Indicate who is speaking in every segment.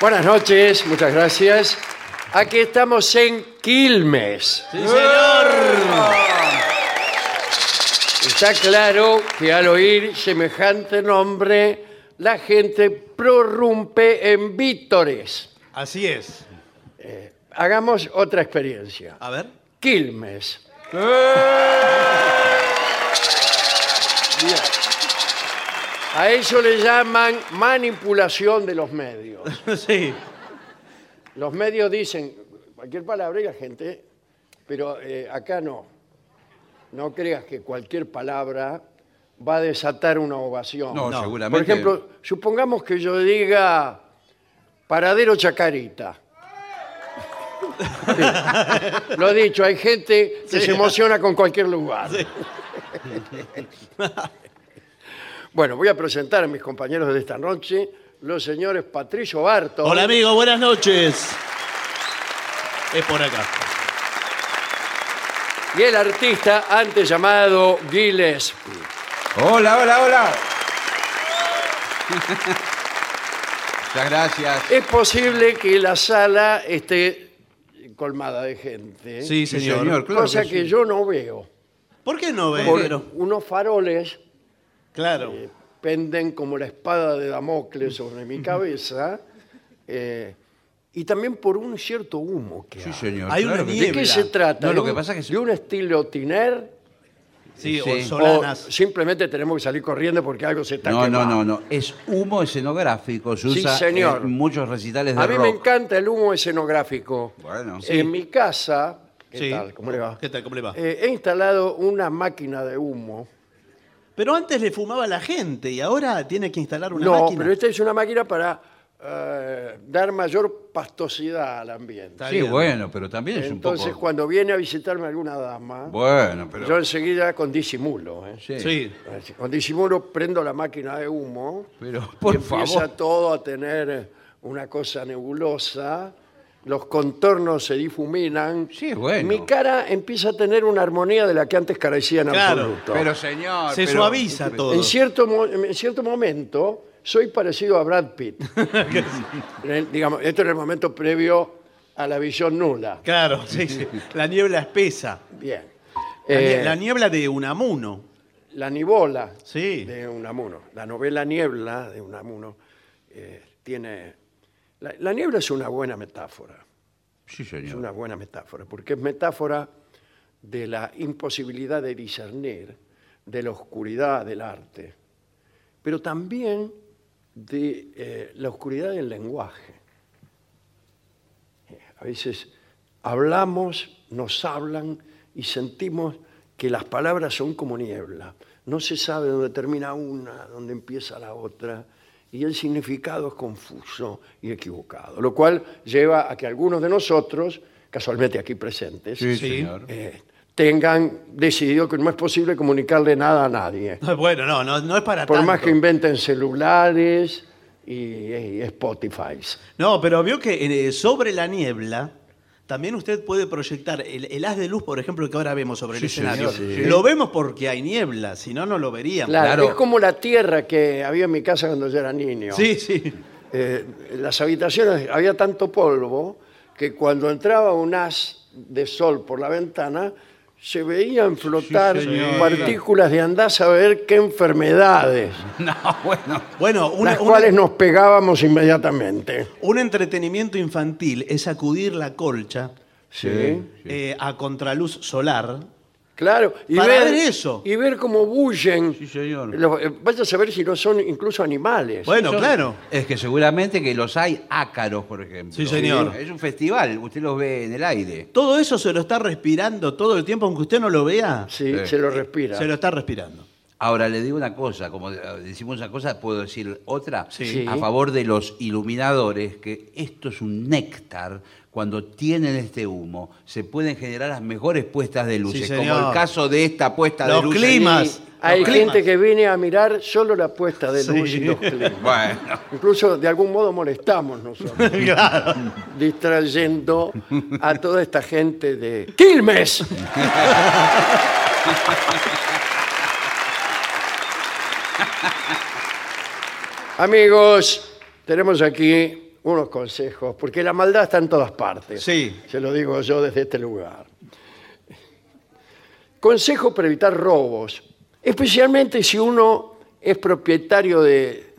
Speaker 1: Buenas noches, muchas gracias. Aquí estamos en Quilmes. Está claro que al oír semejante nombre, la gente prorrumpe en vítores.
Speaker 2: Así es.
Speaker 1: Hagamos otra experiencia.
Speaker 2: A ver.
Speaker 1: Quilmes. Bien. A eso le llaman manipulación de los medios.
Speaker 2: sí.
Speaker 1: Los medios dicen cualquier palabra y la gente, pero eh, acá no. No creas que cualquier palabra va a desatar una ovación.
Speaker 3: No,
Speaker 2: No.
Speaker 1: Por
Speaker 3: seguramente.
Speaker 1: ejemplo, supongamos que yo diga paradero Chacarita. Sí. Lo he dicho, hay gente que se emociona con cualquier lugar. bueno, voy a presentar a mis compañeros de esta noche, los señores Patricio Barto.
Speaker 2: Hola amigo, buenas noches. Es por acá.
Speaker 1: y el artista antes llamado Gillespie.
Speaker 3: Hola, hola, hola. Muchas gracias.
Speaker 1: Es posible que la sala esté colmada de gente,
Speaker 2: Sí,
Speaker 3: Sí,
Speaker 2: señor.
Speaker 3: señor. claro
Speaker 1: cosa
Speaker 3: que
Speaker 1: que,
Speaker 3: sí.
Speaker 1: yo no veo.
Speaker 2: ¿Por qué no ve?
Speaker 1: Por
Speaker 2: Pero-
Speaker 1: unos faroles
Speaker 2: Claro.
Speaker 1: Eh, penden como la espada de Damocles sobre mi cabeza eh, y también por un cierto humo que
Speaker 3: Sí,
Speaker 1: hay.
Speaker 3: señor.
Speaker 2: Hay
Speaker 3: claro
Speaker 2: una
Speaker 3: que sí.
Speaker 1: ¿De
Speaker 2: niebla.
Speaker 1: qué se trata?
Speaker 3: No,
Speaker 1: ¿De
Speaker 3: lo que
Speaker 1: un-
Speaker 3: pasa es que-
Speaker 1: ¿De un estilo tiner?
Speaker 2: Sí,
Speaker 3: Sí.
Speaker 2: o
Speaker 1: ¿O
Speaker 2: solanas.
Speaker 1: simplemente tenemos que salir corriendo porque algo se está
Speaker 3: No, no,
Speaker 1: quemando?
Speaker 3: no, no. Es humo escenográfico. Se
Speaker 1: Sí,
Speaker 3: usa
Speaker 1: señor.
Speaker 3: en muchos recitales de
Speaker 1: A mí me
Speaker 3: rock.
Speaker 1: encanta el humo escenográfico.
Speaker 3: Bueno.
Speaker 1: En mi casa, ¿qué
Speaker 2: Sí.
Speaker 1: tal? ¿Cómo le va?
Speaker 2: ¿Qué tal? ¿Cómo le va?
Speaker 1: Eh, he instalado una máquina de humo.
Speaker 2: Pero antes le fumaba la gente y ahora tiene que instalar una
Speaker 1: no,
Speaker 2: máquina.
Speaker 1: pero esta es una máquina para eh, dar mayor pastosidad al ambiente.
Speaker 2: Está
Speaker 3: Sí,
Speaker 2: bien.
Speaker 3: bueno, pero también es
Speaker 1: Entonces,
Speaker 3: un poco.
Speaker 1: cuando viene a visitarme alguna dama,
Speaker 3: Bueno, pero.
Speaker 1: yo enseguida con disimulo, ¿eh?
Speaker 3: Sí.
Speaker 2: Sí.
Speaker 1: con disimulo prendo la máquina de humo.
Speaker 3: Pero, por
Speaker 1: y empieza
Speaker 3: favor.
Speaker 1: todo a tener eh, una cosa nebulosa, los contornos se difuminan.
Speaker 3: Sí, bueno.
Speaker 1: Mi cara empieza a tener una armonía de la que antes carecía en
Speaker 2: Claro,
Speaker 1: absoluto.
Speaker 3: Pero, señor.
Speaker 2: Se
Speaker 3: pero-
Speaker 2: suaviza todo.
Speaker 1: en, cierto, mo- en cierto momento soy parecido a Brad Pitt. En el- digamos, esto en el momento previo a la visión nula.
Speaker 2: Claro, sí, sí. La niebla espesa.
Speaker 1: Bien.
Speaker 2: La nie-
Speaker 1: Eh,
Speaker 2: la niebla de Unamuno.
Speaker 1: La Nibola
Speaker 2: Sí.
Speaker 1: de Unamuno. La novela Niebla de Unamuno eh, tiene... La, la niebla es una buena metáfora,
Speaker 3: Sí,
Speaker 1: es
Speaker 3: señor.
Speaker 1: una buena metáfora, porque es metáfora de la imposibilidad de discernir, de la oscuridad del arte, pero también de eh, la oscuridad del lenguaje. Eh, A veces hablamos, nos hablan y sentimos que las palabras son como niebla. No se sabe dónde termina una, dónde empieza la otra, y el significado es confuso y equivocado, lo cual lleva a que algunos de nosotros, casualmente aquí presentes,
Speaker 3: Sí,
Speaker 2: Sí.
Speaker 3: señor.
Speaker 1: eh, tengan decidido que no es posible comunicarle nada a nadie,
Speaker 2: Bueno, no, no, no es para
Speaker 1: por
Speaker 2: tanto.
Speaker 1: más que inventen celulares y, y Spotify.
Speaker 2: No, pero vio que eh, sobre la niebla también usted puede proyectar el, el haz de luz, por ejemplo, que ahora vemos sobre el
Speaker 3: Sí,
Speaker 2: escenario.
Speaker 3: señor, sí.
Speaker 2: Lo vemos porque hay niebla, si no, no lo veríamos.
Speaker 1: Claro,
Speaker 3: Claro.
Speaker 1: es como la tierra que había en mi casa cuando yo era niño.
Speaker 2: Sí, sí.
Speaker 1: Eh, las habitaciones había tanto polvo que cuando entraba un haz de sol por la ventana se veían flotar
Speaker 3: señor.
Speaker 1: partículas de andás a ver qué enfermedades,
Speaker 3: No, bueno.
Speaker 2: Bueno, una-
Speaker 1: las
Speaker 2: una-
Speaker 1: cuales nos pegábamos inmediatamente.
Speaker 2: un entretenimiento infantil es sacudir la colcha
Speaker 1: Sí.
Speaker 2: eh, a contraluz solar.
Speaker 1: Claro, y
Speaker 2: Para
Speaker 1: ver,
Speaker 2: ver eso.
Speaker 1: Y ver cómo bullen.
Speaker 3: Sí, señor.
Speaker 1: Los- eh, vaya a saber si no son incluso animales.
Speaker 2: Bueno,
Speaker 3: Son-
Speaker 2: claro.
Speaker 3: Es que seguramente que los hay ácaros, por ejemplo.
Speaker 2: Sí, señor.
Speaker 3: Es un festival, usted los ve en el aire.
Speaker 2: Todo eso se lo está respirando todo el tiempo, aunque usted no lo vea,
Speaker 1: Sí,
Speaker 3: Sí.
Speaker 1: se lo respira.
Speaker 2: se lo está respirando.
Speaker 3: Ahora le digo una cosa, como eh, decimos una cosa, puedo decir otra
Speaker 1: Sí.
Speaker 3: a favor de los iluminadores, que esto es un néctar. Cuando tienen este humo, se pueden generar las mejores puestas de luces, como
Speaker 2: señor.
Speaker 3: el caso de esta puesta de
Speaker 2: Los
Speaker 3: luces.
Speaker 1: Y
Speaker 2: climas. más,
Speaker 1: Hay
Speaker 2: los
Speaker 1: gente
Speaker 2: climas.
Speaker 1: que viene a mirar solo la puesta de luz
Speaker 2: Sí.
Speaker 1: y los climas.
Speaker 3: Bueno,
Speaker 1: Incluso de algún modo molestamos nosotros,
Speaker 2: claro.
Speaker 1: distrayendo a toda esta gente de Quilmes. Amigos, tenemos aquí unos consejos, porque la maldad está en todas partes.
Speaker 2: Sí.
Speaker 1: Se lo digo yo desde este lugar. Consejo para evitar robos, especialmente si uno es propietario de,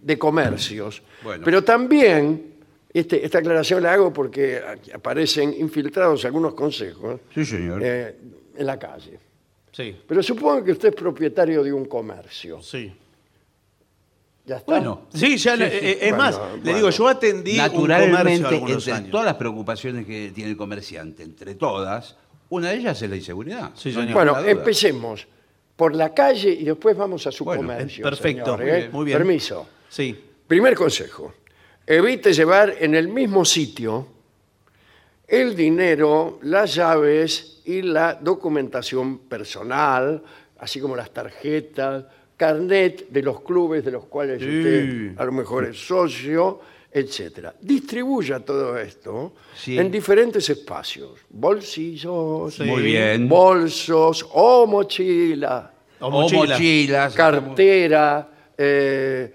Speaker 1: de comercios.
Speaker 3: Bueno.
Speaker 1: Pero también, este- esta aclaración la hago porque aquí aparecen infiltrados algunos consejos
Speaker 3: Sí, señor.
Speaker 1: eh, en la calle.
Speaker 2: Sí.
Speaker 1: Pero supongo que usted es propietario de un comercio.
Speaker 2: Sí.
Speaker 1: ¿Ya está?
Speaker 3: Bueno,
Speaker 2: Sí, ya le- eh, es
Speaker 1: Bueno,
Speaker 2: más, le
Speaker 1: bueno.
Speaker 2: digo, yo atendí un comercio
Speaker 3: naturalmente,
Speaker 2: algunos
Speaker 3: entre
Speaker 2: años.
Speaker 3: todas las preocupaciones que tiene el comerciante, entre todas, una de ellas es la inseguridad.
Speaker 2: Sí,
Speaker 3: No
Speaker 2: señor.
Speaker 3: hay
Speaker 1: Bueno,
Speaker 3: ninguna duda.
Speaker 1: empecemos por la calle y después vamos a su
Speaker 3: Bueno,
Speaker 1: comercio.
Speaker 2: Perfecto,
Speaker 1: señor,
Speaker 2: muy
Speaker 1: ¿eh?
Speaker 2: bien, muy bien.
Speaker 1: Permiso.
Speaker 2: Sí.
Speaker 1: Primer consejo. Evite llevar en el mismo sitio el dinero, las llaves y la documentación personal, así como las tarjetas, carnet de los clubes de los cuales
Speaker 2: Sí.
Speaker 1: usted a lo mejor es socio, etcétera. Distribuya todo esto
Speaker 3: Sí.
Speaker 1: en diferentes espacios, bolsillos,
Speaker 2: Sí.
Speaker 3: Muy bien.
Speaker 1: bolsos o mochila,
Speaker 2: O
Speaker 3: O
Speaker 2: mochila.
Speaker 3: mochilas.
Speaker 1: cartera, eh,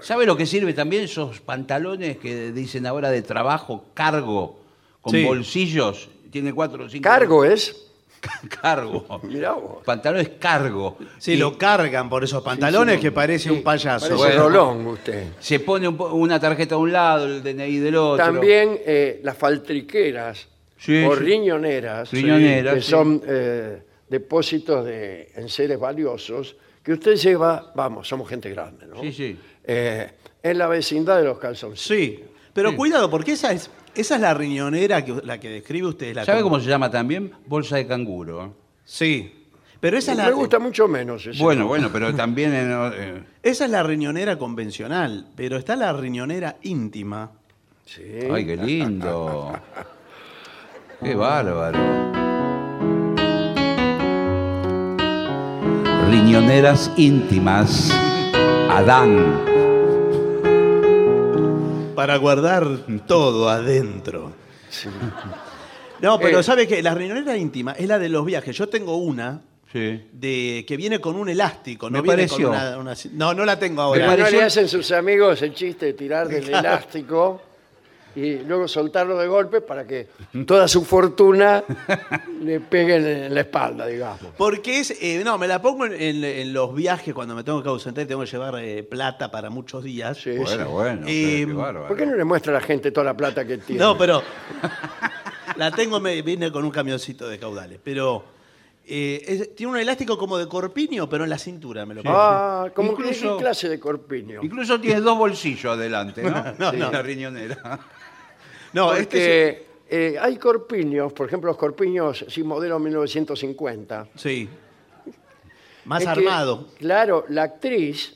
Speaker 3: ¿Sabe lo que sirve también esos pantalones que dicen ahora de trabajo, cargo, con
Speaker 2: Sí.
Speaker 3: bolsillos? Tiene cuatro o cinco.
Speaker 1: cargo es.
Speaker 3: Cargo.
Speaker 1: Mirá vos.
Speaker 3: Pantalones cargo.
Speaker 2: Sí,
Speaker 3: Y
Speaker 2: lo cargan por esos pantalones que parece un payaso.
Speaker 1: Parece
Speaker 3: Bueno.
Speaker 1: Rolón usted.
Speaker 3: Se pone un po- una tarjeta a un lado, el DNI del otro.
Speaker 1: También eh, las faltriqueras
Speaker 3: Sí,
Speaker 1: o
Speaker 3: sí.
Speaker 1: riñoneras,
Speaker 3: Riñoneras,
Speaker 1: que
Speaker 3: sí.
Speaker 1: son eh, depósitos de enseres valiosos que usted lleva, vamos, somos gente grande, ¿no?
Speaker 3: Sí, sí.
Speaker 1: Eh, en la vecindad de los calzoncillos.
Speaker 2: Sí. Pero cuidado, porque esa es, esa es la riñonera que la que describe usted. La
Speaker 3: ¿Sabe
Speaker 2: con-
Speaker 3: cómo se llama también? Bolsa de canguro.
Speaker 2: Sí. Pero esa es la.
Speaker 1: Me gusta mucho menos ese.
Speaker 3: Bueno, bueno, pero también en, eh,
Speaker 2: Esa es la riñonera convencional, pero está la riñonera íntima.
Speaker 1: Sí.
Speaker 3: Ay, qué lindo. Qué bárbaro. Riñoneras íntimas. Adán.
Speaker 2: Para guardar todo adentro. No, pero
Speaker 1: Eh.
Speaker 2: ¿sabe qué? La riñonera íntima es la de los viajes. Yo tengo una
Speaker 3: Sí.
Speaker 2: de que viene con un elástico, no
Speaker 3: Me
Speaker 2: viene
Speaker 3: pareció.
Speaker 2: con una, una- No, no la tengo
Speaker 1: Pero
Speaker 2: ahora.
Speaker 1: no
Speaker 3: pareció-
Speaker 1: le hacen sus amigos el chiste de tirar del elástico y luego soltarlo de golpe para que toda su fortuna le peguen en la espalda, digamos.
Speaker 2: Porque es, eh, no, me la pongo en, en- en los viajes cuando me tengo que ausentar y tengo que llevar eh, plata para muchos días.
Speaker 1: Sí, sí.
Speaker 3: Bueno, bueno. pero
Speaker 2: Eh,
Speaker 3: qué bárbaro.
Speaker 1: ¿Por qué no le muestra a la gente toda la plata que tiene?
Speaker 2: No, pero la tengo, me viene con un camioncito de caudales, pero eh, es- tiene un elástico como de corpiño, pero en la cintura me lo pongo.
Speaker 1: Ah, como
Speaker 3: Incluso-
Speaker 1: ¿qué clase de corpiño?
Speaker 3: Incluso tienes dos bolsillos adelante, ¿no?
Speaker 2: No,
Speaker 3: Sí.
Speaker 2: no.
Speaker 3: La riñonera.
Speaker 2: No,
Speaker 1: Porque
Speaker 2: este es-
Speaker 1: eh, hay corpiños, por ejemplo, los corpiños sin modelo 1950.
Speaker 2: sí. Más
Speaker 1: Es que,
Speaker 2: armado.
Speaker 1: claro, la actriz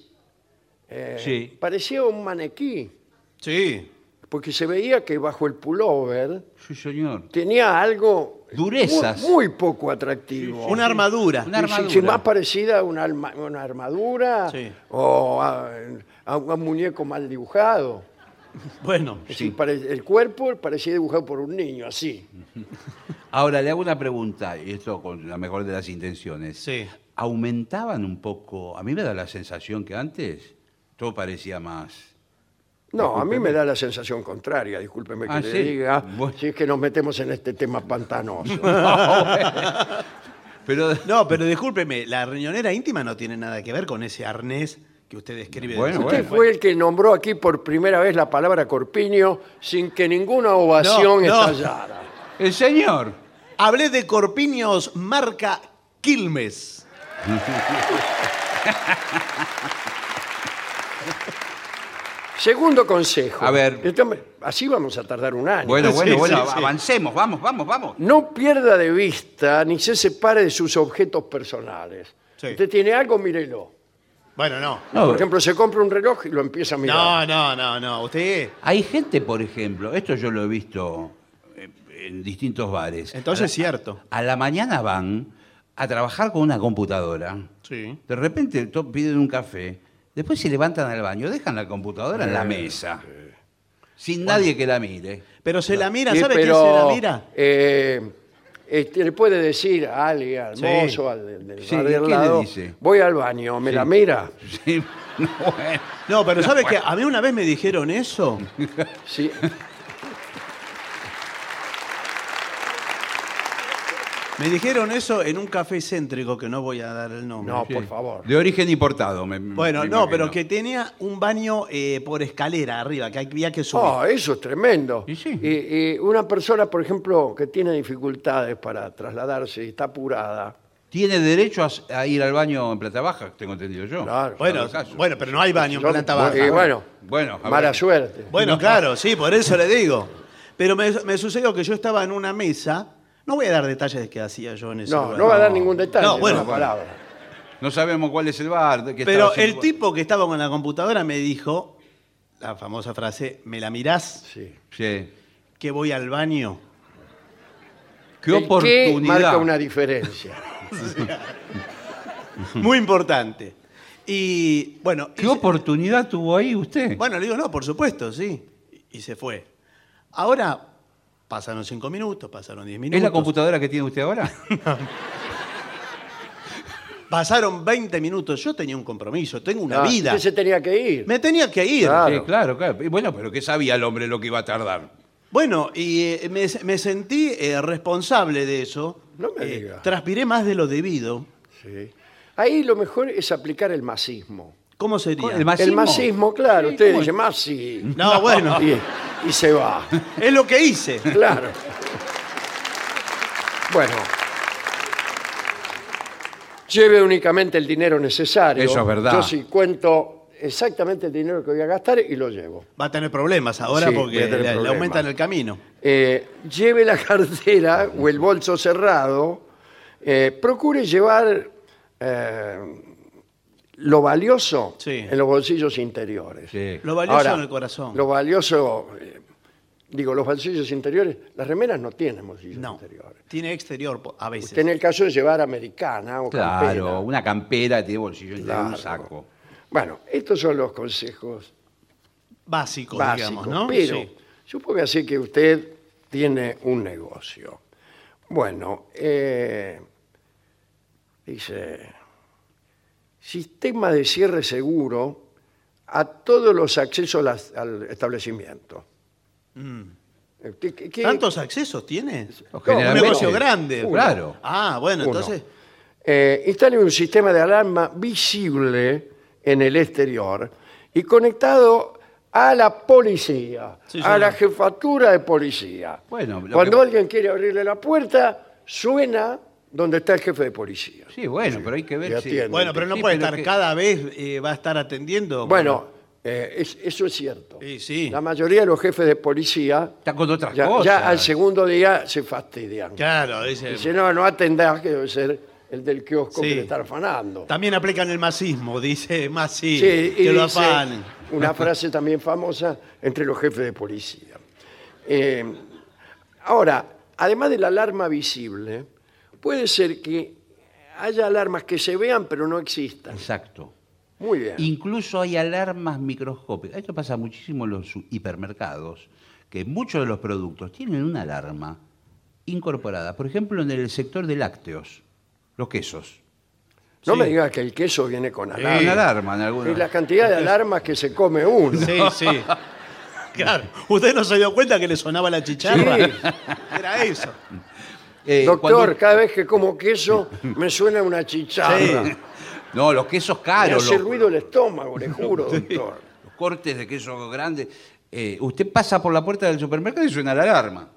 Speaker 1: eh,
Speaker 3: Sí.
Speaker 1: parecía un maniquí,
Speaker 2: Sí.
Speaker 1: porque se veía que bajo el pullover
Speaker 3: Sí, señor.
Speaker 1: tenía algo muy-
Speaker 3: Durezas.
Speaker 1: muy, poco atractivo.
Speaker 2: Una armadura.
Speaker 3: Una
Speaker 1: Y si-
Speaker 3: armadura.
Speaker 1: si más parecida a una, alma- una armadura
Speaker 2: Sí.
Speaker 1: o a, a un muñeco mal dibujado.
Speaker 2: Bueno,
Speaker 1: Es decir, pare- el cuerpo parecía dibujado por un niño, así.
Speaker 3: Ahora le hago una pregunta, y esto con la mejor de las intenciones.
Speaker 2: Sí.
Speaker 3: ¿Aumentaban un poco? A mí me da la sensación que antes todo parecía más.
Speaker 1: No, a mí me da la sensación contraria, discúlpeme que
Speaker 3: Ah,
Speaker 1: le
Speaker 3: sí.
Speaker 1: diga,
Speaker 3: Bueno.
Speaker 1: si es que nos metemos en este tema pantanoso.
Speaker 3: Pero
Speaker 2: No, pero discúlpeme, la riñonera íntima no tiene nada que ver con ese arnés que usted describe.
Speaker 3: Bueno,
Speaker 1: Usted
Speaker 3: bueno.
Speaker 1: fue el que nombró aquí por primera vez la palabra corpiño sin que ninguna ovación
Speaker 2: No, no.
Speaker 1: estallara.
Speaker 3: el señor.
Speaker 2: Hablé de corpiños marca Quilmes.
Speaker 1: Segundo consejo.
Speaker 3: A ver.
Speaker 1: Esto me- así vamos a tardar un año.
Speaker 3: Bueno,
Speaker 2: Sí,
Speaker 3: bueno,
Speaker 2: sí,
Speaker 3: bueno,
Speaker 2: sí.
Speaker 3: avancemos, vamos, vamos, vamos.
Speaker 1: No pierda de vista ni se separe de sus objetos personales.
Speaker 2: Sí.
Speaker 1: Usted tiene algo, mírelo.
Speaker 2: Bueno, no.
Speaker 1: Por ejemplo, se compra un reloj y lo empieza a mirar.
Speaker 2: No, no, no, no. Usted.
Speaker 3: hay gente, por ejemplo, esto yo lo he visto eh, en distintos bares.
Speaker 2: Entonces es cierto.
Speaker 3: A la mañana van a trabajar con una computadora.
Speaker 2: Sí.
Speaker 3: De repente to- piden un café, después se levantan al baño, dejan la computadora en la mesa, sin nadie que la mire.
Speaker 2: Pero se la mira,
Speaker 1: Sí,
Speaker 2: ¿sabe
Speaker 1: Eh, pero,
Speaker 2: quién se la mira?
Speaker 1: eh, este, le puede decir a alguien, al
Speaker 2: Sí.
Speaker 1: mozo, al del- del
Speaker 3: Sí,
Speaker 1: bar de al
Speaker 3: ¿qué le
Speaker 1: lado,
Speaker 3: dice?
Speaker 1: voy al baño, me la mira.
Speaker 3: Sí. Bueno,
Speaker 2: No, pero ¿sabes qué? A mí una vez me dijeron eso.
Speaker 1: Sí.
Speaker 2: Me dijeron eso en un café céntrico que no voy a dar el nombre.
Speaker 1: No, por favor.
Speaker 3: De origen importado. me- me
Speaker 2: Bueno,
Speaker 3: imagino.
Speaker 2: no, pero que tenía un baño eh, por escalera arriba, que había que subir.
Speaker 1: Oh, eso es tremendo.
Speaker 3: Y sí.
Speaker 1: Y- y una persona, por ejemplo, que tiene dificultades para trasladarse y está apurada.
Speaker 3: Tiene derecho a, a ir al baño en plata baja, tengo entendido yo.
Speaker 1: Claro.
Speaker 2: bueno,
Speaker 3: en todo caso.
Speaker 2: bueno, pero no hay baño en
Speaker 1: Yo-
Speaker 2: planta baja.
Speaker 1: eh, bueno,
Speaker 3: Bueno, a
Speaker 1: mala
Speaker 3: ver.
Speaker 1: suerte.
Speaker 2: Bueno, claro, sí, por eso le digo. Pero me, me sucedió que yo estaba en una mesa. No voy a dar detalles de qué hacía yo en ese
Speaker 1: no,
Speaker 2: lugar.
Speaker 1: no va a dar ningún detalle.
Speaker 2: No, bueno,
Speaker 1: una palabra.
Speaker 3: No sabemos cuál es el bar. de- que
Speaker 2: Pero
Speaker 3: estaba
Speaker 2: el
Speaker 3: haciendo-
Speaker 2: tipo que estaba con la computadora me dijo la famosa frase, ¿me la mirás
Speaker 1: Sí.
Speaker 3: Sí.
Speaker 2: que voy al baño?
Speaker 3: Qué
Speaker 1: El qué
Speaker 3: oportunidad.
Speaker 1: marca una diferencia.
Speaker 2: Muy importante. Y bueno,
Speaker 3: ¿Qué
Speaker 2: y-
Speaker 3: oportunidad tuvo ahí usted?
Speaker 2: bueno, le digo, no, por supuesto, sí. Y se fue. Ahora pasaron cinco minutos, pasaron diez minutos.
Speaker 3: ¿Es la computadora que tiene usted ahora?
Speaker 2: Pasaron 20 minutos. Yo tenía un compromiso, tengo una
Speaker 1: Ah,
Speaker 2: vida.
Speaker 1: Usted se Ah, tenía que ir.
Speaker 2: Me tenía que ir.
Speaker 1: Claro.
Speaker 3: Sí, claro, claro. Y Bueno, pero ¿qué sabía el hombre lo que iba a tardar?
Speaker 2: Bueno, y eh, me, me sentí eh, responsable de eso.
Speaker 1: No me
Speaker 2: Eh,
Speaker 1: diga.
Speaker 2: transpiré más de lo debido.
Speaker 1: Sí. Ahí lo mejor es aplicar el masismo.
Speaker 2: ¿Cómo sería?
Speaker 3: El masismo.
Speaker 1: El masismo, claro.
Speaker 3: Sí,
Speaker 1: usted
Speaker 3: ¿cómo
Speaker 1: dice,
Speaker 3: es?
Speaker 1: masi.
Speaker 2: No, bueno,
Speaker 1: Y, y se va.
Speaker 2: es lo que hice.
Speaker 1: Claro. Bueno. Lleve únicamente el dinero necesario.
Speaker 3: Eso es verdad.
Speaker 1: Yo sí cuento exactamente el dinero que voy a gastar y lo llevo.
Speaker 2: Va a tener problemas ahora
Speaker 1: Sí,
Speaker 2: porque
Speaker 1: voy a
Speaker 2: le,
Speaker 1: tener
Speaker 2: le
Speaker 1: problemas.
Speaker 2: aumentan el camino.
Speaker 1: Eh, lleve la cartera o el bolso cerrado. Eh, procure llevar eh, lo valioso
Speaker 2: Sí.
Speaker 1: en los bolsillos interiores.
Speaker 3: Sí.
Speaker 2: Lo valioso
Speaker 1: Ahora,
Speaker 2: en el corazón.
Speaker 1: Lo valioso, eh, digo, los bolsillos interiores, las remeras no tienen bolsillos
Speaker 2: No,
Speaker 1: interiores.
Speaker 2: tiene exterior po- a veces.
Speaker 1: Usted en el caso de llevar americana o
Speaker 3: Claro,
Speaker 1: campera.
Speaker 3: una campera tiene bolsillo interior, un
Speaker 1: Claro.
Speaker 3: saco.
Speaker 1: Bueno, estos son los consejos
Speaker 2: Básico,
Speaker 1: básicos,
Speaker 2: digamos, ¿no?
Speaker 1: pero
Speaker 2: Sí.
Speaker 1: supongo así que usted tiene un negocio. Bueno, eh, dice, sistema de cierre seguro a todos los accesos las- al establecimiento.
Speaker 2: Mm.
Speaker 1: ¿Qué- qué- qué-
Speaker 2: ¿Tantos accesos tiene? Un
Speaker 3: generalmente-
Speaker 2: negocio grande.
Speaker 1: Uno.
Speaker 3: Claro.
Speaker 2: Ah, bueno,
Speaker 1: Uno.
Speaker 2: entonces.
Speaker 1: Eh, instale un sistema de alarma visible en el exterior y conectado a la policía,
Speaker 2: Sí,
Speaker 1: a
Speaker 2: señor.
Speaker 1: la jefatura de policía.
Speaker 3: Bueno, lo
Speaker 1: Cuando
Speaker 3: que-
Speaker 1: alguien quiere abrirle la puerta, suena donde está el jefe de policía.
Speaker 3: Sí, bueno, pero hay que
Speaker 1: Ya
Speaker 3: ver si...
Speaker 1: tiene.
Speaker 2: Bueno, pero no
Speaker 3: Sí,
Speaker 2: puede
Speaker 3: pero
Speaker 2: estar
Speaker 3: que-
Speaker 2: cada vez eh, va a estar atendiendo.
Speaker 1: Bueno, eh, es- eso es cierto.
Speaker 2: Sí, sí.
Speaker 1: La mayoría de los jefes de policía
Speaker 3: Está con otras
Speaker 1: ya,
Speaker 3: cosas.
Speaker 1: ya al segundo día se fastidian.
Speaker 2: Claro, dice.
Speaker 1: Si no, no atendás, que debe ser el del kiosco
Speaker 2: Sí.
Speaker 1: que le están afanando.
Speaker 2: También aplican el masismo, dice Masi.
Speaker 1: Sí, y
Speaker 2: que lo
Speaker 1: dice
Speaker 2: afanen.
Speaker 1: una frase también famosa entre los jefes de policía. Eh, ahora, además de la alarma visible, puede ser que haya alarmas que se vean pero no existan.
Speaker 3: Exacto.
Speaker 1: Muy bien.
Speaker 3: Incluso hay alarmas microscópicas. Esto pasa muchísimo en los su- hipermercados, que muchos de los productos tienen una alarma incorporada. Por ejemplo, en el sector de lácteos, los quesos.
Speaker 1: no
Speaker 2: sí.
Speaker 1: me digas que el queso viene con alarma.
Speaker 3: Una alarma en
Speaker 1: Y
Speaker 3: algunos.
Speaker 1: la cantidad de alarmas que se come uno.
Speaker 2: Sí, sí. Claro. ¿Usted no se dio cuenta que le sonaba la chicharra?
Speaker 1: Sí.
Speaker 2: Era eso.
Speaker 3: Eh,
Speaker 1: Doctor,
Speaker 3: cuando-
Speaker 1: cada vez que como queso me suena una chicharra.
Speaker 2: Sí.
Speaker 3: No, los quesos
Speaker 1: Me
Speaker 3: caros,
Speaker 1: hace
Speaker 3: los,
Speaker 1: ruido el estómago, le juro, doctor.
Speaker 3: los cortes de queso grandes. Eh, usted pasa por la puerta del supermercado y suena la alarma.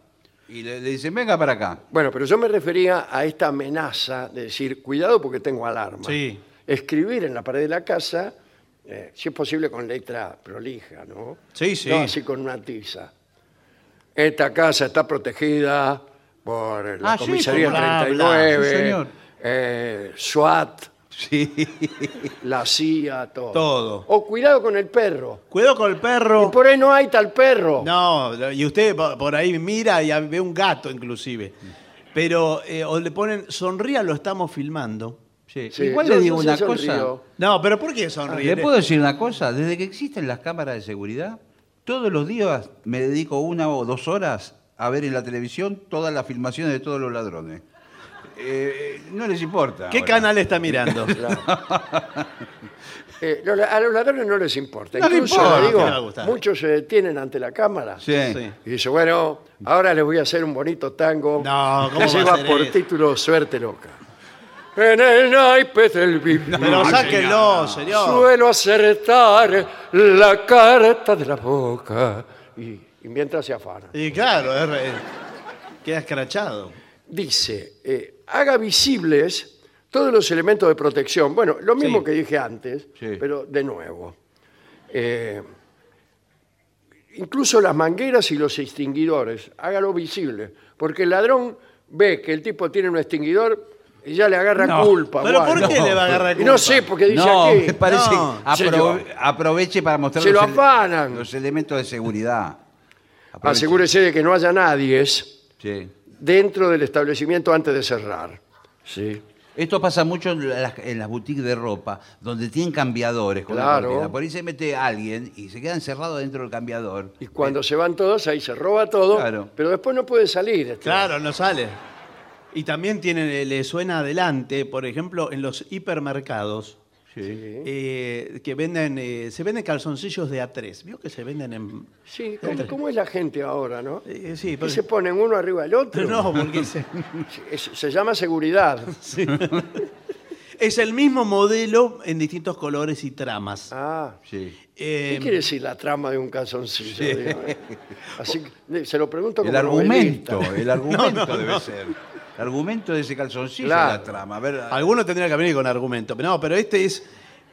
Speaker 3: Y le, le dicen, venga para acá.
Speaker 1: Bueno, pero yo me refería a esta amenaza de decir, cuidado porque tengo alarma.
Speaker 2: Sí.
Speaker 1: Escribir en la pared de la casa, eh, si es posible con letra prolija, ¿no?
Speaker 2: Sí, sí.
Speaker 1: No así con una tiza. Esta casa está protegida por la
Speaker 3: Ah, sí,
Speaker 1: comisaría
Speaker 2: como la habla,
Speaker 1: 39,
Speaker 3: sí, señor.
Speaker 1: eh, SWAT,
Speaker 3: Sí.
Speaker 1: la CIA, todo.
Speaker 2: Todo.
Speaker 1: O cuidado con el perro.
Speaker 2: Cuidado con el perro.
Speaker 1: Y por ahí no hay tal perro.
Speaker 2: No, y usted po- por ahí mira y ve un gato inclusive. Pero, eh, o le ponen, sonría, lo estamos filmando.
Speaker 1: Sí,
Speaker 3: Igual
Speaker 1: yo-
Speaker 3: le
Speaker 1: yo
Speaker 3: digo
Speaker 1: sí
Speaker 3: una
Speaker 1: sonrío.
Speaker 3: cosa.
Speaker 2: No, pero ¿por qué sonríe?
Speaker 3: ¿Le puedo decir una cosa? Desde que existen las cámaras de seguridad, todos los días me dedico una o dos horas a ver en la televisión todas las filmaciones de todos los ladrones. eh, no les importa.
Speaker 2: ¿Qué
Speaker 3: ahora.
Speaker 2: canal está mirando?
Speaker 1: Eh, lo- a los ladrones no les importa.
Speaker 3: No le
Speaker 1: Incluso,
Speaker 3: importa,
Speaker 1: le digo,
Speaker 2: no le va a gustar.
Speaker 1: muchos se detienen ante la cámara
Speaker 3: Sí.
Speaker 2: Sí.
Speaker 1: y dicen, bueno, ahora les voy a hacer un bonito tango
Speaker 2: No, ¿cómo
Speaker 1: que
Speaker 2: va a
Speaker 1: lleva
Speaker 2: ser
Speaker 1: por
Speaker 2: eso?
Speaker 1: título Suerte Loca. En el naipe del bip,
Speaker 2: Pero
Speaker 3: No,
Speaker 2: sáquenlo, señor.
Speaker 1: suelo acertar la carta de la boca. Y, y mientras se afana.
Speaker 2: Y claro, es re- queda escrachado.
Speaker 1: dice, eh, haga visibles todos los elementos de protección. Bueno, lo mismo
Speaker 2: Sí.
Speaker 1: que dije antes,
Speaker 3: Sí.
Speaker 1: pero de nuevo. Eh, incluso las mangueras y los extinguidores, hágalo visible, porque el ladrón ve que el tipo tiene un extinguidor y ya le agarra
Speaker 3: No,
Speaker 1: culpa.
Speaker 2: ¿Pero
Speaker 1: guarda.
Speaker 2: por qué
Speaker 3: no.
Speaker 2: le va a agarrar
Speaker 1: Y
Speaker 2: culpa?
Speaker 1: no sé, porque dice
Speaker 3: No,
Speaker 1: aquí.
Speaker 3: me parece
Speaker 2: No,
Speaker 3: apro-
Speaker 1: señor.
Speaker 3: aproveche para mostrar
Speaker 1: Se lo
Speaker 3: ele-
Speaker 1: afanan. Ah,
Speaker 3: los elementos de seguridad. Aproveche.
Speaker 1: Asegúrese de que no haya nadie
Speaker 3: Sí.
Speaker 1: dentro del establecimiento antes de cerrar. Sí.
Speaker 3: Esto pasa mucho en las, en las boutiques de ropa, donde tienen cambiadores con la
Speaker 1: Claro.
Speaker 3: cortina. Por ahí se mete alguien y se queda encerrado dentro del cambiador. Eh,
Speaker 1: Y cuando se van todos, ahí se roba todo,
Speaker 3: Claro.
Speaker 1: pero después no puede salir. este.
Speaker 2: Claro, no sale. Y también tiene, le suena adelante, por ejemplo, en los hipermercados.
Speaker 1: Sí.
Speaker 2: eh, que venden, eh, se venden calzoncillos de A3. ¿Vio que se venden en...?
Speaker 1: Sí, ¿cómo, cómo es la gente ahora, no? Que
Speaker 2: Eh, sí, pero...
Speaker 1: se ponen uno arriba del otro.
Speaker 2: No, porque se-
Speaker 1: Es- se llama seguridad.
Speaker 2: es el mismo modelo en distintos colores y tramas.
Speaker 1: Ah.
Speaker 3: Sí.
Speaker 2: Eh,
Speaker 1: ¿Qué quiere decir la trama de un calzoncillo? Dígame? Así que, se lo pregunto
Speaker 3: El
Speaker 1: como
Speaker 3: argumento,
Speaker 1: novelista.
Speaker 3: el argumento debe ser. El argumento de ese calzoncillo
Speaker 1: Claro.
Speaker 3: es la trama. A ver,
Speaker 2: Algunos tendrían que venir con argumento, pero no, pero este es,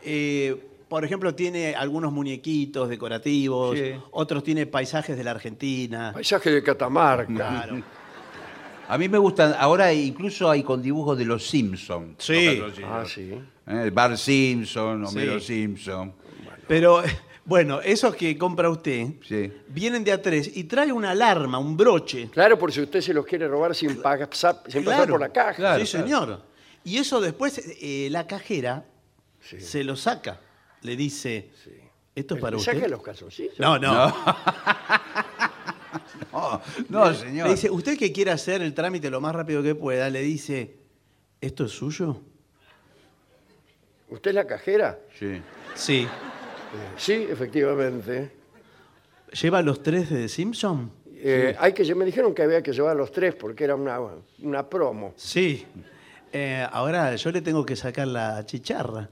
Speaker 2: eh, por ejemplo, tiene algunos muñequitos decorativos,
Speaker 3: Sí.
Speaker 2: otros tiene paisajes de la Argentina.
Speaker 1: Paisaje de Catamarca.
Speaker 2: Claro.
Speaker 3: a mí me gustan, ahora incluso hay con dibujos de los Simpsons.
Speaker 2: Sí.
Speaker 1: Ah, sí.
Speaker 3: El Bar Simpson, Homero
Speaker 2: Sí.
Speaker 3: Simpson.
Speaker 2: Pero bueno, esos que compra usted
Speaker 3: Sí.
Speaker 2: vienen de a tres y trae una alarma, un broche.
Speaker 1: Claro, por si usted se los quiere robar sin, pagar- sin pasar
Speaker 2: Claro.
Speaker 1: por la caja.
Speaker 3: Claro,
Speaker 2: sí, señor. Y eso después eh, la cajera
Speaker 1: Sí.
Speaker 2: se lo saca. Le dice, esto es para
Speaker 1: ¿Le
Speaker 2: usted.
Speaker 1: saca los calzoncillos?
Speaker 2: No, no.
Speaker 3: Oh, no, señor.
Speaker 2: Le dice, usted que quiere hacer el trámite lo más rápido que pueda, le dice, ¿esto es suyo?
Speaker 1: ¿Usted es la cajera?
Speaker 3: Sí.
Speaker 2: Sí.
Speaker 1: Sí, efectivamente.
Speaker 2: ¿Lleva los tres de The Simpson?
Speaker 1: Eh, hay que, me dijeron que había que llevar los tres porque era una, una promo.
Speaker 2: Sí. Eh, ahora yo le tengo que sacar la chicharra.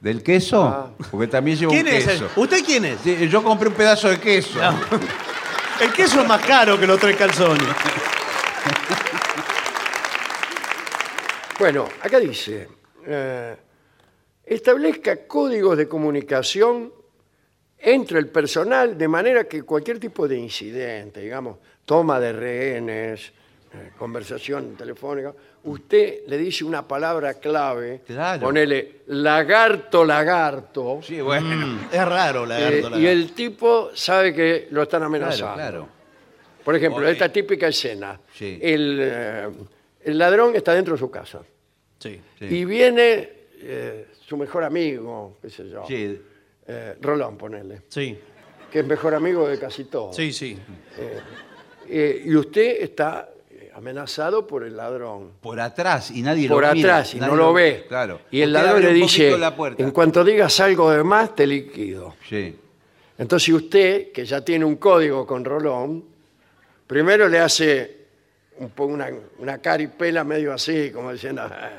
Speaker 3: ¿Del queso?
Speaker 1: Ah.
Speaker 3: Porque también lleva un
Speaker 2: ¿Quién es? el-
Speaker 3: queso.
Speaker 2: ¿Usted quién es?
Speaker 3: Sí, Yo compré un pedazo de queso.
Speaker 2: No. El queso es más caro que los tres calzones.
Speaker 1: Bueno, acá dice, eh, establezca códigos de comunicación entre el personal de manera que cualquier tipo de incidente, digamos, toma de rehenes, eh, conversación telefónica, usted le dice una palabra clave,
Speaker 3: Claro.
Speaker 1: ponele lagarto, lagarto,
Speaker 3: Sí, bueno.
Speaker 2: Es raro la
Speaker 1: eh,
Speaker 2: gárgola.
Speaker 1: y el tipo sabe que lo están amenazando.
Speaker 3: Claro, claro.
Speaker 1: Por ejemplo,
Speaker 2: Oye.
Speaker 1: esta típica escena.
Speaker 3: Sí.
Speaker 1: El, eh, el ladrón está dentro de su casa
Speaker 2: Sí.
Speaker 3: Sí.
Speaker 1: y viene eh, su mejor amigo, qué sé yo,
Speaker 3: Sí.
Speaker 1: eh, Rolón, ponele,
Speaker 2: Sí.
Speaker 1: que es mejor amigo de casi todos.
Speaker 2: Sí, sí.
Speaker 1: Eh, y usted está eh, amenazado por el ladrón.
Speaker 3: Por atrás y nadie
Speaker 1: por
Speaker 3: lo mira.
Speaker 1: atrás y
Speaker 3: Nadie
Speaker 1: no lo ve.
Speaker 3: Claro.
Speaker 1: Y el
Speaker 3: Usted
Speaker 1: ladrón
Speaker 3: abre
Speaker 1: le
Speaker 3: un
Speaker 1: dice,
Speaker 3: poquito la puerta.
Speaker 1: en cuanto digas algo de más, te liquido.
Speaker 3: Sí.
Speaker 1: Entonces usted, que ya tiene un código con Rolón, primero le hace un po- una, una caripela medio así, como diciendo, "Ah,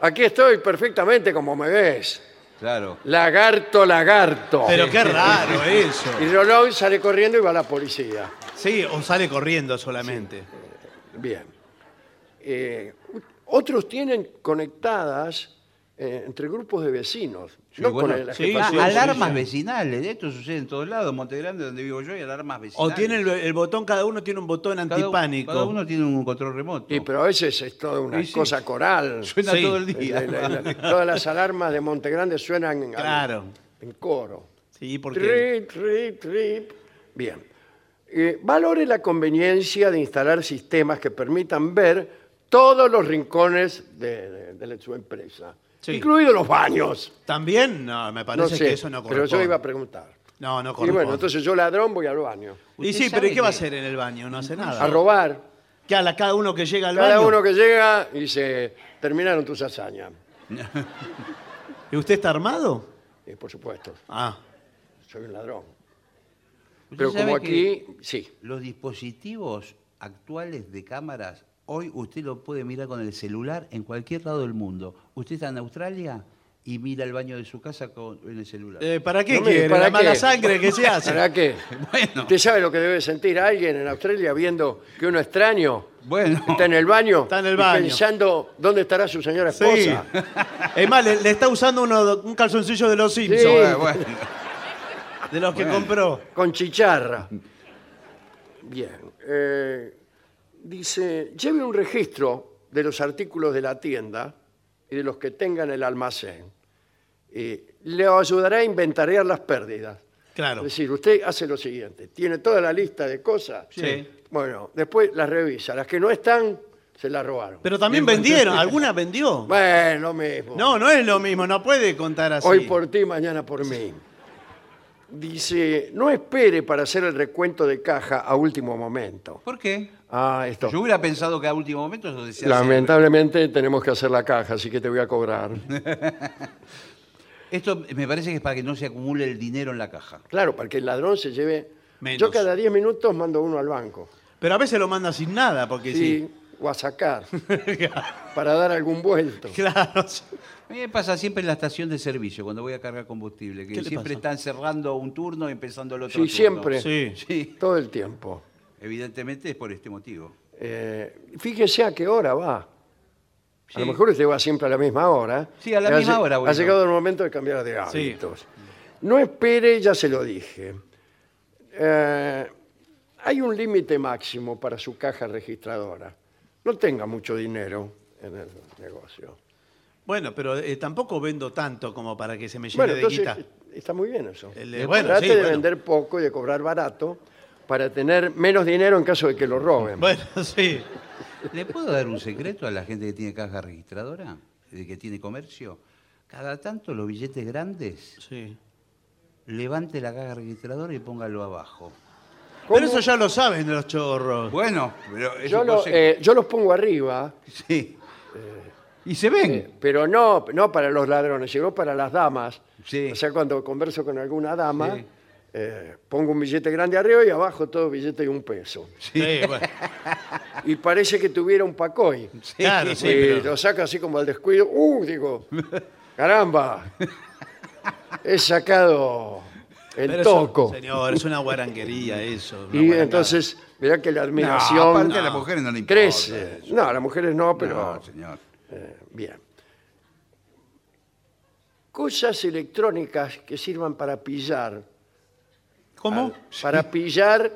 Speaker 1: aquí estoy perfectamente como me ves.
Speaker 3: Claro.
Speaker 1: Lagarto, lagarto.
Speaker 2: Pero qué raro eso.
Speaker 1: Y Rolón sale corriendo y va a la policía.
Speaker 2: Sí, o sale corriendo solamente.
Speaker 1: Bien. Eh, u- otros tienen conectadas eh, entre grupos de vecinos.
Speaker 3: Sí,
Speaker 1: no
Speaker 3: bueno,
Speaker 1: con el- la
Speaker 2: sí,
Speaker 1: jefatura.
Speaker 3: Ah,
Speaker 2: sí,
Speaker 3: alarmas
Speaker 2: sí.
Speaker 3: vecinales, esto sucede en todos lados, en Montegrande donde vivo yo hay alarmas vecinales.
Speaker 2: O tiene el, el botón, cada uno tiene un botón
Speaker 3: Cada-
Speaker 2: antipánico.
Speaker 3: Cada uno tiene un control remoto.
Speaker 1: Sí, pero a veces es toda una
Speaker 3: Sí, sí.
Speaker 1: cosa coral.
Speaker 3: Suena
Speaker 2: Sí.
Speaker 3: todo el día.
Speaker 1: La- la- la- todas las alarmas de Montegrande suenan en,
Speaker 2: Claro.
Speaker 1: en coro.
Speaker 2: Sí, porque...
Speaker 1: Trip, trip, trip. Bien. Eh, valore la conveniencia de instalar sistemas que permitan ver todos los rincones de, de- de la- su empresa,
Speaker 2: Sí.
Speaker 1: incluidos los baños.
Speaker 2: También, no, me
Speaker 1: No
Speaker 2: parece
Speaker 1: sé,
Speaker 2: que eso no
Speaker 1: pero
Speaker 2: corresponde.
Speaker 1: yo iba a preguntar.
Speaker 2: No, no
Speaker 1: Y
Speaker 2: corresponde.
Speaker 1: bueno, entonces yo ladrón voy al baño.
Speaker 2: Y
Speaker 3: Usted
Speaker 2: sí, pero
Speaker 3: sabe
Speaker 2: ¿y qué va a
Speaker 3: que-
Speaker 2: hacer en el baño? No hace nada.
Speaker 1: A robar.
Speaker 2: Cada, cada uno que llega al
Speaker 1: Cada
Speaker 2: baño.
Speaker 1: uno que llega y se terminaron tus hazañas.
Speaker 2: ¿Y usted está armado?
Speaker 1: Y Eh, por supuesto,
Speaker 2: Ah.
Speaker 1: soy un ladrón.
Speaker 3: Usted
Speaker 1: Pero
Speaker 3: sabe
Speaker 1: como
Speaker 3: que
Speaker 1: aquí, sí.
Speaker 3: Los dispositivos actuales de cámaras, hoy usted lo puede mirar con el celular en cualquier lado del mundo. Usted está en Australia y mira el baño de su casa con, en el celular.
Speaker 2: Eh, ¿Para qué
Speaker 1: No me-
Speaker 2: quiere?
Speaker 1: ¿para
Speaker 2: la mala
Speaker 1: qué?
Speaker 2: sangre que se hace.
Speaker 1: ¿Para qué?
Speaker 3: Bueno,
Speaker 1: ¿Usted sabe lo que debe sentir alguien en Australia viendo que uno extraño
Speaker 3: bueno.
Speaker 1: está en el baño?
Speaker 2: Está en el
Speaker 1: y
Speaker 2: baño.
Speaker 1: pensando dónde estará su señora
Speaker 2: Sí.
Speaker 1: esposa.
Speaker 2: Es más, le, le está usando uno- un calzoncillo de los Simpsons,
Speaker 1: Sí.
Speaker 3: Eh, bueno.
Speaker 2: de los que compró.
Speaker 1: Con chicharra. Bien. eh, dice, lleve un registro de los artículos de la tienda y de los que tenga en el almacén. Eh, le ayudará a inventariar las pérdidas.
Speaker 2: Claro.
Speaker 1: Es decir, usted hace lo siguiente, tiene toda la lista de cosas.
Speaker 3: Sí.
Speaker 1: Bueno, después las revisa. Las que no están, se las robaron.
Speaker 2: Pero también vendieron, alguna vendió.
Speaker 1: Bueno, lo mismo.
Speaker 2: No, no es lo mismo, no puede contar así.
Speaker 1: Hoy por ti, mañana por mí. Dice, no espere para hacer el recuento de caja a último momento.
Speaker 3: ¿Por qué?
Speaker 1: Ah, esto.
Speaker 3: Yo hubiera pensado que a último momento eso decía.
Speaker 1: Lamentablemente tenemos que hacer la caja, así que te voy a cobrar.
Speaker 3: Esto me parece que es para que no se acumule el dinero en la caja.
Speaker 1: Claro, para que el ladrón se lleve...
Speaker 2: Menos.
Speaker 1: Yo cada 10 minutos mando uno al banco.
Speaker 2: Pero a veces lo manda sin nada, porque sí.
Speaker 1: Sí, O a sacar, para dar algún vuelto.
Speaker 2: Claro. sí.
Speaker 3: A mí me pasa siempre en la estación de servicio, cuando voy a cargar combustible, que
Speaker 2: ¿Qué le
Speaker 3: siempre
Speaker 2: pasa?
Speaker 3: están cerrando un turno y empezando el otro
Speaker 1: Sí,
Speaker 3: turno.
Speaker 1: siempre.
Speaker 2: Sí.
Speaker 3: Sí,
Speaker 1: Todo el tiempo.
Speaker 3: evidentemente es por este motivo.
Speaker 1: Eh, fíjese a qué hora va. A lo
Speaker 3: Sí.
Speaker 1: mejor usted va siempre a la misma hora.
Speaker 3: Sí, a la
Speaker 1: Ha
Speaker 3: misma
Speaker 1: lle-
Speaker 3: hora voy
Speaker 1: Ha
Speaker 3: yo.
Speaker 1: llegado el momento de cambiar de
Speaker 2: Sí.
Speaker 1: hábitos. No espere, ya se lo dije. Eh, hay un límite máximo para su caja registradora. No tenga mucho dinero en el negocio.
Speaker 2: Bueno, pero eh, tampoco vendo tanto como para que se me llene
Speaker 1: Bueno,
Speaker 2: de
Speaker 1: entonces eh,
Speaker 2: guita.
Speaker 1: está muy bien eso. Eh,
Speaker 2: El de- bueno,
Speaker 1: Trate
Speaker 2: sí,
Speaker 1: de
Speaker 2: bueno.
Speaker 1: vender poco y de cobrar barato para tener menos dinero en caso de que lo roben.
Speaker 2: Bueno, sí.
Speaker 3: ¿Le puedo dar un secreto a la gente que tiene caja registradora, de que tiene comercio? Cada tanto los billetes grandes,
Speaker 2: sí.
Speaker 3: levante la caja registradora y póngalo abajo.
Speaker 1: ¿Cómo?
Speaker 2: Pero eso ya lo saben los chorros.
Speaker 3: Bueno, pero es
Speaker 1: yo,
Speaker 3: un
Speaker 1: lo-
Speaker 3: consejo.
Speaker 1: eh, yo los pongo arriba.
Speaker 3: Sí. y se ven.
Speaker 1: Eh, Pero no, no para los ladrones, sino para las damas.
Speaker 3: Sí.
Speaker 1: O sea, cuando converso con alguna dama,
Speaker 3: Sí.
Speaker 1: eh, pongo un billete grande arriba y abajo todo billete de un peso.
Speaker 2: Sí, bueno.
Speaker 1: Y parece que tuviera un pacoy.
Speaker 2: Claro, sí,
Speaker 1: y
Speaker 2: pero-
Speaker 1: lo saca así como al descuido. ¡Uh! Digo, caramba, he sacado el
Speaker 2: pero eso-
Speaker 1: toco.
Speaker 2: señor, es una guaranguería eso. una
Speaker 1: y
Speaker 2: guarangada.
Speaker 1: entonces, mirá que la
Speaker 3: No,
Speaker 1: admiración
Speaker 3: aparte a las mujeres no le importa.
Speaker 1: crece. No, a las mujeres no, pero...
Speaker 3: No, señor.
Speaker 1: Eh, bien. Cosas electrónicas que sirvan para pillar.
Speaker 2: ¿Cómo?
Speaker 1: Al- Para pillar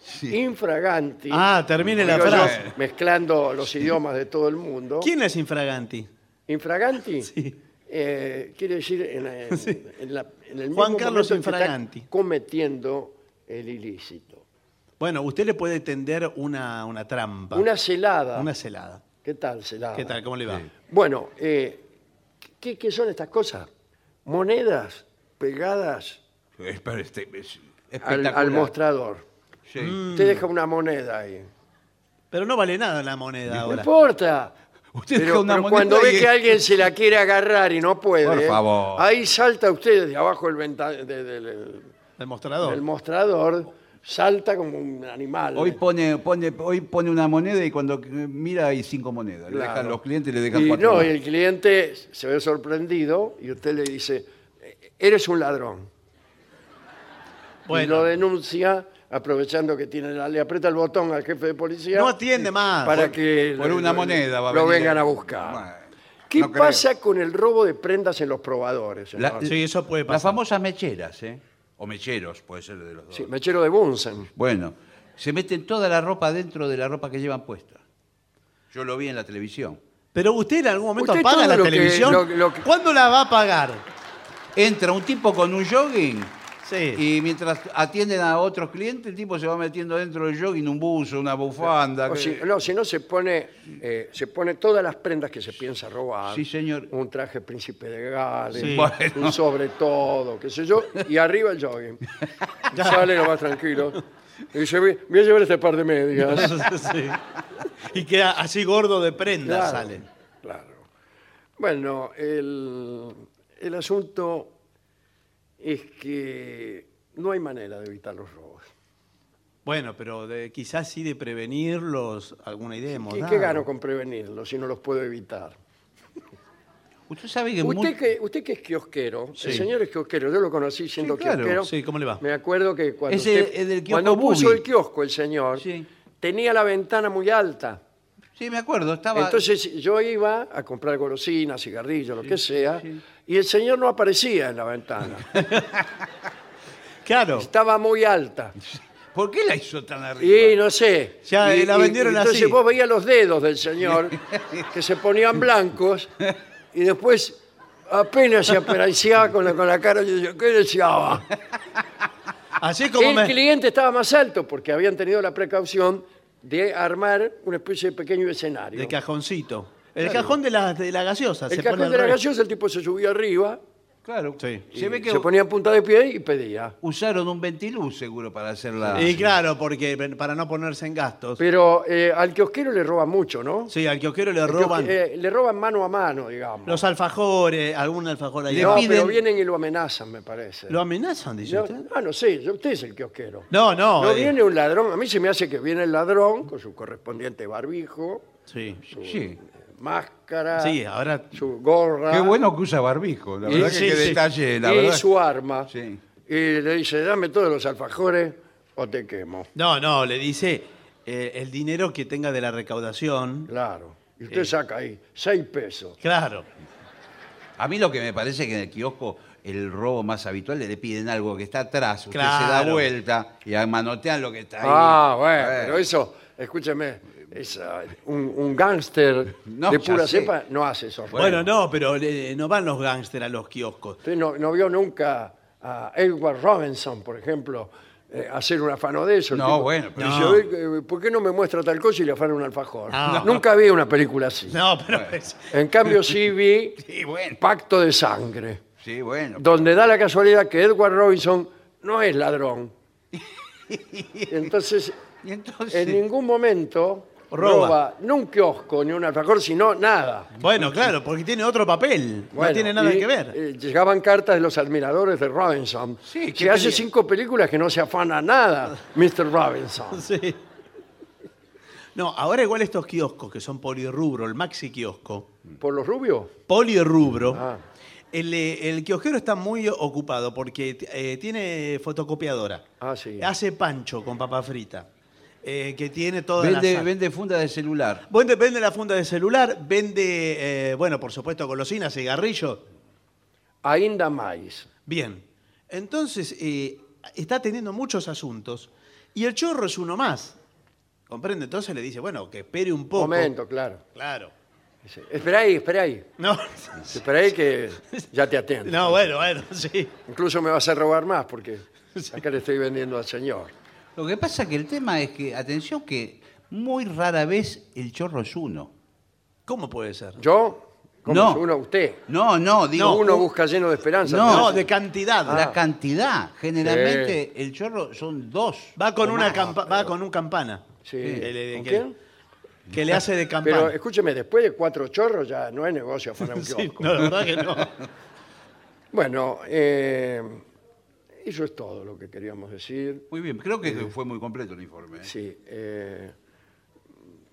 Speaker 3: Sí.
Speaker 1: infraganti.
Speaker 2: Ah, termine la
Speaker 1: Digo yo,
Speaker 2: frase.
Speaker 1: mezclando los idiomas de todo el mundo.
Speaker 2: ¿Quién es infraganti?
Speaker 1: Infraganti
Speaker 2: Sí.
Speaker 1: eh, quiere decir en, la- en- en la- en el
Speaker 2: Juan
Speaker 1: mismo
Speaker 2: Carlos
Speaker 1: momento en que está
Speaker 2: Infraganti.
Speaker 1: cometiendo el ilícito.
Speaker 2: Bueno, usted le puede tender una, una trampa.
Speaker 1: Una celada.
Speaker 2: Una celada.
Speaker 1: ¿Qué tal celada?
Speaker 2: ¿Qué tal? ¿Cómo le va?
Speaker 1: Bueno, eh, ¿qué- ¿qué son estas cosas? Monedas pegadas
Speaker 3: Es, pero este- es
Speaker 1: al,
Speaker 3: espectacular. Mm.
Speaker 1: al Mm. mostrador.
Speaker 3: Sí.
Speaker 1: Usted deja una moneda ahí.
Speaker 2: Pero no vale nada la moneda
Speaker 1: No
Speaker 2: ahora.
Speaker 1: importa.
Speaker 3: Usted deja
Speaker 1: Pero,
Speaker 3: una
Speaker 1: pero
Speaker 3: moneda
Speaker 1: cuando
Speaker 3: y-
Speaker 1: ve que alguien se la quiere agarrar y no puede,
Speaker 3: Por favor.
Speaker 1: ahí salta usted de abajo del, venta- de- de- del-
Speaker 2: El mostrador.
Speaker 1: del mostrador, salta como un animal.
Speaker 3: Hoy pone, pone, hoy pone una moneda y cuando mira hay cinco monedas. Le
Speaker 1: Claro.
Speaker 3: dejan los clientes le dejan
Speaker 1: Y
Speaker 3: cuatro.
Speaker 1: no,
Speaker 3: más.
Speaker 1: y el cliente se ve sorprendido y usted le dice, eres un ladrón. Y lo
Speaker 2: Bueno,
Speaker 1: denuncia aprovechando que tiene la- le aprieta el botón al jefe de policía.
Speaker 2: no atiende más.
Speaker 1: para que
Speaker 3: Por
Speaker 1: lo-
Speaker 3: una
Speaker 1: lo-
Speaker 3: moneda va a
Speaker 1: lo
Speaker 3: venir
Speaker 1: vengan
Speaker 3: el-
Speaker 1: a buscar.
Speaker 3: Bueno,
Speaker 1: ¿Qué
Speaker 3: no creo.
Speaker 1: pasa con el robo de prendas en los probadores?
Speaker 3: La-
Speaker 1: señor?
Speaker 2: Sí, eso puede
Speaker 3: Las
Speaker 2: pasar.
Speaker 3: famosas mecheras, ¿eh? O mecheros, puede ser de los dos.
Speaker 1: Sí, mechero de Bunsen.
Speaker 3: Bueno, se meten toda la ropa dentro de la ropa que llevan puesta. Yo lo vi en la televisión.
Speaker 2: Pero usted en algún momento
Speaker 1: Usted
Speaker 2: apaga
Speaker 1: todo
Speaker 2: la
Speaker 1: lo que-
Speaker 2: televisión.
Speaker 1: lo- lo que-
Speaker 2: ¿Cuándo la va a apagar?
Speaker 3: Entra un tipo con un jogging
Speaker 2: Sí.
Speaker 3: y mientras atienden a otros clientes, el tipo se va metiendo dentro del jogging un buzo, una bufanda.
Speaker 1: O
Speaker 3: que-
Speaker 1: si, no, si no se pone, eh, se pone todas las prendas que se piensa robar.
Speaker 3: Sí, señor.
Speaker 1: Un traje príncipe de Gales,
Speaker 2: Sí.
Speaker 1: un sobre todo, qué sé yo, y arriba el jogging. sale lo más tranquilo. Y dice, "Voy- voy a llevar este par de medias.
Speaker 2: Sí. Y queda así gordo de prenda,
Speaker 1: Claro,
Speaker 2: sale.
Speaker 1: Claro. Bueno, el, el asunto es que no hay manera de evitar los robos.
Speaker 2: Bueno, pero de- quizás sí de prevenirlos, alguna idea hemos
Speaker 1: ¿Y
Speaker 2: dado.
Speaker 1: qué gano con prevenirlos si no los puedo evitar?
Speaker 3: Usted sabe que... mu-
Speaker 1: Usted que, usted que es kiosquero,
Speaker 2: Sí.
Speaker 1: el señor es kiosquero, yo lo conocí siendo
Speaker 2: claro,
Speaker 1: kiosquero.
Speaker 2: sí, ¿cómo le va?
Speaker 1: Me acuerdo que cuando,
Speaker 3: Ese
Speaker 1: usted-
Speaker 3: es del kiosco
Speaker 1: cuando puso
Speaker 3: Bubi.
Speaker 1: el kiosco el señor,
Speaker 3: Sí.
Speaker 1: tenía la ventana muy alta.
Speaker 3: Sí, me acuerdo, estaba...
Speaker 1: Entonces yo iba a comprar golosinas, cigarrillos, lo que sea,
Speaker 3: sí.
Speaker 1: y el señor no aparecía en la ventana.
Speaker 2: Claro.
Speaker 1: Estaba muy alta.
Speaker 3: ¿Por qué la hizo tan arriba?
Speaker 1: Y no sé.
Speaker 2: Ya,
Speaker 1: Y-
Speaker 2: eh, la
Speaker 1: y-
Speaker 2: vendieron
Speaker 1: entonces
Speaker 2: así.
Speaker 1: vos veías los dedos del señor que se ponían blancos y después apenas se aparecía con la, con la cara y yo decía, ¿qué deseaba?
Speaker 2: Así como
Speaker 1: El
Speaker 2: me...
Speaker 1: cliente estaba más alto porque habían tenido la precaución de armar una especie de pequeño escenario.
Speaker 2: De cajoncito. El cajón de la, de la gaseosa.
Speaker 1: el
Speaker 2: se
Speaker 1: cajón
Speaker 2: pone al
Speaker 1: de la
Speaker 2: revés.
Speaker 1: gaseosa, el tipo se subía arriba,
Speaker 3: Claro.
Speaker 2: Sí.
Speaker 3: Se ve
Speaker 1: y
Speaker 3: que
Speaker 1: se ponía en punta de pie y pedía.
Speaker 3: usaron un ventiluz seguro para hacerla...
Speaker 2: Y claro, porque para no ponerse en gastos.
Speaker 1: Ah, Pero eh, al kiosquero le roban mucho, ¿no?
Speaker 2: Sí, al kiosquero le
Speaker 1: El
Speaker 2: roban
Speaker 1: kiosque- eh, le roban mano a mano, digamos.
Speaker 2: los alfajores, algún alfajor ahí.
Speaker 3: Le
Speaker 1: no,
Speaker 2: abajo.
Speaker 1: pero
Speaker 3: piden-
Speaker 1: vienen y lo amenazan, me parece.
Speaker 2: ¿Lo amenazan, dice
Speaker 1: Yo-
Speaker 2: usted?
Speaker 1: ah, no sé, yo- usted es el kiosquero.
Speaker 2: No, no. eh,
Speaker 1: viene un ladrón, a mí se me hace que viene el ladrón con su correspondiente barbijo, eh,
Speaker 2: Sí.
Speaker 3: Sí.
Speaker 1: máscara,
Speaker 2: Sí, ahora...
Speaker 1: su gorra
Speaker 3: ah. Qué bueno que usa barbijo, la verdad
Speaker 2: Sí,
Speaker 3: que qué
Speaker 2: sí.
Speaker 3: detalle, la
Speaker 1: Ah. y
Speaker 3: verdad.
Speaker 1: su arma.
Speaker 3: Sí.
Speaker 1: Y le dice, dame todos los alfajores o te quemo.
Speaker 2: No, no, le dice eh, el dinero que tenga de la recaudación.
Speaker 1: Claro. Y usted saca ahí seis pesos.
Speaker 2: Claro.
Speaker 3: A mí lo que me parece es que en el kiosco el robo más habitual es le piden algo que está atrás, usted se
Speaker 2: Claro.
Speaker 3: da vuelta y manotean lo que está ahí.
Speaker 1: Ah, bueno,
Speaker 3: A ver.
Speaker 1: pero eso, escúcheme, es, ah, un, un gángster
Speaker 3: No,
Speaker 1: de
Speaker 3: ya
Speaker 1: pura
Speaker 3: sé.
Speaker 1: cepa no hace eso.
Speaker 2: Bueno, no, pero le- no van los gángster a los kioscos.
Speaker 1: Usted no, no vio nunca a Edward Robinson, por ejemplo, eh, hacer un afano de eso. El
Speaker 3: No, bueno, pero-
Speaker 1: dice,
Speaker 2: No.
Speaker 1: "Oye, eh, ¿por qué no me muestra tal cosa y le afana un alfajor?
Speaker 2: No.
Speaker 1: Nunca vi una película así.
Speaker 2: No, pero es-
Speaker 1: En cambio, sí vi
Speaker 3: Sí, bueno.
Speaker 1: Pacto de Sangre,
Speaker 3: Sí, bueno.
Speaker 1: donde da la casualidad que Edward Robinson no es ladrón. Entonces,
Speaker 3: Y entonces,
Speaker 1: en ningún momento roba,
Speaker 2: Roba.
Speaker 1: ni un kiosco ni un alfajor, sino nada.
Speaker 2: Bueno, claro, porque tiene otro papel.
Speaker 1: Bueno,
Speaker 2: no tiene nada
Speaker 1: y,
Speaker 2: que ver.
Speaker 1: eh, llegaban cartas de los admiradores de Robinson.
Speaker 3: Sí,
Speaker 1: que
Speaker 3: qué
Speaker 1: hace
Speaker 3: peli-
Speaker 1: cinco películas que no se afana nada, Mr. Robinson.
Speaker 2: Sí. No, ahora igual estos kioscos que son polirrubro, el maxi kiosco,
Speaker 1: ¿Por los rubios?
Speaker 2: polirrubro,
Speaker 1: Ah.
Speaker 2: el, eh, el kiosquero está muy ocupado porque eh, tiene fotocopiadora.
Speaker 1: Ah, sí.
Speaker 2: Hace pancho con papa frita, eh, que tiene toda la
Speaker 3: vende,
Speaker 2: sal.
Speaker 3: vende funda de celular.
Speaker 2: Vende, vende la funda de celular, vende, eh, bueno, por supuesto, golosinas, cigarrillos.
Speaker 1: Ainda más.
Speaker 2: Bien. Entonces, eh, está teniendo muchos asuntos y el chorro es uno más. ¿Comprende? Entonces le dice, bueno, que espere un poco.
Speaker 1: Momento, claro.
Speaker 2: Claro.
Speaker 1: Dice, Espera ahí, espera ahí.
Speaker 2: No,
Speaker 1: Espera ahí que ya te atiendo.
Speaker 2: no bueno, bueno, sí.
Speaker 1: Incluso me vas a robar más porque acá le estoy vendiendo al señor.
Speaker 3: Lo que pasa que el tema es que, atención, que muy rara vez el chorro es uno.
Speaker 2: ¿Cómo puede ser?
Speaker 1: ¿Yo? ¿Cómo
Speaker 3: No.
Speaker 1: es uno usted?
Speaker 3: No, no, digo
Speaker 1: uno
Speaker 3: un-
Speaker 1: busca lleno de esperanza.
Speaker 3: No.
Speaker 2: No, de
Speaker 1: Ah.
Speaker 2: cantidad.
Speaker 3: la cantidad. Generalmente el chorro son dos.
Speaker 2: Va con
Speaker 3: o
Speaker 2: una
Speaker 3: más.
Speaker 2: campa- va con un campana.
Speaker 1: Sí.
Speaker 2: Que le-
Speaker 1: ¿Con
Speaker 2: que-
Speaker 1: quién?
Speaker 2: Que le hace de campana.
Speaker 1: Pero escúcheme, después de cuatro chorros ya no es negocio para un
Speaker 2: Sí,
Speaker 1: kiosco.
Speaker 2: no, la verdad que no.
Speaker 1: Bueno, eh, eso es todo lo que queríamos decir.
Speaker 3: Muy bien, creo que fue muy completo el informe. ¿eh?
Speaker 1: Sí. eh,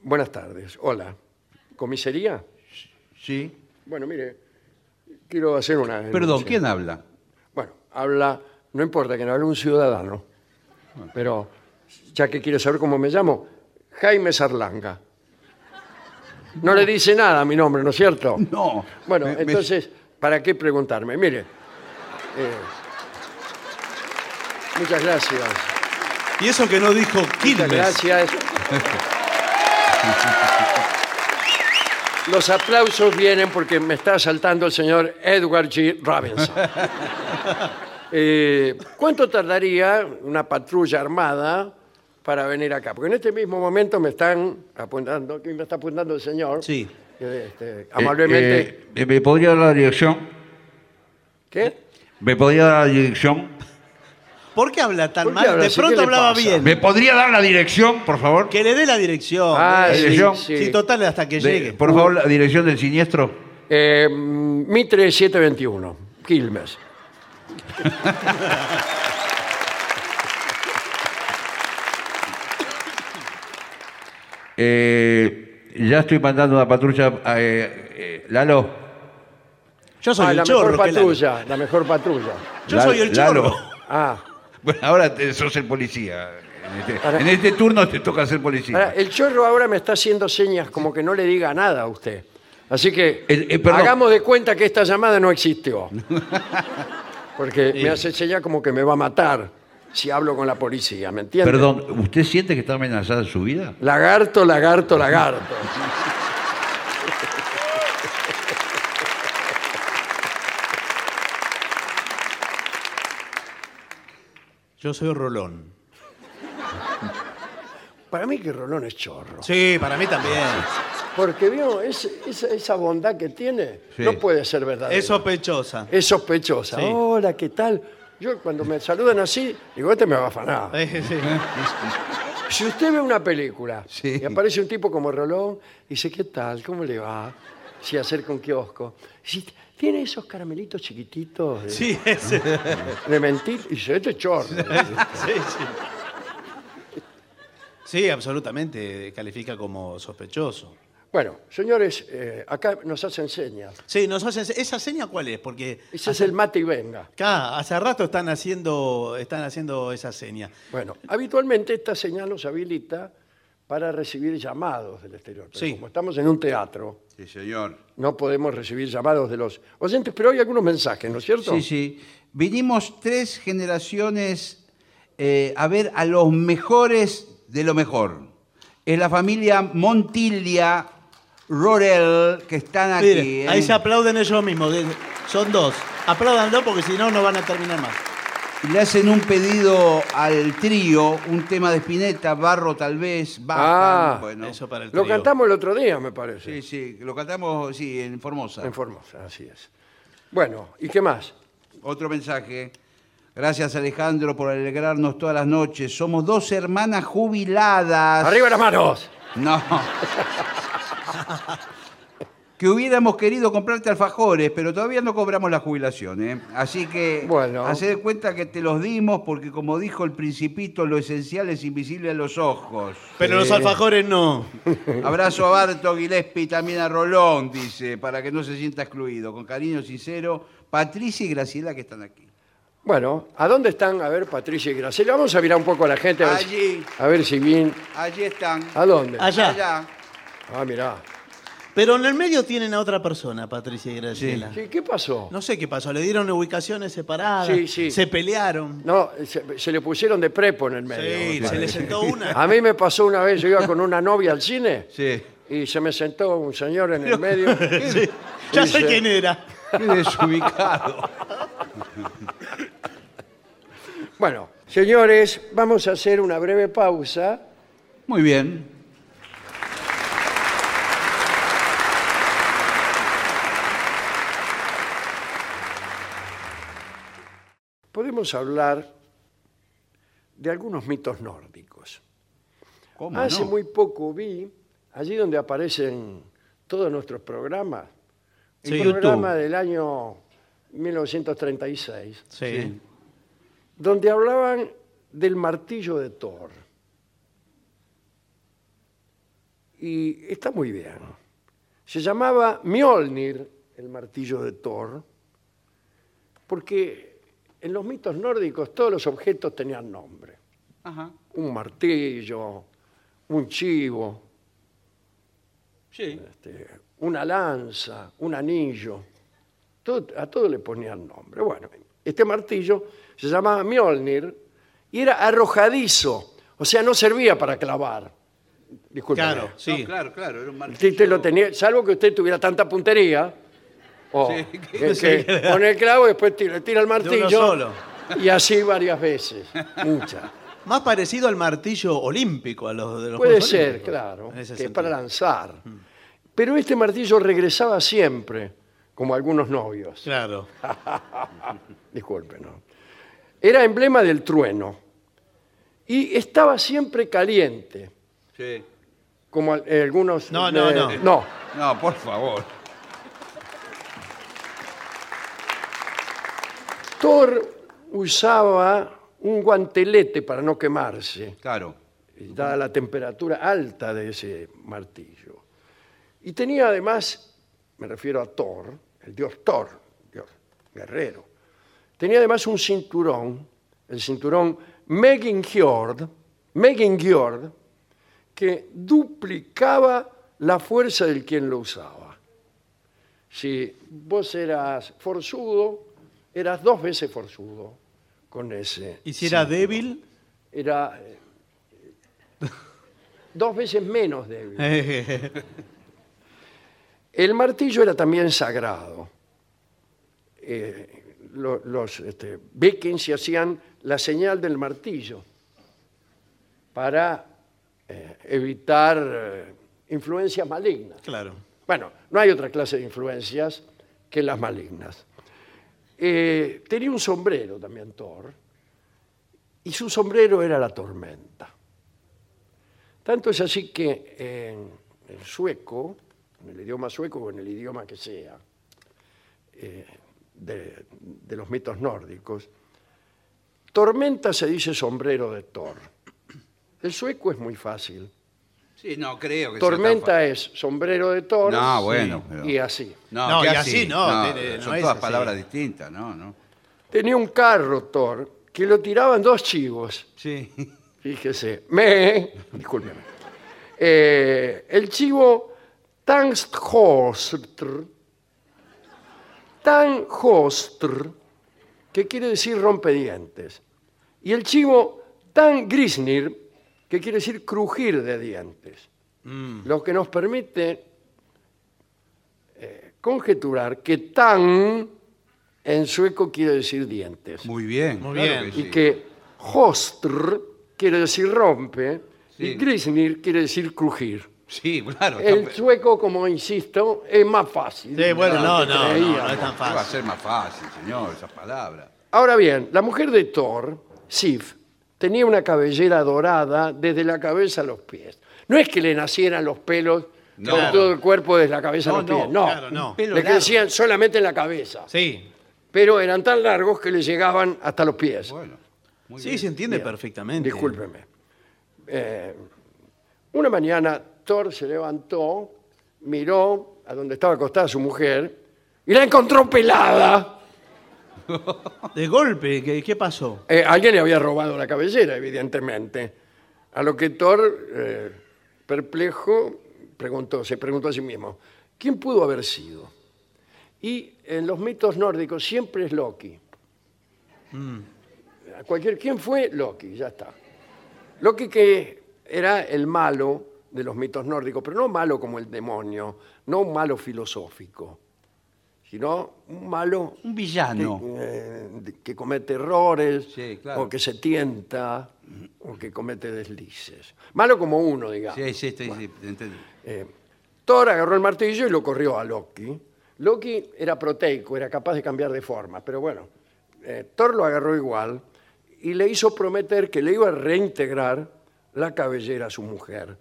Speaker 1: buenas tardes. Hola. ¿Comisaría?
Speaker 3: Sí.
Speaker 1: Bueno, mire, quiero hacer una. denuncia.
Speaker 3: Perdón, ¿quién habla?
Speaker 1: Bueno, habla, no importa que no hable un ciudadano, pero ya que quiere saber cómo me llamo, Jaime Sarlanga. No le dice nada a mi nombre, ¿no es cierto?
Speaker 3: No.
Speaker 1: Bueno,
Speaker 3: Me- eh, me-
Speaker 1: entonces, ¿para qué preguntarme? Mire. eh, muchas gracias.
Speaker 2: Y eso que no dijo
Speaker 1: Muchas
Speaker 2: Quilmes.
Speaker 1: gracias. Los aplausos vienen porque me está asaltando el señor Edward G. Robinson. Eh, ¿Cuánto tardaría una patrulla armada para venir acá? Porque en este mismo momento me están apuntando, ¿quién me está apuntando el señor?
Speaker 2: Sí.
Speaker 1: Eh, este, amablemente.
Speaker 4: Eh, eh, ¿Me podría dar la dirección?
Speaker 1: ¿Qué?
Speaker 4: ¿Me podría dar la dirección?
Speaker 2: ¿Por qué habla tan
Speaker 1: ¿Por qué
Speaker 2: mal?
Speaker 1: habla
Speaker 2: de
Speaker 1: así? ¿Qué
Speaker 2: pronto
Speaker 1: le
Speaker 2: hablaba
Speaker 1: pasa?
Speaker 2: bien.
Speaker 4: ¿Me podría dar la dirección, por favor?
Speaker 2: Que le dé la dirección.
Speaker 1: Ah,
Speaker 2: Eh,
Speaker 4: sí,
Speaker 2: dirección.
Speaker 1: sí.
Speaker 2: Sí, total, hasta que
Speaker 4: De-
Speaker 2: llegue. Uh.
Speaker 4: por favor, la dirección del siniestro.
Speaker 1: Eh, Mitre 721, Quilmes.
Speaker 4: Eh, ya estoy mandando una patrulla. a, eh, eh, Lalo.
Speaker 2: Yo soy
Speaker 1: Ah,
Speaker 2: el
Speaker 1: la mejor
Speaker 2: chorro. que la-
Speaker 1: patrulla, la mejor patrulla.
Speaker 2: Yo
Speaker 4: Lalo-
Speaker 2: soy el
Speaker 4: Lalo.
Speaker 2: chorro.
Speaker 1: Ah,
Speaker 4: Bueno, ahora te- sos el policía. En este,
Speaker 1: Ahora-
Speaker 4: en este turno te toca ser policía.
Speaker 1: ahora, el chorro ahora me está haciendo señas como que no le diga nada a usted. Así que
Speaker 4: El- eh, perdón.
Speaker 1: hagamos de cuenta que esta llamada no existió. Porque me hace señas como que me va a matar si hablo con la policía, ¿me entiende?
Speaker 4: Perdón, ¿usted siente que está amenazada su vida?
Speaker 1: Lagarto, lagarto, lagarto.
Speaker 2: Yo soy Rolón.
Speaker 1: Para mí que Rolón es chorro.
Speaker 2: Sí, para mí también.
Speaker 1: Porque vio, Es- esa, esa bondad que tiene
Speaker 4: Sí.
Speaker 1: no puede ser verdadera.
Speaker 2: Es sospechosa.
Speaker 1: es sospechosa.
Speaker 2: Sí.
Speaker 1: Hola, ¿qué tal? Yo cuando me saludan así, digo, este me va a afanar.
Speaker 2: Sí, sí.
Speaker 1: Si usted ve una película
Speaker 4: Sí.
Speaker 1: y aparece un tipo como Rolón, dice, ¿qué tal? ¿Cómo le va? Se acerca un kiosco. Dice, ¿Tiene esos caramelitos chiquititos de,
Speaker 2: Sí, ese.
Speaker 1: de mentir? Y dice, este es chorro.
Speaker 2: Sí, sí. Sí, absolutamente. Califica como sospechoso.
Speaker 1: Bueno, señores, eh, acá nos hacen señas.
Speaker 2: Sí, nos hacen. ¿Esa seña cuál es? Porque
Speaker 1: Ese es el mate y venga.
Speaker 2: acá, hace rato están haciendo, están haciendo esa seña.
Speaker 1: Bueno, habitualmente esta señal nos habilita para recibir llamados del exterior. Pero
Speaker 2: Sí.
Speaker 1: Como estamos en un teatro,
Speaker 3: Sí, señor.
Speaker 1: no podemos recibir llamados de los oyentes, pero hay algunos mensajes, ¿no es cierto?
Speaker 3: Sí, sí. Vinimos tres generaciones eh, a ver a los mejores de lo mejor. Es la familia Montilia, Rorel, que están aquí.
Speaker 2: Mire,
Speaker 3: ¿eh?
Speaker 2: ahí se aplauden ellos mismos. que Son dos. Apláudanlo porque si no, no van a terminar más.
Speaker 3: Le hacen un pedido al trío, un tema de Spinetta, Barro tal vez, Bach,
Speaker 1: Ah,
Speaker 3: bueno.
Speaker 2: Eso para el
Speaker 1: Lo
Speaker 2: trío.
Speaker 1: cantamos el otro día, me parece.
Speaker 3: Sí, sí, lo cantamos, sí, en Formosa.
Speaker 1: En Formosa, así es. Bueno, ¿y qué más?
Speaker 3: Otro mensaje. Gracias Alejandro por alegrarnos todas las noches. Somos dos hermanas jubiladas.
Speaker 1: ¡Arriba las manos!
Speaker 3: No. que hubiéramos querido comprarte alfajores, pero todavía no cobramos la jubilación, ¿eh? Así que
Speaker 1: Bueno.
Speaker 3: hacé de cuenta que te los dimos porque como dijo el principito, lo esencial es invisible a los ojos.
Speaker 2: Pero los alfajores no.
Speaker 3: Abrazo a Barto Gillespie y también a Rolón, dice, para que no se sienta excluido. Con cariño sincero, Patricia y Graciela que están aquí.
Speaker 1: Bueno, ¿a dónde están? A ver, Patricia y Graciela. Vamos a mirar un poco a la gente. A ver, si-
Speaker 3: Allí.
Speaker 1: a ver si bien.
Speaker 3: Allí están.
Speaker 1: ¿A dónde?
Speaker 2: Allá.
Speaker 3: Allá.
Speaker 1: Ah, mirá.
Speaker 2: Pero en el medio tienen a otra persona, Patricia y Graciela.
Speaker 1: Sí, ¿Qué pasó?
Speaker 2: No sé qué pasó, le dieron ubicaciones separadas,
Speaker 1: Sí, sí.
Speaker 2: se pelearon.
Speaker 1: No, se, se le pusieron de prepo en el medio. me
Speaker 2: Sí, se
Speaker 1: parece.
Speaker 2: le sentó una.
Speaker 1: A mí me pasó una vez, yo iba con una novia al cine
Speaker 4: Sí.
Speaker 1: y se me sentó un señor en el medio.
Speaker 2: Sí. Ya sé
Speaker 1: Dice-
Speaker 2: quién era.
Speaker 4: Qué desubicado.
Speaker 1: Bueno, señores, vamos a hacer una breve pausa.
Speaker 3: Muy bien.
Speaker 1: Podemos hablar de algunos mitos nórdicos.
Speaker 3: ¿Cómo
Speaker 1: Hace
Speaker 3: no?
Speaker 1: muy poco vi, allí donde aparecen todos nuestros programas, el
Speaker 2: Sí,
Speaker 1: programa del año 1936,
Speaker 2: Sí.
Speaker 1: donde hablaban del martillo de Thor. Y está muy bien. Se llamaba Mjolnir, el martillo de Thor, porque en los mitos nórdicos todos los objetos tenían nombre.
Speaker 3: Ajá.
Speaker 1: Un martillo, un chivo, este, una lanza, un anillo. Todo- a todo le ponían nombre. Bueno, este martillo se llamaba Mjolnir y era arrojadizo, o sea, no servía para clavar. Disculpe.
Speaker 2: Claro, sí.
Speaker 3: No, claro, claro, era un martillo.
Speaker 1: Usted lo tenía, salvo que usted tuviera tanta puntería, o que,
Speaker 2: sí.
Speaker 1: que pone el clavo y después tira, tira el
Speaker 2: uno
Speaker 1: martillo.
Speaker 2: solo.
Speaker 1: Y así varias veces, muchas.
Speaker 2: Más parecido al martillo olímpico, a los de los
Speaker 1: Puede
Speaker 2: Juegos
Speaker 1: ser,
Speaker 2: Olímpicos,
Speaker 1: claro,
Speaker 2: en ese
Speaker 1: que es
Speaker 2: sentido. Mm.
Speaker 1: para lanzar. Pero este martillo regresaba
Speaker 2: Ah,
Speaker 1: siempre, como algunos novios.
Speaker 2: Claro.
Speaker 1: Disculpen. ¿no? Era emblema del trueno y estaba siempre caliente,
Speaker 3: Sí.
Speaker 1: como al- eh, algunos...
Speaker 2: No, no,
Speaker 1: eh,
Speaker 2: no.
Speaker 1: No,
Speaker 4: No, por favor.
Speaker 1: Thor usaba un guantelete para no quemarse.
Speaker 3: Claro.
Speaker 1: dada la temperatura alta de ese martillo. Y tenía además, me refiero a Thor, el dios Thor, dios guerrero, tenía además un cinturón, el cinturón Megingjord, Megingjord, que duplicaba la fuerza del quien lo usaba. Si vos eras forzudo, eras dos veces forzudo con ese
Speaker 2: ¿Y si era débil?
Speaker 1: era eh, dos veces menos débil. El martillo era también sagrado. Eh, lo- los este, vikings se hacían la señal del martillo para eh, evitar eh, influencias malignas.
Speaker 2: claro.
Speaker 1: Bueno, no hay otra clase de influencias que las malignas. Eh, tenía un sombrero también Thor, y su sombrero era la tormenta. Tanto es así que en, en sueco, en el idioma sueco o en el idioma que sea, eh, de, de los mitos nórdicos, tormenta se dice sombrero de Thor. El sueco es muy fácil.
Speaker 3: Sí, no creo que sea tan fa-
Speaker 1: Tormenta es sombrero de Thor
Speaker 3: No, Ah, bueno, pero-
Speaker 1: y así.
Speaker 3: No,
Speaker 2: No,
Speaker 3: que
Speaker 2: y así no, tiene-
Speaker 3: son
Speaker 2: no es
Speaker 3: todas
Speaker 2: así.
Speaker 3: palabras distintas, no, no.
Speaker 1: Tenía un carro Thor que lo tiraban dos chivos.
Speaker 3: Sí.
Speaker 1: Fíjese. Me. Discúlpeme. Eh, el chivo Tanghostr. Tanghostr, que quiere decir rompedientes. Y el chivo Tangrisnir, que quiere decir crujir de dientes. Lo que nos permite eh, conjeturar que tan en sueco quiere decir dientes
Speaker 3: Muy bien.
Speaker 2: Muy
Speaker 3: claro
Speaker 2: bien.
Speaker 3: que
Speaker 1: y
Speaker 3: sí.
Speaker 1: que hostr quiere decir rompe y
Speaker 3: Sí.
Speaker 1: grisnir quiere decir crujir.
Speaker 3: Sí, claro.
Speaker 1: El
Speaker 3: está-
Speaker 1: sueco, como insisto, es más fácil.
Speaker 2: Sí, bueno, no,
Speaker 1: Lo que
Speaker 2: no, no,
Speaker 1: creíamos.
Speaker 2: no es tan
Speaker 3: Iba a
Speaker 2: fácil.
Speaker 3: ser más fácil, señor, esas palabras.
Speaker 1: Ahora bien, la mujer de Thor, Sif, tenía una cabellera dorada desde la cabeza a los pies. No es que le nacieran los pelos
Speaker 3: No.
Speaker 1: por todo el cuerpo desde la cabeza a los
Speaker 3: No, no,
Speaker 1: pies, no.
Speaker 2: claro, no. Un
Speaker 3: pelo
Speaker 1: Le
Speaker 3: largo.
Speaker 1: crecían solamente en la cabeza,
Speaker 2: Sí.
Speaker 1: pero eran tan largos que le llegaban hasta los pies.
Speaker 3: Bueno, muy
Speaker 2: Sí,
Speaker 3: bien.
Speaker 2: se entiende perfectamente.
Speaker 1: Discúlpeme. Eh, una mañana Thor se levantó, miró a donde estaba acostada su mujer y la encontró pelada.
Speaker 2: De golpe, ¿qué, qué pasó?
Speaker 1: Eh, alguien le había robado la cabellera, evidentemente. A lo que Thor, eh, perplejo, preguntó, se preguntó a sí mismo, ¿quién pudo haber sido? Y en los mitos nórdicos siempre es Loki. A Cualquier, ¿Quién fue? Loki, ya está. Loki que era el malo de los mitos nórdicos, pero no malo como el demonio, no un malo filosófico, sino un malo
Speaker 3: Un villano.
Speaker 1: eh, de- que comete errores,
Speaker 3: Sí, claro.
Speaker 1: o que se tienta, o que comete deslices. Malo como uno, digamos.
Speaker 3: Sí, sí, estoy, sí, te entendí.
Speaker 1: Eh, Thor agarró el martillo y lo corrió a Loki. Loki era proteico, era capaz de cambiar de forma, pero bueno, eh, Thor lo agarró igual y le hizo prometer que le iba a reintegrar la cabellera a su mujer.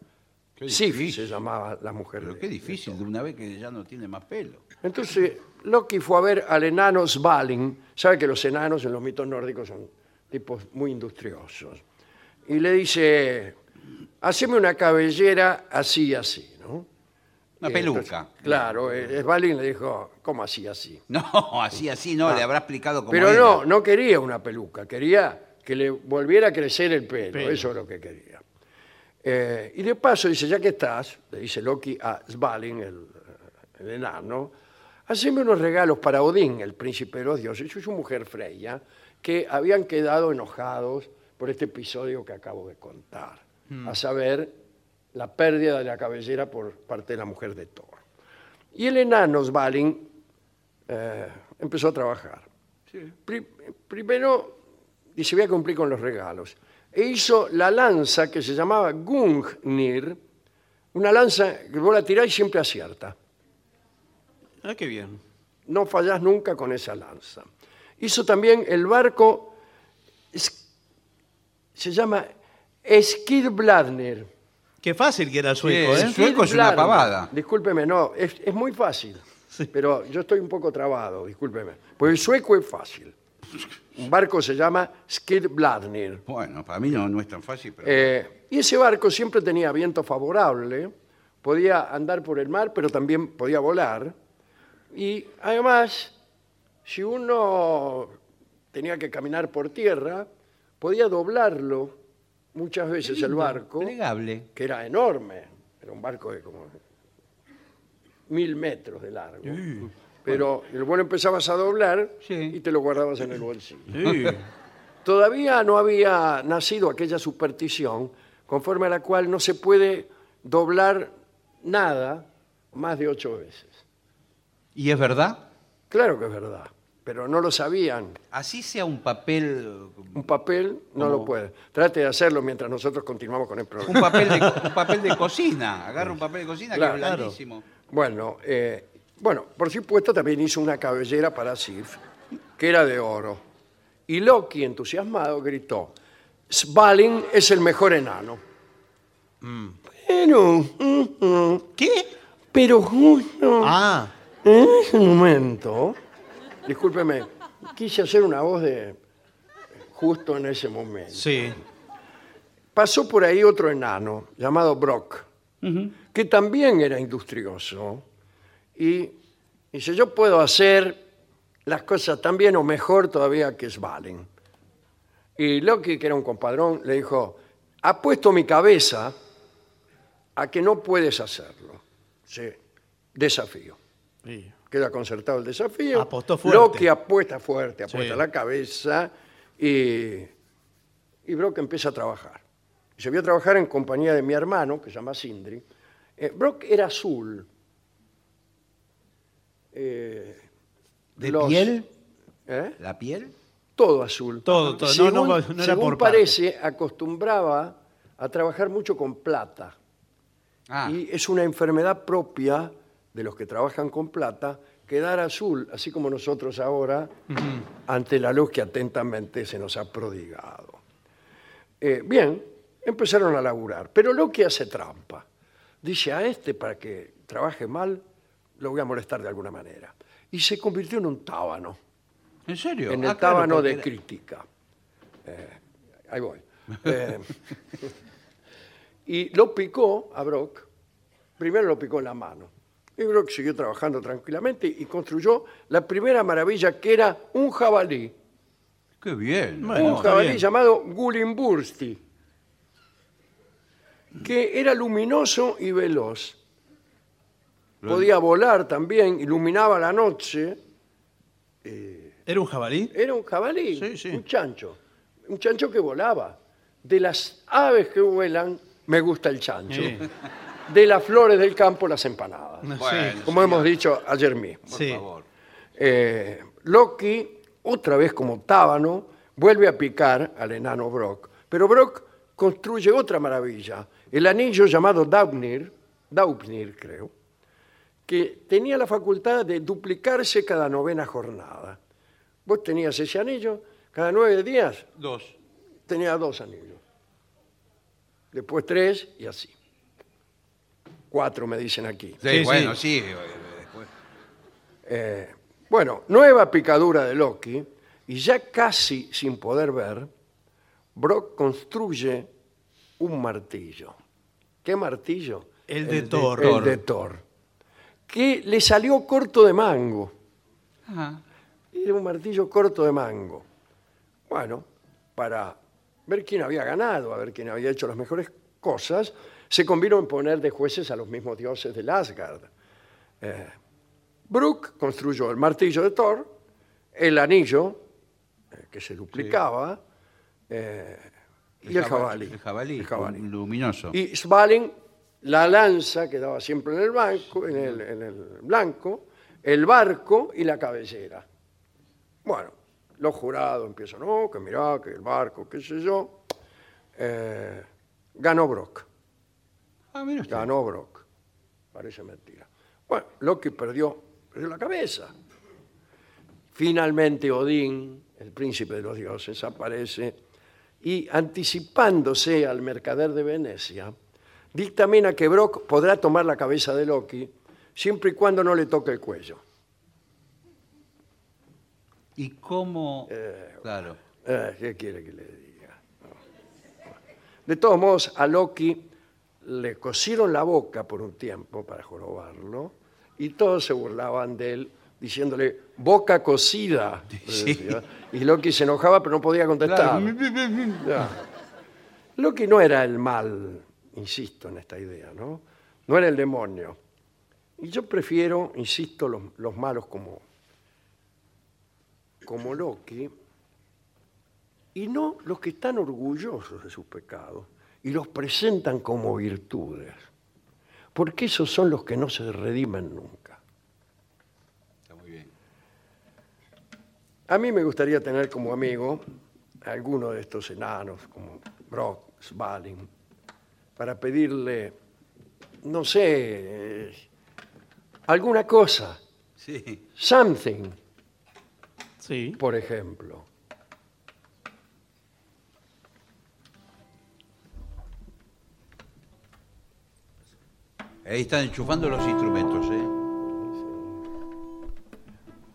Speaker 3: Qué
Speaker 1: Sif se
Speaker 3: difícil.
Speaker 1: llamaba la mujer.
Speaker 3: Pero
Speaker 1: de-
Speaker 3: qué difícil, de una vez que ya no tiene más pelo.
Speaker 1: entonces, Loki fue a ver al enano Svalin. Sabe que los enanos en los mitos nórdicos son tipos muy industriosos. Y le dice, haceme una cabellera así, así, ¿no?
Speaker 3: Una
Speaker 1: Eh,
Speaker 3: peluca.
Speaker 1: entonces, claro, eh, Svalin le dijo, ¿cómo así, así?
Speaker 3: No, así, así no, le habrá explicado cómo
Speaker 1: Pero
Speaker 3: era.
Speaker 1: no, no quería una peluca, quería que le volviera a crecer el pelo, eso es lo que quería. Eh, y de paso dice, ya que estás, le dice Loki a Svalin, el, el enano, haceme unos regalos para Odín, el príncipe de los dioses, y su mujer Freya, que habían quedado enojados por este episodio que acabo de contar, a saber, la pérdida de la cabellera por parte de la mujer de Thor. Y el enano Svalin eh, empezó a trabajar. Pri- primero, dice, voy a cumplir con los regalos. E hizo la lanza que se llamaba Gungnir, una lanza que vos la tirás y siempre acierta.
Speaker 2: Ah, qué bien.
Speaker 1: No fallás nunca con esa lanza. Hizo también el barco se llama Skid Bladner.
Speaker 2: Qué fácil que era el sueco,
Speaker 3: Sí,
Speaker 2: ¿eh?
Speaker 3: sí. Sueco es una
Speaker 1: Bladner.
Speaker 3: pavada.
Speaker 1: Discúlpeme, no, es, es muy fácil. Pero yo estoy un poco trabado, discúlpeme. Pues el sueco es fácil. Un barco se llama Skid Bladner.
Speaker 3: Bueno, para mí no, no es tan fácil, pero.
Speaker 1: Eh, y ese barco siempre tenía viento favorable, podía andar por el mar, pero también podía volar. Y además, si uno tenía que caminar por tierra, podía doblarlo muchas veces el barco,
Speaker 3: Plegable.
Speaker 1: que era enorme, era un barco de como mil metros de largo. Pero el vuelo empezabas a doblar
Speaker 3: Sí.
Speaker 1: y te lo guardabas en el bolsillo.
Speaker 2: Sí.
Speaker 1: Todavía no había nacido aquella superstición conforme a la cual no se puede doblar nada más de ocho veces.
Speaker 3: ¿Y es verdad?
Speaker 1: Claro que es verdad, pero no lo sabían.
Speaker 3: Así sea un papel.
Speaker 1: Un papel no lo puede. Trate de hacerlo mientras nosotros continuamos con el
Speaker 3: Un
Speaker 1: programa.
Speaker 3: papel de, un papel de cocina. Agarra un papel de cocina
Speaker 1: Claro.
Speaker 3: que es blandísimo.
Speaker 1: Bueno, eh, bueno, por supuesto también hizo una cabellera para Sif, que era de oro. Y Loki, entusiasmado, gritó, Svalin es el mejor enano. Pero... mm, mm.
Speaker 2: ¿Qué?
Speaker 1: Pero justo
Speaker 2: Ah,
Speaker 1: en ese momento, discúlpeme, quise hacer una voz de justo en ese momento.
Speaker 2: sí.
Speaker 1: Pasó por ahí otro enano llamado Brock, que también era industrioso y dice, yo puedo hacer las cosas tan bien o mejor todavía que Svalin. Y Loki, que era un compadrón, le dijo, apuesto mi cabeza a que no puedes hacerlo. Sí, desafío.
Speaker 2: Sí.
Speaker 1: queda concertado el desafío.
Speaker 2: Apostó fuerte.
Speaker 1: Loki apuesta fuerte, apuesta
Speaker 2: Sí.
Speaker 1: la cabeza y, y Brock empieza a trabajar. Se vio a trabajar en compañía de mi hermano, que se llama Sindri. Eh, Brock era azul. Eh,
Speaker 3: ¿De
Speaker 1: los-
Speaker 3: piel?
Speaker 1: ¿eh?
Speaker 3: ¿La piel?
Speaker 1: Todo azul.
Speaker 2: Todo, todo. No,
Speaker 1: Según,
Speaker 2: no, no era
Speaker 1: según
Speaker 2: por
Speaker 1: parece, acostumbraba a trabajar mucho con plata.
Speaker 3: Ah,
Speaker 1: Y es una enfermedad propia de los que trabajan con plata quedar azul, así como nosotros ahora, ante la luz que atentamente se nos ha prodigado. Eh, bien, empezaron a laburar, pero lo que hace trampa. Dice a este para que trabaje mal, lo voy a molestar de alguna manera. Y se convirtió en un tábano
Speaker 3: ¿en serio?
Speaker 1: en el
Speaker 3: Ah, claro,
Speaker 1: tábano
Speaker 3: porque
Speaker 1: de
Speaker 3: era-
Speaker 1: crítica. Eh, ahí voy. Eh, y lo picó a Brock, primero lo picó en la mano. Y Brock siguió trabajando tranquilamente y construyó la primera maravilla que era un jabalí.
Speaker 3: Qué bien.
Speaker 2: Bueno,
Speaker 1: un
Speaker 2: está
Speaker 1: jabalí
Speaker 2: bien.
Speaker 1: llamado Gulimbursti, que era luminoso y veloz. Podía volar también, iluminaba la noche.
Speaker 2: ¿Era un jabalí?
Speaker 1: Era un jabalí,
Speaker 2: Sí, sí.
Speaker 1: un chancho. Un chancho que volaba. De las aves que vuelan, me gusta el chancho.
Speaker 2: Sí.
Speaker 1: De las flores del campo, las empanadas.
Speaker 2: No,
Speaker 3: Bueno,
Speaker 2: sí.
Speaker 1: Como hemos dicho ayer mismo.
Speaker 3: Por
Speaker 2: sí.
Speaker 3: favor.
Speaker 1: Eh, Loki, otra vez como tábano, vuelve a picar al enano Brock. Pero Brock construye otra maravilla, el anillo llamado Daupnir, Daupnir creo, que tenía la facultad de duplicarse cada novena jornada. Vos tenías ese anillo, cada nueve días
Speaker 3: Dos.
Speaker 1: tenía dos anillos. Después tres y así. Cuatro me dicen aquí.
Speaker 3: Sí,
Speaker 2: Sí,
Speaker 3: bueno, sí. eh, después.
Speaker 1: Eh, bueno, nueva picadura de Loki, y ya casi sin poder ver, Brock construye un martillo. ¿Qué martillo?
Speaker 2: El de
Speaker 1: Thor.
Speaker 2: Thor.
Speaker 1: El de Thor. Que le salió corto de mango.
Speaker 3: Ajá.
Speaker 1: Era un martillo corto de mango. Bueno, para ver quién había ganado, a ver quién había hecho las mejores cosas, se convino en poner de jueces a los mismos dioses del Asgard. Eh, Brook construyó el martillo de Thor, el anillo, eh, que se duplicaba, eh, y el
Speaker 3: jaba-
Speaker 1: jabalí.
Speaker 3: El jabalí.
Speaker 1: El jabalí.
Speaker 3: Luminoso.
Speaker 1: Y Svalin, la lanza que daba siempre en el, banco, en, el, en el blanco, el barco y la cabellera. Bueno, los jurados empiezan, no, que mirá, que el barco, qué sé yo. Eh, ganó Brock,
Speaker 3: Ah, mira usted.
Speaker 1: ganó Brock. Parece mentira. Bueno, Loki perdió, perdió la cabeza. Finalmente Odín, el príncipe de los dioses, aparece y anticipándose al mercader de Venecia, dictamina que Brock podrá tomar la cabeza de Loki siempre y cuando no le toque el cuello.
Speaker 3: ¿Y cómo? claro.
Speaker 1: Eh, ¿Qué quiere que le diga? De todos modos, a Loki le cosieron la boca por un tiempo para jorobarlo y todos se burlaban de él diciéndole boca cocida. le decía. Y Loki se enojaba pero no podía contestar. Ya. Loki no era el mal, insisto en esta idea, ¿no? No era el demonio. Y yo prefiero, insisto, los, los malos como, como Loki, y no los que están orgullosos de sus pecados y los presentan como virtudes, porque esos son los que no se redimen nunca.
Speaker 3: Está muy bien.
Speaker 1: A mí me gustaría tener como amigo a alguno de estos enanos, como Brock, Svalin, para pedirle, no sé, eh, alguna cosa,
Speaker 3: Sí.
Speaker 1: something,
Speaker 2: Sí.
Speaker 1: por ejemplo.
Speaker 3: Ahí están enchufando los instrumentos, ¿eh?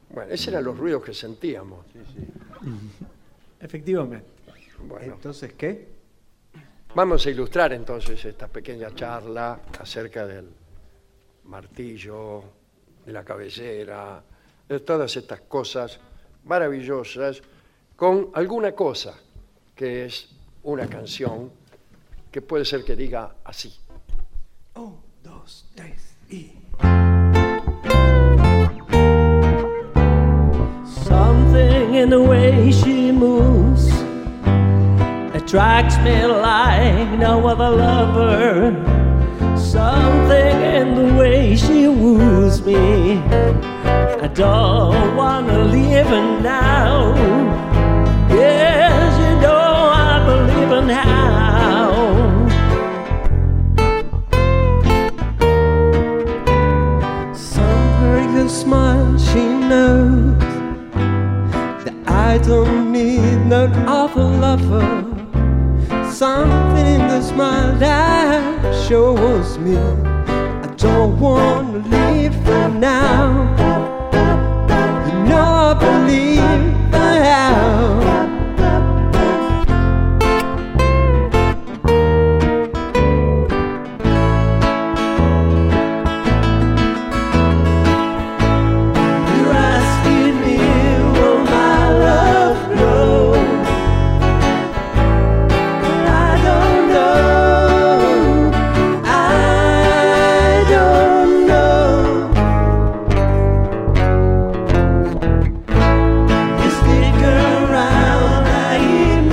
Speaker 1: Bueno, esos eran los ruidos que sentíamos.
Speaker 5: Efectivamente.
Speaker 1: Bueno,
Speaker 5: Entonces, ¿qué?
Speaker 1: vamos a ilustrar entonces esta pequeña charla acerca del martillo, de la cabecera, de todas estas cosas maravillosas, con alguna cosa que es una canción que puede ser que diga así.
Speaker 5: Un, dos, tres y.
Speaker 6: Something in the way she moves attracts me like no other lover. Something in the way she woos me. I don't wanna leave her now. Yes, you know I believe in how. Some very good smile she knows that I don't need no other lover. Something in the smile that shows me I don't want to leave for now. You know I believe I am. You're asking me will my love know? I don't know. I don't know. You stick around, I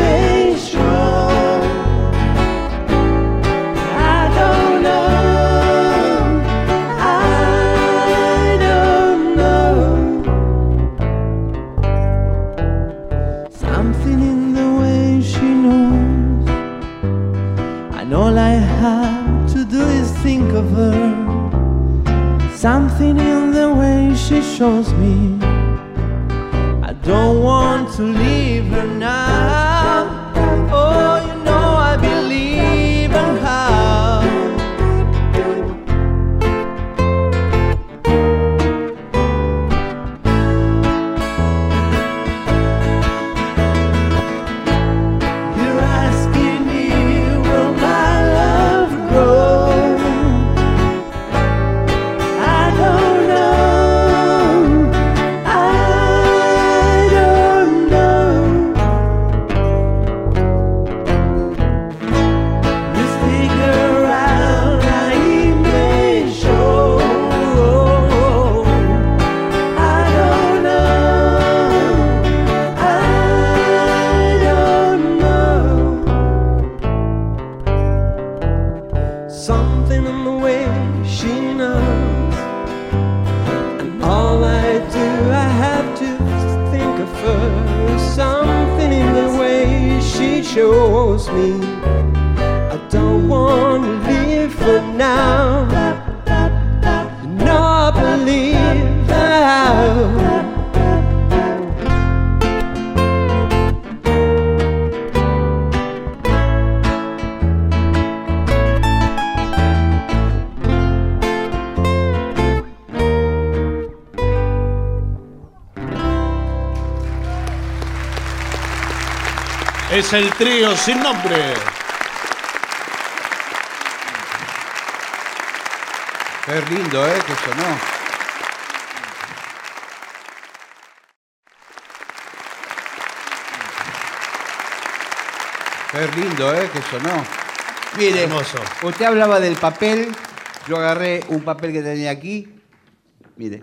Speaker 6: make sure. I don't know. I don't know. Something in the way she knows. And all I have to do is think of her. Something in the way she shows me. I don't want to leave her now. Oh, you know I believe in her. You're asking me will my love grow? I don't know. I don't know. You stick around, I may show. I don't know. I don't know. Something in the way she knows. And all I do, I have to think of her. Something in the way she shows me. I don't want to live for now. You know I believe now.
Speaker 2: Es el trío sin nombre.
Speaker 3: Qué lindo, ¿eh? Que sonó. Qué lindo, ¿eh? Que sonó. Mire,
Speaker 2: Hermoso.
Speaker 3: usted hablaba del papel. Yo agarré un papel que tenía aquí. Mire.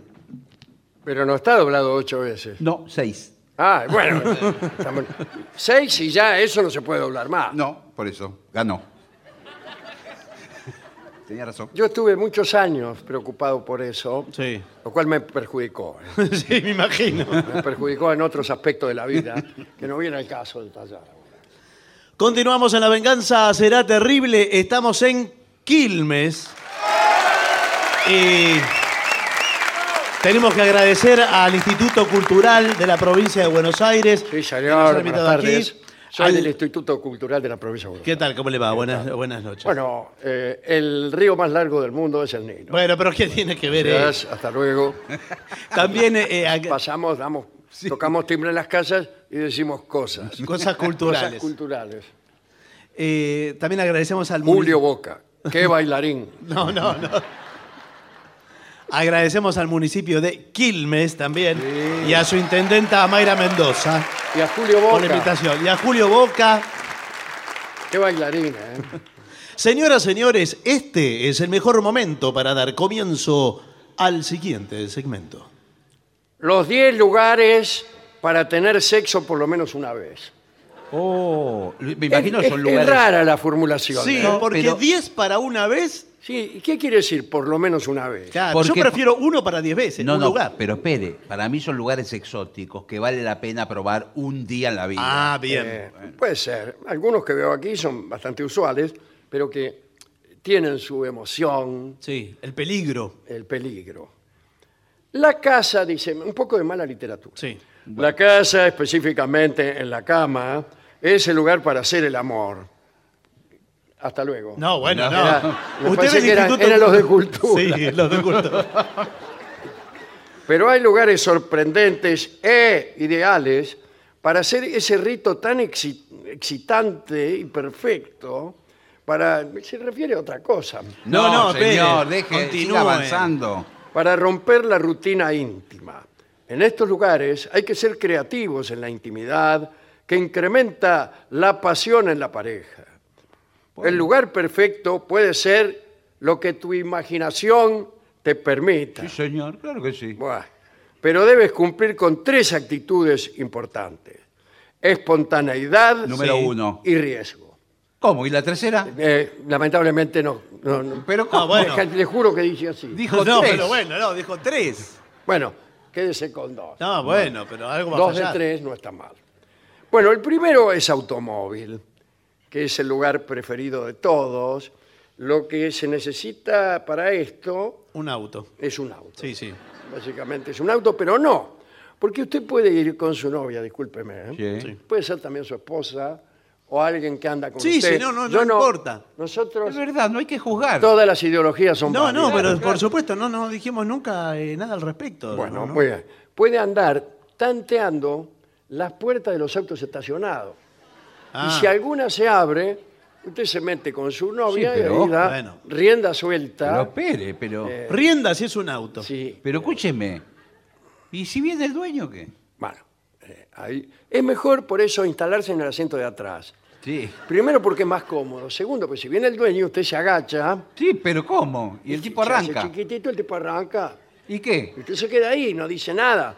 Speaker 1: Pero no está doblado ocho veces.
Speaker 3: No, seis.
Speaker 1: Ah, bueno. estamos- Seis y ya eso no se puede doblar más.
Speaker 3: No, por eso. Ganó. Tenía razón.
Speaker 1: Yo estuve muchos años preocupado por eso,
Speaker 2: Sí.
Speaker 1: lo cual me perjudicó. ¿eh?
Speaker 2: sí, me imagino.
Speaker 1: Me perjudicó en otros aspectos de la vida que no viene al caso de tallar.
Speaker 2: Continuamos en La Venganza Será Terrible. Estamos en Quilmes. Y tenemos que agradecer al Instituto Cultural de la Provincia de Buenos Aires.
Speaker 1: Sí,
Speaker 2: que nos ha
Speaker 1: señor. Buenas
Speaker 2: invitado aquí.
Speaker 1: tardes. Soy
Speaker 2: Al-
Speaker 1: del Instituto Cultural de la Provincia de Buenos
Speaker 2: ¿Qué tal? ¿Cómo le va? Buenas, buenas noches.
Speaker 1: Aires. Bueno, eh, el río más largo del mundo es el Nilo.
Speaker 2: Bueno, pero ¿qué tiene que ver? eh?
Speaker 1: Gracias, Hasta luego.
Speaker 2: También eh, ac-
Speaker 1: Pasamos, damos, tocamos timbre en las casas y decimos cosas.
Speaker 2: cosas
Speaker 1: Cosas
Speaker 2: culturales.
Speaker 1: culturales.
Speaker 2: Eh, también agradecemos al
Speaker 1: Julio Boca. Qué bailarín.
Speaker 2: No, no, no. Agradecemos al municipio de Quilmes también y a su intendenta Mayra Mendoza
Speaker 1: Y a Julio
Speaker 2: por la
Speaker 1: Boca.
Speaker 2: invitación. Y a Julio Boca.
Speaker 1: Qué bailarín, ¿eh?
Speaker 2: Señoras, señores, este es el mejor momento para dar comienzo al siguiente segmento.
Speaker 1: Los 10 lugares para tener sexo por lo menos una vez.
Speaker 3: Oh, me imagino
Speaker 1: es,
Speaker 3: son
Speaker 1: es
Speaker 3: lugares.
Speaker 1: rara la formulación.
Speaker 2: Sí,
Speaker 1: ¿eh?
Speaker 2: porque
Speaker 3: pero-
Speaker 2: 10 para una vez,
Speaker 1: Sí, ¿y ¿qué quiere decir por lo menos una vez?
Speaker 2: claro,
Speaker 3: ¿Por
Speaker 2: yo
Speaker 3: qué?
Speaker 2: prefiero uno para 10 veces,
Speaker 3: No,
Speaker 2: un
Speaker 3: no,
Speaker 2: lugar.
Speaker 3: pero espere, para mí son lugares exóticos que vale la pena probar un día en la vida.
Speaker 2: Ah, bien.
Speaker 1: Eh, puede ser. Algunos que veo aquí son bastante usuales, pero que tienen su emoción,
Speaker 2: Sí, el peligro.
Speaker 1: el peligro. La casa, dice, un poco de mala literatura.
Speaker 2: Sí.
Speaker 1: La casa, específicamente en la cama, es el lugar para hacer el amor. Hasta luego.
Speaker 2: No, bueno, no.
Speaker 1: Era- me parece
Speaker 2: del
Speaker 1: que eran- eran los de cultura.
Speaker 2: Sí, los de cultura.
Speaker 1: Pero hay lugares sorprendentes e ideales para hacer ese rito tan exi- excitante y perfecto. Para, se refiere a otra cosa.
Speaker 3: No,
Speaker 2: No, no,
Speaker 3: no,
Speaker 2: espere,
Speaker 3: señor, deje,
Speaker 2: continúe.
Speaker 3: siga avanzando.
Speaker 1: Para romper la rutina íntima. En estos lugares hay que ser creativos en la intimidad que incrementa la pasión en la pareja. El lugar perfecto puede ser lo que tu imaginación te permita.
Speaker 3: Sí, señor, claro que sí.
Speaker 1: Buah. Pero debes cumplir con tres actitudes importantes. Espontaneidad
Speaker 3: Número
Speaker 2: Sí.
Speaker 3: uno.
Speaker 1: y riesgo.
Speaker 3: ¿Cómo? ¿Y la tercera?
Speaker 1: Eh, lamentablemente no. no, no.
Speaker 3: Pero
Speaker 2: Ah,
Speaker 3: ¿cómo?
Speaker 2: bueno.
Speaker 1: Deja- Le juro que dije así.
Speaker 3: Dijo
Speaker 2: no,
Speaker 3: tres.
Speaker 2: pero bueno, no, dijo tres.
Speaker 1: Bueno, quédese con dos.
Speaker 2: No, bueno, pero algo va a
Speaker 1: dos de
Speaker 2: fallar.
Speaker 1: tres no está mal. Bueno, el primero es automóvil, que es el lugar preferido de todos. Lo que se necesita para esto
Speaker 2: Un auto.
Speaker 1: es un auto.
Speaker 2: Sí, sí.
Speaker 1: Básicamente es un auto, pero no. Porque usted puede ir con su novia, discúlpeme. ¿eh?
Speaker 3: Sí.
Speaker 1: Puede ser también su esposa o alguien que anda con
Speaker 2: Sí,
Speaker 1: usted.
Speaker 2: sí, no, no,
Speaker 1: Yo
Speaker 2: no importa.
Speaker 1: Nosotros,
Speaker 3: Es verdad, no hay que juzgar.
Speaker 1: todas las ideologías son
Speaker 2: No, no,
Speaker 1: válidas.
Speaker 2: pero por supuesto, no, no dijimos nunca eh, nada al respecto.
Speaker 1: Bueno, pues,
Speaker 2: no, no.
Speaker 1: muy bien. Puede andar tanteando las puertas de los autos estacionados.
Speaker 2: Ah,
Speaker 1: Y si alguna se abre, usted se mete con su novia
Speaker 3: Sí, pero,
Speaker 1: y ahí da
Speaker 2: bueno.
Speaker 1: rienda suelta.
Speaker 3: Pero espere, pero.
Speaker 1: Eh.
Speaker 2: Rienda si es un auto.
Speaker 1: Sí.
Speaker 3: Pero escúcheme. ¿Y si viene el dueño qué?
Speaker 1: Bueno, eh, ahí. es mejor por eso instalarse en el asiento de atrás.
Speaker 3: Sí.
Speaker 1: Primero porque es más cómodo. Segundo, porque si viene el dueño, usted se agacha.
Speaker 3: Sí, pero ¿cómo? Y el tipo
Speaker 1: se hace
Speaker 3: arranca.
Speaker 1: chiquitito, el tipo arranca.
Speaker 3: ¿Y qué?
Speaker 1: Y usted se queda ahí, no dice nada.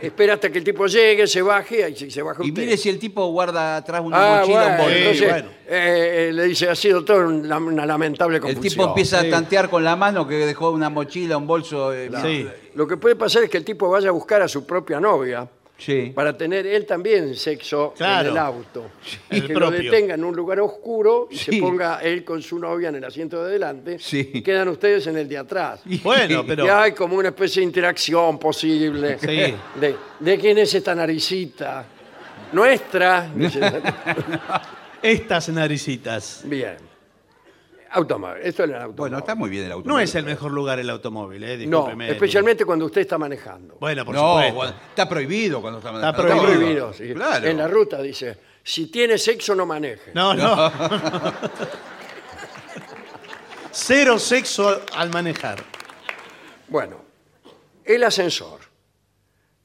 Speaker 1: Espera hasta que el tipo llegue, se baje, y si se baja
Speaker 3: Y
Speaker 1: usted.
Speaker 3: mire si el tipo guarda atrás una
Speaker 1: Ah,
Speaker 3: mochila,
Speaker 1: bueno,
Speaker 3: un bolso.
Speaker 2: Sí,
Speaker 1: entonces,
Speaker 2: bueno.
Speaker 1: eh, eh, le dice, ha sido todo un lam- una lamentable
Speaker 3: El
Speaker 1: confusión.
Speaker 3: tipo empieza a tantear con la mano que dejó una mochila, un bolso. eh,
Speaker 2: Sí.
Speaker 1: Lo que puede pasar es que el tipo vaya a buscar a su propia novia
Speaker 3: Sí.
Speaker 1: para tener él también sexo
Speaker 2: Claro.
Speaker 1: en el auto. Y
Speaker 2: El
Speaker 1: que lo
Speaker 2: propio.
Speaker 1: detenga en un lugar oscuro y se
Speaker 3: Sí.
Speaker 1: ponga él con su novia en el asiento de adelante.
Speaker 3: Sí.
Speaker 1: Y quedan ustedes en el de atrás.
Speaker 2: Bueno,
Speaker 1: Y
Speaker 2: pero.
Speaker 1: hay como una especie de interacción posible.
Speaker 2: Sí.
Speaker 1: De, de quién es esta naricita? Nuestra.
Speaker 2: Estas naricitas.
Speaker 1: Bien. Automóvil. Esto es el automóvil.
Speaker 3: Bueno, está muy bien el auto.
Speaker 2: No es el mejor lugar el automóvil, ¿eh?
Speaker 1: No,
Speaker 2: discúlpeme.
Speaker 1: especialmente cuando usted está manejando.
Speaker 2: Bueno, por
Speaker 3: no,
Speaker 2: supuesto.
Speaker 3: bueno, está prohibido cuando está
Speaker 2: Está
Speaker 1: Está
Speaker 2: prohibido.
Speaker 1: prohibido, sí.
Speaker 3: Claro.
Speaker 1: En la ruta dice, si tiene sexo no maneje.
Speaker 2: No, no. Cero sexo al- al manejar.
Speaker 1: Bueno, el ascensor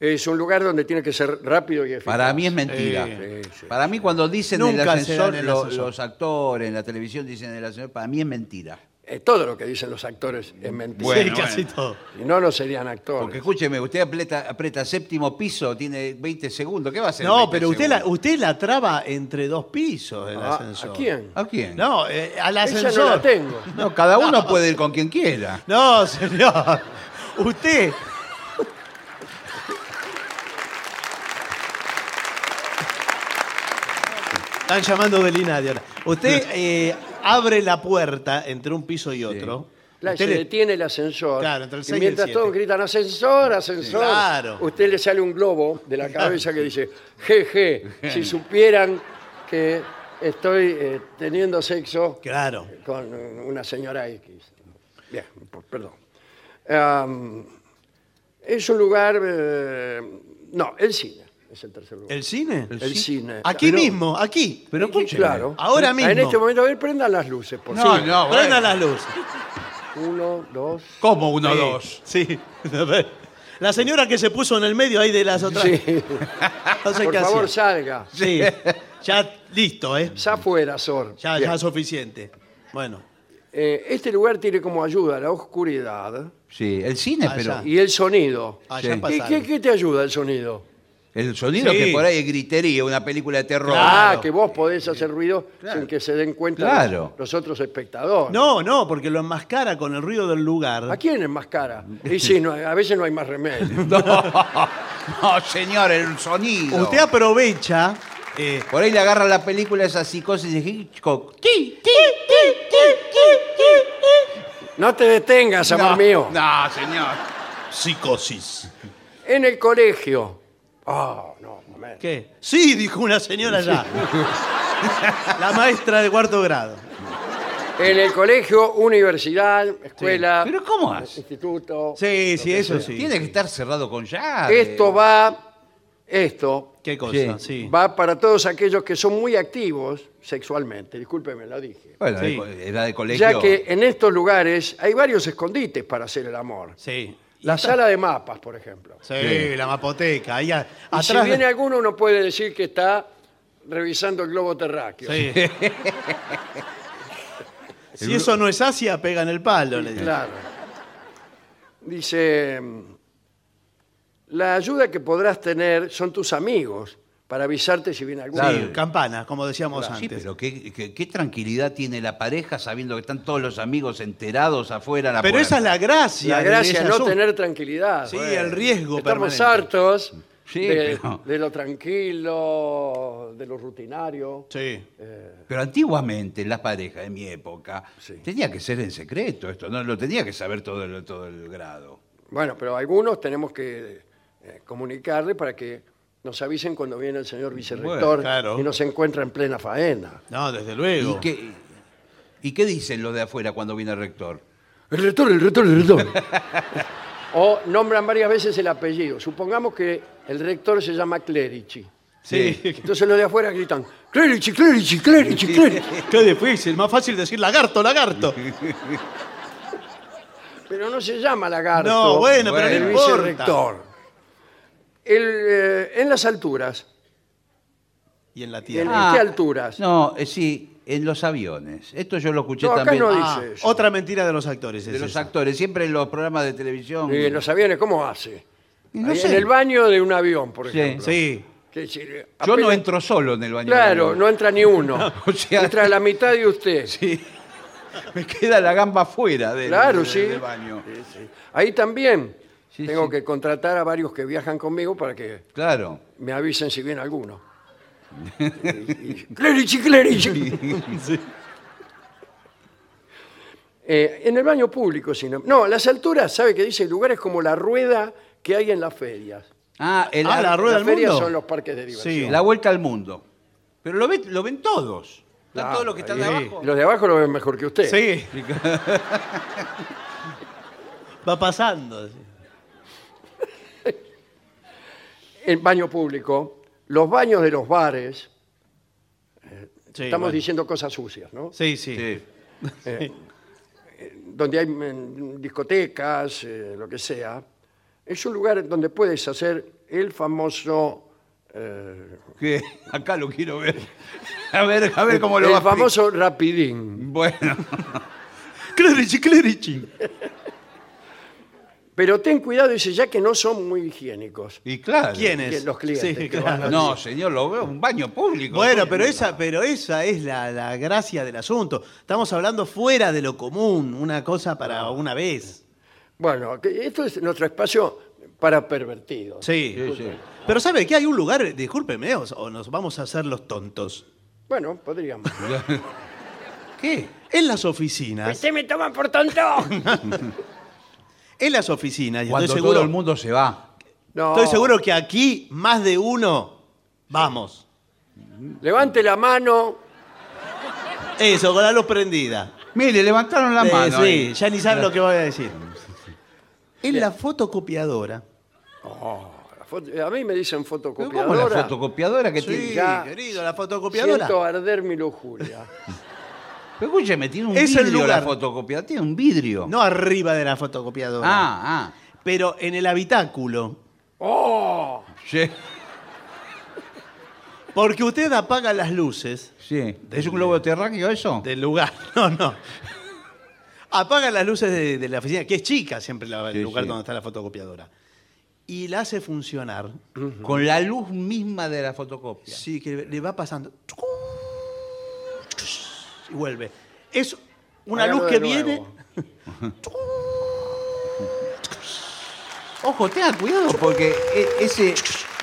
Speaker 1: es un lugar donde tiene que ser rápido y eficaz.
Speaker 3: Para mí es mentira.
Speaker 1: Sí, sí,
Speaker 3: para mí cuando dicen el
Speaker 2: Nunca se
Speaker 3: ascensor,
Speaker 2: dan el
Speaker 3: lo-
Speaker 2: ascensor.
Speaker 3: los actores en la televisión dicen el ascensor, para mí es mentira.
Speaker 1: Eh, todo lo que dicen los actores es mentira.
Speaker 3: Bueno,
Speaker 2: sí, casi todo.
Speaker 1: Si no, no serían actores.
Speaker 3: Porque escúcheme, usted aprieta, aprieta séptimo piso, tiene 20 segundos, ¿qué va a hacer?
Speaker 2: No,
Speaker 3: 20
Speaker 2: pero usted la,
Speaker 3: segundos?
Speaker 2: usted la traba entre dos pisos del
Speaker 1: Ah,
Speaker 2: ascensor.
Speaker 1: ¿A quién?
Speaker 3: ¿A quién?
Speaker 2: No, eh, al
Speaker 1: Esa
Speaker 2: ascensor.
Speaker 1: no la tengo.
Speaker 3: No, cada uno puede ir con quien quiera.
Speaker 2: No, señor. Usted. Están llamando del INADI ahora. Usted eh, abre la puerta entre un piso y otro.
Speaker 1: Claro,
Speaker 2: Usted
Speaker 1: se
Speaker 2: le-
Speaker 1: detiene el ascensor.
Speaker 2: Claro, entre el
Speaker 1: y
Speaker 2: seis y el
Speaker 1: mientras
Speaker 2: siete.
Speaker 1: todos gritan ascensor, ascensor,
Speaker 2: Claro.
Speaker 1: usted le sale un globo de la cabeza que dice, jeje, si supieran que estoy eh, teniendo sexo
Speaker 2: Claro.
Speaker 1: con eh, una señora X. Bien, p- perdón. Am, es un lugar... eh, no, el cine es el tercer lugar.
Speaker 2: ¿El cine?
Speaker 1: El cine.
Speaker 2: Aquí
Speaker 1: Pero-
Speaker 2: mismo, aquí.
Speaker 3: Pero
Speaker 1: Sí,
Speaker 3: escúcheme.
Speaker 1: Claro.
Speaker 2: Ahora
Speaker 1: En
Speaker 2: mismo.
Speaker 1: este momento, a ver, prendan las luces, por
Speaker 3: No,
Speaker 1: favor.
Speaker 3: no,
Speaker 2: Prenda
Speaker 3: bueno.
Speaker 2: las luces.
Speaker 1: Uno, dos...
Speaker 3: ¿Cómo uno,
Speaker 2: Sí,
Speaker 3: dos?
Speaker 2: Sí. A ver. La señora que se puso en el medio ahí de las otras.
Speaker 1: Sí.
Speaker 2: No sé
Speaker 1: Por
Speaker 2: qué hacía.
Speaker 1: favor, salga.
Speaker 2: Sí. Ya listo, ¿eh?
Speaker 1: Ya fuera, Sor.
Speaker 2: Ya,
Speaker 1: Bien.
Speaker 2: ya es suficiente. Bueno.
Speaker 1: Eh, este lugar tiene como ayuda la oscuridad
Speaker 3: Sí, el cine,
Speaker 2: Ah,
Speaker 3: pero
Speaker 2: ya.
Speaker 1: y el sonido.
Speaker 2: Ah,
Speaker 3: Sí.
Speaker 2: ya
Speaker 1: ¿Qué,
Speaker 2: pasaron.
Speaker 1: qué- qué te ayuda el sonido?
Speaker 3: el sonido
Speaker 2: Sí.
Speaker 3: que por ahí es gritería, una película de terror.
Speaker 2: Claro.
Speaker 1: Ah, que vos podés hacer ruido sin que se den cuenta
Speaker 3: Claro.
Speaker 1: los, los otros espectadores.
Speaker 2: No, no, porque lo enmascara con el ruido del lugar.
Speaker 1: ¿A quién es más cara? Y sí, no, a veces no hay más remedio.
Speaker 3: No, no, señor, el sonido.
Speaker 2: Usted aprovecha. eh,
Speaker 3: Por ahí le agarra la película esa psicosis de Hitchcock.
Speaker 1: No te detengas, amor
Speaker 3: no,
Speaker 1: mío.
Speaker 3: No, señor.
Speaker 2: psicosis.
Speaker 1: En el colegio. Ah, no, no me-
Speaker 2: ¿Qué? Sí, dijo una señora ya. La maestra de cuarto grado.
Speaker 1: En el colegio, universidad, escuela,
Speaker 3: Pero ¿cómo hace?
Speaker 1: instituto.
Speaker 2: Sí, sí, eso sí.
Speaker 3: Tiene que estar cerrado con llave.
Speaker 1: Esto va, esto
Speaker 2: ¿Qué cosa?
Speaker 3: Sí.
Speaker 2: Sí.
Speaker 1: va para todos aquellos que son muy activos sexualmente, discúlpeme, lo dije.
Speaker 3: Bueno,
Speaker 2: Sí.
Speaker 3: de- era de colegio.
Speaker 1: Ya que en estos lugares hay varios escondites para hacer el amor.
Speaker 2: Sí.
Speaker 1: La sala de mapas, por ejemplo.
Speaker 2: Sí, la mapoteca. Ahí a-
Speaker 1: Y
Speaker 2: atrás.
Speaker 1: si
Speaker 2: de-
Speaker 1: viene alguno, uno puede decir que está revisando el globo terráqueo.
Speaker 2: Sí. si eso no es Asia, pega en el palo. le digo.
Speaker 1: Claro. Dice, la ayuda que podrás tener son tus amigos para avisarte si viene alguno.
Speaker 2: Sí, campanas, como decíamos
Speaker 3: Sí,
Speaker 2: antes.
Speaker 3: pero qué, qué- qué tranquilidad tiene la pareja sabiendo que están todos los amigos enterados afuera. a La
Speaker 2: Pero
Speaker 3: puerta.
Speaker 2: esa es la gracia.
Speaker 1: La
Speaker 2: de
Speaker 1: gracia
Speaker 2: ese
Speaker 1: es no
Speaker 2: asunto.
Speaker 1: tener tranquilidad.
Speaker 2: Sí, el riesgo
Speaker 1: Estamos
Speaker 2: permanente.
Speaker 1: hartos
Speaker 3: Sí,
Speaker 1: de,
Speaker 3: pero-
Speaker 1: de lo tranquilo, de lo rutinario.
Speaker 2: Sí.
Speaker 3: Pero antiguamente, las parejas de mi época, tenía que ser en secreto esto, no lo tenía que saber todo el, todo el grado.
Speaker 1: Bueno, pero algunos tenemos que eh, comunicarle para que nos avisen cuando viene el señor vicerrector
Speaker 3: Bueno,
Speaker 2: claro.
Speaker 1: y nos encuentra en plena faena.
Speaker 2: No, desde luego.
Speaker 3: ¿Y qué, ¿Y qué dicen los de afuera cuando viene el rector?
Speaker 1: El rector, el rector, el rector. o nombran varias veces el apellido. Supongamos que el rector se llama Clerici.
Speaker 2: Sí.
Speaker 1: Entonces los de afuera gritan, Clerici, Clerici, Clerici, Clerici.
Speaker 2: Qué difícil, más fácil decir lagarto, lagarto.
Speaker 1: Pero no se llama lagarto.
Speaker 2: No, bueno,
Speaker 3: pero no
Speaker 1: el
Speaker 2: importa.
Speaker 1: vicerrector. El, eh, en las alturas.
Speaker 2: Y en la
Speaker 1: ¿En,
Speaker 2: tierra.
Speaker 1: en qué alturas?
Speaker 3: Ah, No, eh, sí, en los aviones. Esto yo lo escuché
Speaker 1: No, acá
Speaker 3: también
Speaker 1: no dice.
Speaker 2: Ah,
Speaker 1: eso.
Speaker 2: otra mentira de los actores.
Speaker 3: de
Speaker 2: es
Speaker 3: los
Speaker 2: esa.
Speaker 3: actores, siempre en los programas de televisión.
Speaker 1: ¿Y en eh, los aviones cómo hace?
Speaker 3: Y no
Speaker 1: Ahí,
Speaker 3: sé.
Speaker 1: En el baño de un avión, por
Speaker 3: Sí,
Speaker 1: ejemplo.
Speaker 2: Sí.
Speaker 1: Que si- Yo
Speaker 3: Yo no entro solo en el baño.
Speaker 1: Claro, no entra ni uno.
Speaker 3: o sea-
Speaker 1: Entra la mitad de usted.
Speaker 3: Sí. Me queda la gamba fuera del,
Speaker 1: Claro,
Speaker 3: del-
Speaker 1: sí.
Speaker 3: del baño.
Speaker 1: Sí, sí. Ahí también
Speaker 3: Sí,
Speaker 1: tengo
Speaker 3: sí.
Speaker 1: que contratar a varios que viajan conmigo para que
Speaker 3: Claro.
Speaker 1: me avisen si viene alguno. Y- y- Clerici, clerici. Eh, en el baño público, si no. No, las alturas, ¿sabe qué dice? Lugares como la rueda que hay en las ferias.
Speaker 3: Ah, el-
Speaker 2: Ah, la rueda
Speaker 1: las
Speaker 2: del
Speaker 1: ferias
Speaker 2: mundo.
Speaker 1: son los parques de diversión.
Speaker 2: Sí.
Speaker 3: la vuelta al mundo. Pero lo, ven- lo ven todos. Están
Speaker 1: Claro,
Speaker 3: todos los que están
Speaker 1: ahí-
Speaker 3: abajo.
Speaker 1: Los de abajo lo ven mejor que usted.
Speaker 2: Sí. Va pasando.
Speaker 1: El baño público, los baños de los bares,
Speaker 2: Sí,
Speaker 1: Estamos
Speaker 2: bueno.
Speaker 1: diciendo cosas sucias, ¿no?
Speaker 2: Sí, sí.
Speaker 4: Sí.
Speaker 1: Donde hay mm, discotecas, eh, lo que sea. Es un lugar donde puedes hacer el famoso... eh,
Speaker 3: Que acá lo quiero ver. A ver, a ver cómo lo
Speaker 1: el
Speaker 3: va a explicar.
Speaker 1: famoso rapidín.
Speaker 3: Bueno,
Speaker 2: Clerici, clerici.
Speaker 1: Pero ten cuidado, dice, ya que no son muy higiénicos.
Speaker 3: y claro.
Speaker 2: ¿Quiénes?
Speaker 1: Los clientes
Speaker 2: Sí,
Speaker 1: que
Speaker 2: claro.
Speaker 1: van a-
Speaker 3: No, señor, lo veo un baño público.
Speaker 2: Bueno, pero
Speaker 3: esa
Speaker 2: esa, pero esa es la, la gracia del asunto. Estamos hablando fuera de lo común, una cosa para una vez.
Speaker 1: Bueno, que esto es nuestro espacio para pervertidos.
Speaker 2: Sí.
Speaker 3: Sí, sí.
Speaker 2: Pero ¿sabe qué? Hay un lugar, discúlpeme, o, o nos vamos a hacer los tontos.
Speaker 1: Bueno, podríamos.
Speaker 2: ¿Qué? En las oficinas.
Speaker 1: ¡Se Este me toman por tonto!
Speaker 2: En las oficinas. y
Speaker 3: Cuando
Speaker 2: estoy seguro,
Speaker 3: todo el mundo se va.
Speaker 1: No.
Speaker 2: estoy seguro que aquí más de uno. Vamos.
Speaker 1: Levante la mano.
Speaker 2: Eso, con la luz prendida.
Speaker 3: Mire, levantaron la
Speaker 2: Eh,
Speaker 3: mano.
Speaker 2: sí,
Speaker 3: ahí.
Speaker 2: ya ni saben lo que voy a decir. En la fotocopiadora.
Speaker 1: La foto- A mí me dicen
Speaker 3: Pero ¿Cómo la
Speaker 1: fotocopiadora.
Speaker 3: fotocopiadora que tiene?
Speaker 1: ya.
Speaker 2: querido, la fotocopiadora.
Speaker 1: Siento arder mi lujuria.
Speaker 3: Pero escúcheme, tiene un
Speaker 2: Es el
Speaker 3: vidrio la
Speaker 2: lugar.
Speaker 3: fotocopiadora. Tiene un vidrio.
Speaker 2: No arriba de la fotocopiadora.
Speaker 3: Ah, ah.
Speaker 2: Pero en el habitáculo.
Speaker 1: ¡Oh!
Speaker 3: Sí.
Speaker 2: Porque usted apaga las luces
Speaker 3: sí. ¿Es un globo terráqueo eso?
Speaker 2: del lugar. No, no. Apaga las luces de, de la oficina, que es chica siempre la- el
Speaker 3: Sí,
Speaker 2: lugar
Speaker 3: sí.
Speaker 2: donde está la fotocopiadora. Y la hace funcionar.
Speaker 3: Con la luz misma de la fotocopia.
Speaker 2: Sí, que le va pasando. Y vuelve. Es una
Speaker 1: Hágalo de
Speaker 2: luz que
Speaker 1: nuevo.
Speaker 2: viene.
Speaker 3: Ojo, tenga cuidado porque e- ese,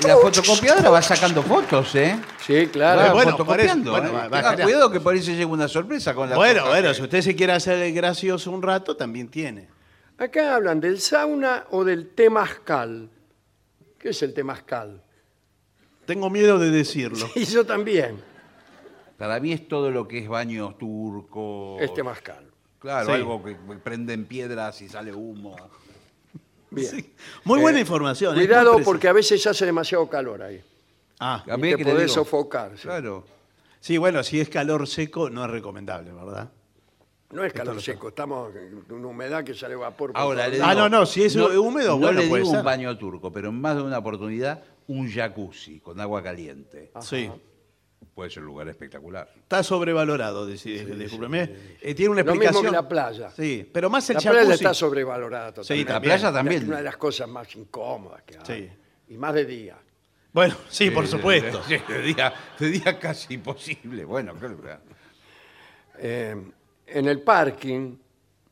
Speaker 3: la fotocopiadora va sacando fotos, ¿eh?
Speaker 1: Sí,
Speaker 3: Va
Speaker 1: claro.
Speaker 2: bueno,
Speaker 3: fotocopiando,
Speaker 2: por eso- bueno,
Speaker 3: ¿eh?
Speaker 2: va- va,
Speaker 3: Tenga
Speaker 2: genial.
Speaker 3: cuidado que por ahí se llega una sorpresa con la
Speaker 2: Bueno,
Speaker 3: foto.
Speaker 2: bueno, si usted se quiere hacer el gracioso un rato, también tiene.
Speaker 1: Acá hablan del sauna o del temazcal. ¿Qué es el temazcal?
Speaker 2: Tengo miedo de decirlo.
Speaker 1: Y yo también,
Speaker 3: Para mí es todo lo que es baños turcos.
Speaker 1: el temazcal.
Speaker 3: Claro,
Speaker 2: Sí.
Speaker 3: algo que prenden piedras y sale humo.
Speaker 1: Bien.
Speaker 2: Muy buena
Speaker 1: Eh,
Speaker 2: información. es muy
Speaker 1: Cuidado
Speaker 2: precisa.
Speaker 1: porque a veces hace demasiado calor ahí.
Speaker 2: Ah,
Speaker 3: A
Speaker 1: Y
Speaker 3: mí
Speaker 1: te
Speaker 3: que le
Speaker 1: podés
Speaker 3: digo.
Speaker 1: sofocar. sí.
Speaker 3: Claro.
Speaker 2: sí, bueno, si es calor seco, no es recomendable, ¿verdad?
Speaker 1: No es calor seco, estamos en una humedad que sale vapor. por
Speaker 3: Ahora,
Speaker 1: todos
Speaker 3: le
Speaker 2: Ah, no,
Speaker 3: digo-
Speaker 2: no, si es húmedo,
Speaker 3: no
Speaker 2: bueno,
Speaker 3: le
Speaker 2: puede
Speaker 3: digo
Speaker 2: ser.
Speaker 3: un baño turco, pero en más de una oportunidad, un jacuzzi con agua caliente.
Speaker 2: Sí.
Speaker 3: Puede ser un lugar espectacular.
Speaker 2: Está sobrevalorado, deci- discúlpeme. Eh, tiene una
Speaker 1: Lo mismo que
Speaker 2: explicación.
Speaker 1: la playa.
Speaker 2: Sí, pero más el
Speaker 1: La
Speaker 2: jacuzzi.
Speaker 1: playa está sobrevalorada totalmente.
Speaker 2: Sí,
Speaker 3: la
Speaker 2: también.
Speaker 3: playa
Speaker 1: Es
Speaker 3: también.
Speaker 1: una de las cosas más incómodas que hay.
Speaker 2: Sí.
Speaker 1: Y más de día.
Speaker 2: Bueno, sí, por supuesto.
Speaker 3: Sí, de día, de día casi imposible. Bueno, claro. claro.
Speaker 1: Eh, en el parking,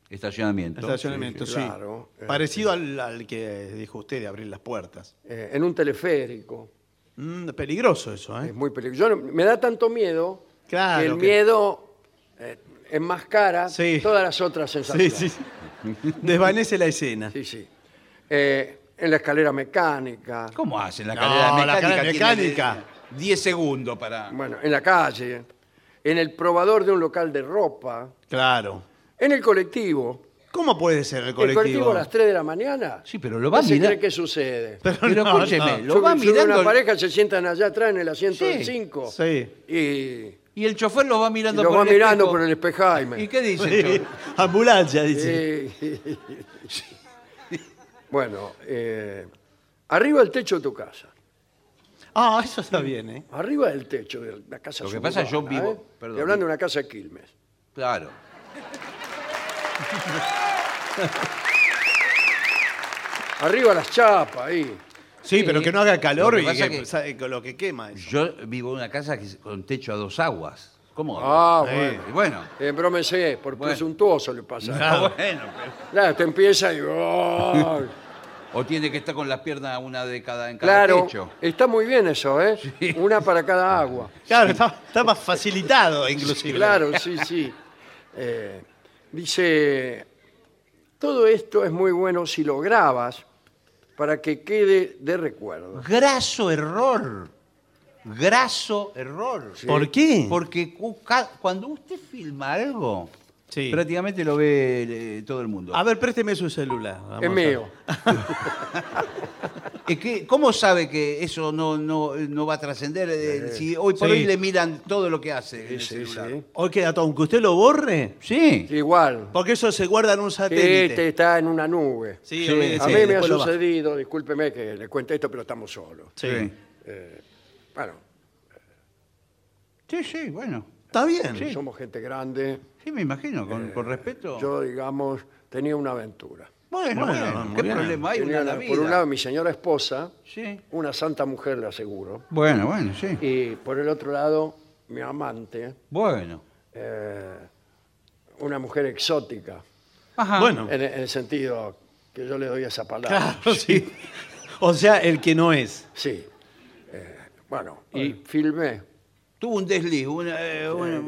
Speaker 3: Estacionamiento.
Speaker 2: Estacionamiento,
Speaker 1: Sí,
Speaker 2: sí.
Speaker 1: claro. Eh,
Speaker 2: Parecido al, al que dijo usted de abrir las puertas.
Speaker 1: eh, en un teleférico,
Speaker 2: Mm, peligroso eso,
Speaker 1: es
Speaker 2: ¿eh?
Speaker 1: muy peligroso. Yo no- me da tanto miedo
Speaker 2: Claro
Speaker 1: que el
Speaker 2: que-
Speaker 1: miedo eh, enmascara
Speaker 2: Sí.
Speaker 1: todas las otras
Speaker 2: Sí,
Speaker 1: sensaciones.
Speaker 2: sí. Desvanece la escena.
Speaker 1: Sí, sí. Eh, en la escalera mecánica,
Speaker 3: ¿Cómo hacen? La
Speaker 2: No,
Speaker 3: carrera
Speaker 2: la
Speaker 3: mecánica.
Speaker 2: carrera
Speaker 3: tiene
Speaker 2: mecánica.
Speaker 3: 10 segundos para.
Speaker 1: bueno, en la calle, en el probador de un local de ropa,
Speaker 2: Claro.
Speaker 1: en el colectivo.
Speaker 2: ¿Cómo puede ser el
Speaker 1: El colectivo
Speaker 2: colectivo?
Speaker 1: a las 3 de la mañana.
Speaker 3: Sí, pero lo va a
Speaker 1: ¿Qué se
Speaker 3: mirar.
Speaker 1: cree que sucede?
Speaker 2: Pero
Speaker 3: Pero
Speaker 2: no,
Speaker 3: escúcheme,
Speaker 2: no.
Speaker 3: lo va
Speaker 1: Sube- sube
Speaker 3: mirando.
Speaker 1: Una pareja se sientan allá atrás en el asiento
Speaker 3: Sí,
Speaker 1: del 5.
Speaker 2: sí.
Speaker 1: Y, y
Speaker 3: Y el chofer lo va mirando
Speaker 1: los
Speaker 3: por
Speaker 1: va
Speaker 3: el
Speaker 1: mirando
Speaker 3: espejo.
Speaker 1: por el espejaime.
Speaker 3: ¿Y qué dice el
Speaker 2: Sí,
Speaker 3: chofer?
Speaker 2: Ambulancia, dice.
Speaker 1: Eh, bueno, eh, arriba del techo de tu casa.
Speaker 2: Ah, eso está bien, ¿eh?
Speaker 1: Arriba del techo de la casa
Speaker 3: Lo que pasa, yo
Speaker 1: suburbana,
Speaker 3: vivo-
Speaker 1: ¿eh?
Speaker 3: perdón.
Speaker 1: Estoy hablando de una casa de Quilmes.
Speaker 3: Claro.
Speaker 1: Arriba las chapas, ahí.
Speaker 2: Sí, pero que no haga calor
Speaker 3: Lo que
Speaker 2: y
Speaker 3: pasa
Speaker 2: que,
Speaker 3: que-
Speaker 2: sa- con lo que quema. eso.
Speaker 3: Yo vivo en una casa que es con techo a dos aguas. ¿Cómo?
Speaker 1: Ah,
Speaker 2: Eh,
Speaker 1: bueno.
Speaker 3: Y bueno.
Speaker 1: Embrómese, por
Speaker 3: Bueno.
Speaker 1: presuntuoso le pasa.
Speaker 3: Ah, bueno, pero-
Speaker 1: Claro, usted empieza y... ¡oh!
Speaker 3: O tiene que estar con las piernas una de cada en cada
Speaker 1: Claro,
Speaker 3: techo.
Speaker 1: está muy bien eso, ¿eh? Una para cada agua.
Speaker 2: Claro, está, está más facilitado, inclusive.
Speaker 1: Claro, sí, sí. Eh, dice, todo esto es muy bueno si lo grabas para que quede de recuerdo.
Speaker 3: Graso error. Graso error.
Speaker 2: ¿Por qué? Mm.
Speaker 3: Porque cu- ca- cuando usted filma algo,
Speaker 2: Sí.
Speaker 3: Prácticamente lo ve eh, todo el mundo.
Speaker 2: A ver, présteme su celular. Vamos
Speaker 1: Es
Speaker 2: a-
Speaker 1: mío.
Speaker 3: Es que, ¿Cómo sabe que eso no, no, no va a trascender? eh, si hoy por
Speaker 2: Sí.
Speaker 3: hoy le miran todo lo que hace. en el
Speaker 1: Sí,
Speaker 3: celular?
Speaker 1: sí.
Speaker 2: Hoy queda todo, aunque usted lo borre,
Speaker 3: Sí.
Speaker 1: Igual.
Speaker 2: porque eso se guarda en un
Speaker 1: Este
Speaker 2: satélite.
Speaker 1: está en una nube.
Speaker 2: Sí,
Speaker 3: Sí.
Speaker 2: olvídese,
Speaker 1: A mí me ha
Speaker 2: después lo baja.
Speaker 1: sucedido, discúlpeme que le cuente esto, pero estamos solos.
Speaker 2: Sí.
Speaker 1: Bueno,
Speaker 3: Sí, sí, bueno.
Speaker 2: Está bien.
Speaker 1: somos gente grande.
Speaker 3: Sí, me imagino, con, con respeto.
Speaker 1: Yo, digamos, tenía una aventura.
Speaker 3: Bueno,
Speaker 2: Bueno,
Speaker 3: bueno,
Speaker 2: muy
Speaker 3: ¿qué
Speaker 2: bien.
Speaker 3: problema hay?
Speaker 1: Tenía
Speaker 3: Una,
Speaker 1: la-
Speaker 3: la vida.
Speaker 1: por un lado, mi señora esposa,
Speaker 3: Sí.
Speaker 1: una santa mujer, le aseguro.
Speaker 3: Bueno, bueno, sí.
Speaker 1: Y por el otro lado, mi amante,
Speaker 3: Bueno.
Speaker 1: eh, una mujer exótica,
Speaker 3: Ajá.
Speaker 2: Bueno,
Speaker 1: en, en el sentido que yo le doy esa palabra.
Speaker 2: claro, sí. O sea, el que no es.
Speaker 1: Sí. Eh, bueno, y filmé.
Speaker 3: Tuvo un desliz. Una, eh, una-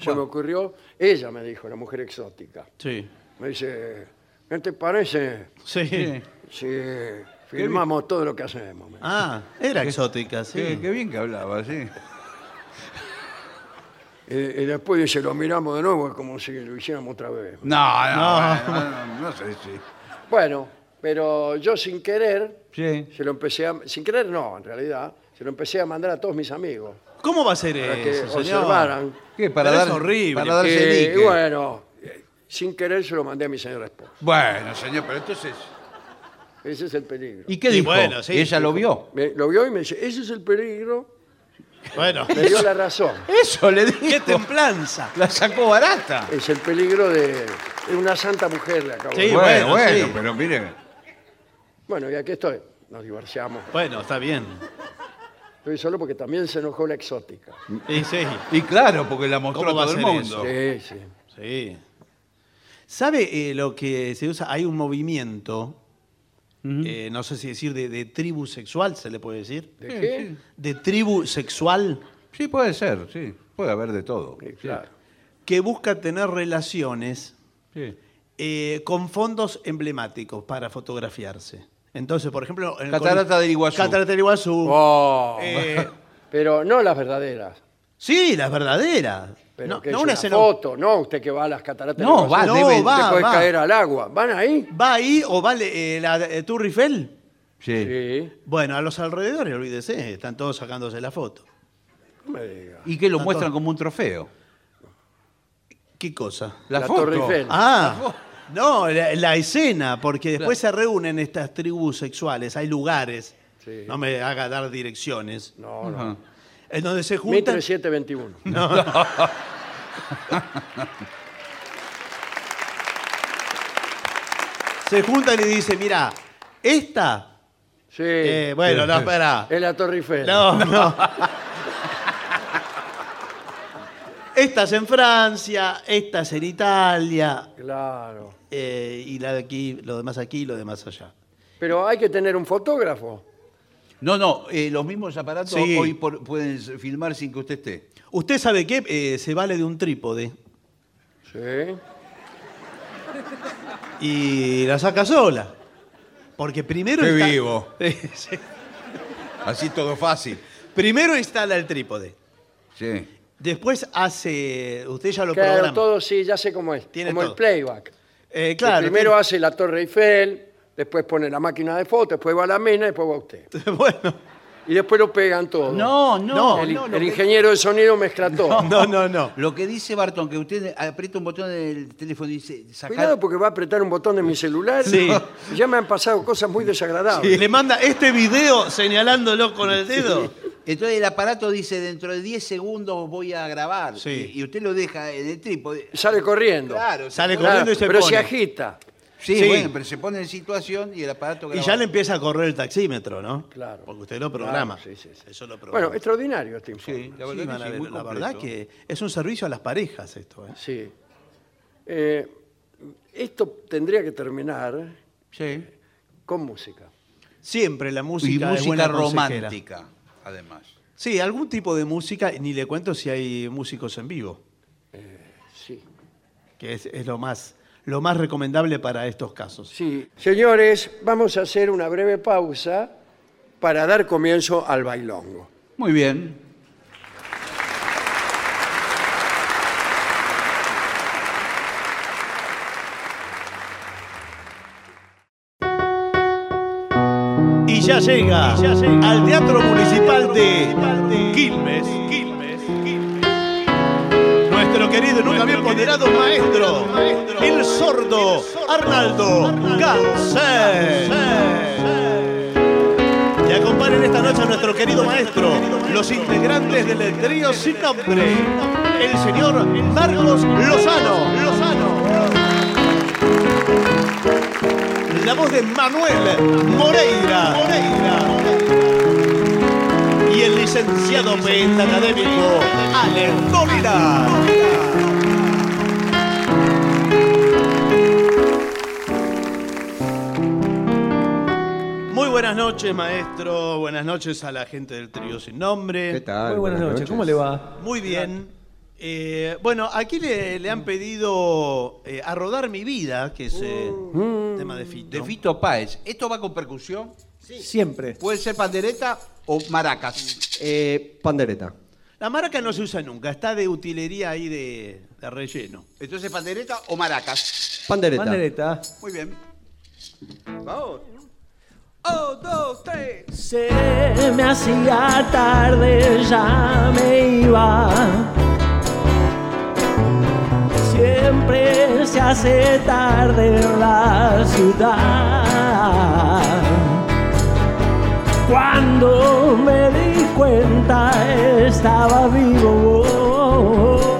Speaker 1: Se me ocurrió, ella me dijo, la mujer exótica.
Speaker 2: Sí.
Speaker 1: Me dice, ¿qué te parece
Speaker 2: Sí.
Speaker 3: Sí.
Speaker 1: si filmamos todo lo que hacemos? me dijo.
Speaker 2: Ah, era exótica, sí.
Speaker 3: Qué, qué bien que hablaba, sí.
Speaker 1: Y, y después dice, lo miramos de nuevo, es como si lo hiciéramos otra vez.
Speaker 3: No,
Speaker 2: No.
Speaker 3: no, bueno, no, no sé si.
Speaker 1: Bueno, pero yo sin querer,
Speaker 3: Sí.
Speaker 1: se lo empecé a, sin querer no, en realidad, se lo empecé a mandar a todos mis amigos
Speaker 2: ¿Cómo va a ser
Speaker 1: para que
Speaker 2: eso, señor?
Speaker 1: observaran.
Speaker 3: ¿Qué? Para
Speaker 2: Pero
Speaker 3: dar,
Speaker 2: es horrible.
Speaker 3: Para darse
Speaker 1: Eh,
Speaker 3: dique. Bueno.
Speaker 1: bueno, eh, sin querer se lo mandé a mi señora esposa.
Speaker 3: señor, pero entonces.
Speaker 1: Ese es el peligro.
Speaker 3: ¿Y qué
Speaker 2: Y
Speaker 3: dijo?
Speaker 2: bueno, sí.
Speaker 3: Ella lo vio.
Speaker 1: Me- lo vio y me dice, ese es el peligro.
Speaker 2: Bueno,
Speaker 1: Me dio la razón.
Speaker 3: Eso le dijo.
Speaker 2: qué templanza.
Speaker 3: La sacó barata.
Speaker 1: Es el peligro de, de una santa mujer, le acabo de
Speaker 2: Sí,
Speaker 1: decir.
Speaker 2: bueno,
Speaker 3: bueno, bueno,
Speaker 2: sí.
Speaker 3: pero mire.
Speaker 1: Bueno, y aquí estoy. Nos divorciamos.
Speaker 2: Bueno, está bien.
Speaker 1: Estoy solo porque también se enojó la exótica.
Speaker 2: Sí, sí.
Speaker 3: Y claro, porque la mostró a
Speaker 2: ¿Cómo va a
Speaker 3: todo el
Speaker 2: ser
Speaker 3: mundo.
Speaker 2: eso?
Speaker 1: Sí, sí.
Speaker 2: Sí. ¿Sabe eh, lo que se usa? Hay un movimiento, eh, no sé si decir de, de tribu sexual, ¿se le puede decir?
Speaker 1: ¿De qué?
Speaker 2: De tribu sexual
Speaker 3: Sí, puede ser, sí. Puede haber de todo.
Speaker 1: Sí, claro.
Speaker 2: que busca tener relaciones
Speaker 3: Sí.
Speaker 2: eh, con fondos emblemáticos para fotografiarse. Entonces, por ejemplo... en el
Speaker 3: Catarata
Speaker 2: col-
Speaker 3: del Iguazú.
Speaker 2: Catarata del Iguazú.
Speaker 1: Oh,
Speaker 2: Uh. Eh,
Speaker 1: Pero no las verdaderas.
Speaker 2: sí, las verdaderas.
Speaker 1: Pero
Speaker 2: no,
Speaker 1: que
Speaker 2: no
Speaker 1: es
Speaker 2: una
Speaker 1: una
Speaker 2: escena-
Speaker 1: foto, no usted que va a las cataratas.
Speaker 3: No,
Speaker 1: del Iguazú,
Speaker 3: va, debe-
Speaker 1: te
Speaker 2: va,
Speaker 1: puede
Speaker 2: va.
Speaker 1: caer al agua. ¿Van ahí?
Speaker 2: ¿Va ahí o vale la eh, Tour Eiffel?
Speaker 3: Sí.
Speaker 1: Sí.
Speaker 2: Bueno, a los alrededores, olvídese, están todos sacándose la foto.
Speaker 1: No me diga.
Speaker 3: Y que lo muestran como un trofeo.
Speaker 2: ¿Qué cosa?
Speaker 3: La,
Speaker 1: La
Speaker 3: foto.
Speaker 1: Torre Eiffel.
Speaker 2: Ah, no, la, la escena, porque después se reúnen estas tribus sexuales, hay lugares,
Speaker 1: Sí.
Speaker 2: no me haga dar direcciones,
Speaker 1: No, no.
Speaker 3: Ajá.
Speaker 2: en donde se juntan...
Speaker 1: 1721.
Speaker 2: Se juntan y dicen, mira, esta...
Speaker 1: Sí.
Speaker 2: eh, bueno, no, espera.
Speaker 1: es la Torre Eiffel.
Speaker 2: No, no. Esta es en Francia, esta es en Italia,
Speaker 1: Claro.
Speaker 2: eh, y la de aquí, lo demás aquí, lo demás allá.
Speaker 1: Pero hay que tener un fotógrafo.
Speaker 3: No, no, eh, los mismos aparatos
Speaker 2: Sí.
Speaker 3: hoy por- pueden s- filmar sin que usted esté.
Speaker 2: ¿Usted sabe qué? Eh, se vale de un trípode
Speaker 1: Sí.
Speaker 2: y la saca sola. Porque primero...
Speaker 3: Qué
Speaker 2: insta-
Speaker 3: vivo.
Speaker 2: Sí.
Speaker 3: Así todo fácil.
Speaker 2: primero instala el trípode.
Speaker 3: Sí.
Speaker 2: Después hace... Usted ya lo
Speaker 1: Claro,
Speaker 2: programa.
Speaker 1: todo sí, ya sé cómo es.
Speaker 2: Tiene
Speaker 1: como
Speaker 2: todo.
Speaker 1: el playback.
Speaker 2: Eh, claro.
Speaker 1: primero hace la Torre Eiffel, después pone la máquina de fotos, después va a la mina, después va usted.
Speaker 2: tiene- Bueno,
Speaker 1: Y después lo pegan todo.
Speaker 3: No, no,
Speaker 1: El,
Speaker 3: no,
Speaker 1: el
Speaker 3: lo que-
Speaker 1: ingeniero de sonido mezcla todo.
Speaker 2: no, no, no.
Speaker 3: Lo que dice Barton, que usted aprieta un botón del teléfono y dice, sacar...
Speaker 1: Cuidado porque va a apretar un botón de mi celular.
Speaker 2: Sí.
Speaker 1: Ya me han pasado cosas muy desagradables.
Speaker 2: Le manda este video señalándolo con el dedo.
Speaker 3: Entonces el aparato dice, dentro de 10 segundos voy a grabar.
Speaker 2: Sí.
Speaker 3: Y, y usted lo deja en el trípode.
Speaker 1: Sale corriendo.
Speaker 3: Claro. se
Speaker 2: Sale
Speaker 3: pone-
Speaker 2: corriendo y se
Speaker 1: pero
Speaker 2: pone.
Speaker 1: se agita.
Speaker 3: Sí,
Speaker 2: Sí.
Speaker 3: bueno, pero se pone en situación y el aparato
Speaker 2: Y
Speaker 3: graba.
Speaker 2: ya le empieza a correr el taxímetro, ¿no?
Speaker 1: Claro.
Speaker 2: Porque usted lo programa.
Speaker 1: Claro, sí, sí, sí.
Speaker 2: Eso lo programa.
Speaker 1: Bueno, extraordinario este informe.
Speaker 3: Sí, la
Speaker 2: Sí, van
Speaker 3: verdad, que,
Speaker 2: a
Speaker 3: sí,
Speaker 2: ver,
Speaker 3: muy
Speaker 2: la
Speaker 3: completo.
Speaker 2: verdad que es un servicio a las parejas esto. ¿eh?
Speaker 1: Sí. Eh, esto tendría que terminar
Speaker 3: Sí.
Speaker 1: con música.
Speaker 2: Siempre la
Speaker 3: Y
Speaker 2: música. es
Speaker 3: música
Speaker 2: buena consejera.
Speaker 3: romántica, además.
Speaker 2: Sí, algún tipo de música, ni le cuento si hay músicos en vivo,
Speaker 1: Sí.
Speaker 2: que es, es lo, más, lo más recomendable para estos casos.
Speaker 1: Sí. Señores, vamos a hacer una breve pausa para dar comienzo al bailongo.
Speaker 3: Muy bien.
Speaker 2: ya llega, al Teatro Municipal de Quilmes, nuestro querido y nunca bien ponderado maestro, el sordo Arnaldo Gansé. Y acompañen esta noche a nuestro querido maestro, los integrantes del trío sin nombre, el señor Marcos Lozano. Lozano. La voz de Manuel Moreira. Y el licenciado poeta académico Ale Dávila. Muy buenas noches, maestro. Buenas noches a la gente del trío sin nombre.
Speaker 7: ¿Qué tal?
Speaker 6: Muy buenas noches, ¿cómo le va?
Speaker 2: Muy bien. Eh, bueno, aquí le, le han pedido eh, A Rodar Mi Vida, que es eh, tema de Fito.
Speaker 3: De Fito Páez. ¿Esto va con percusión?
Speaker 6: Siempre.
Speaker 3: ¿Puede ser pandereta o maracas?
Speaker 7: Eh, pandereta.
Speaker 2: La maraca no se usa nunca, está de utilería ahí de, de relleno.
Speaker 3: Entonces, pandereta o maracas.
Speaker 7: Pandereta.
Speaker 6: Pandereta.
Speaker 3: Muy bien.
Speaker 6: Oh, dos, tres.
Speaker 8: Se me hacía tarde, ya me iba. Siempre se hace tarde en la ciudad. Cuando me di cuenta estaba vivo.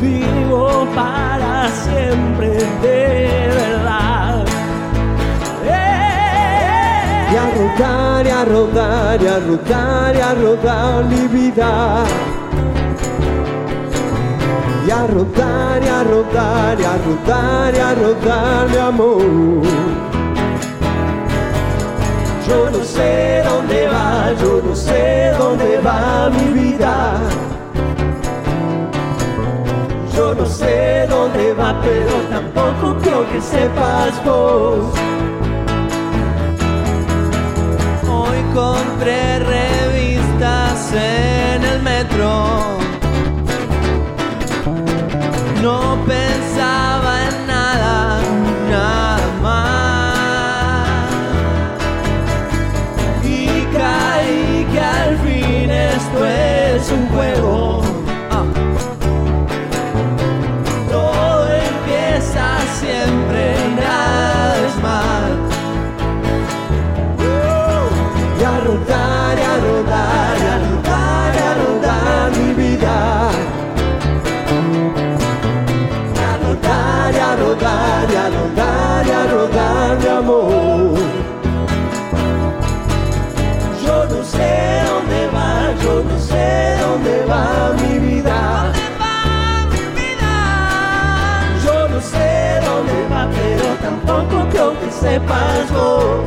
Speaker 8: Vivo para siempre de verdad. ¡Eh!
Speaker 6: Y a rodar, y a rodar, y a rodar, y a rodar mi vida. Y a rodar, y a rodar, y a rodar, y a rodar mi amor. Yo no sé dónde va, yo no sé dónde va mi vida. Yo no sé dónde va, pero tampoco creo que sepas vos.
Speaker 8: Hoy compré revistas en el metro. No pensaba en nada, nada más. Y caí que al fin esto es un juego. Ah. Todo empieza siempre, nada es más.
Speaker 6: y a rodar, y a rodar, y a rodar, y a rodar mi vida. Y a rodar, y a rodar, y a rodar, y a rodar mi amor. Yo no sé dónde va, yo no sé dónde va mi vida. Yo no sé dónde va, pero tampoco creo que sepas vos.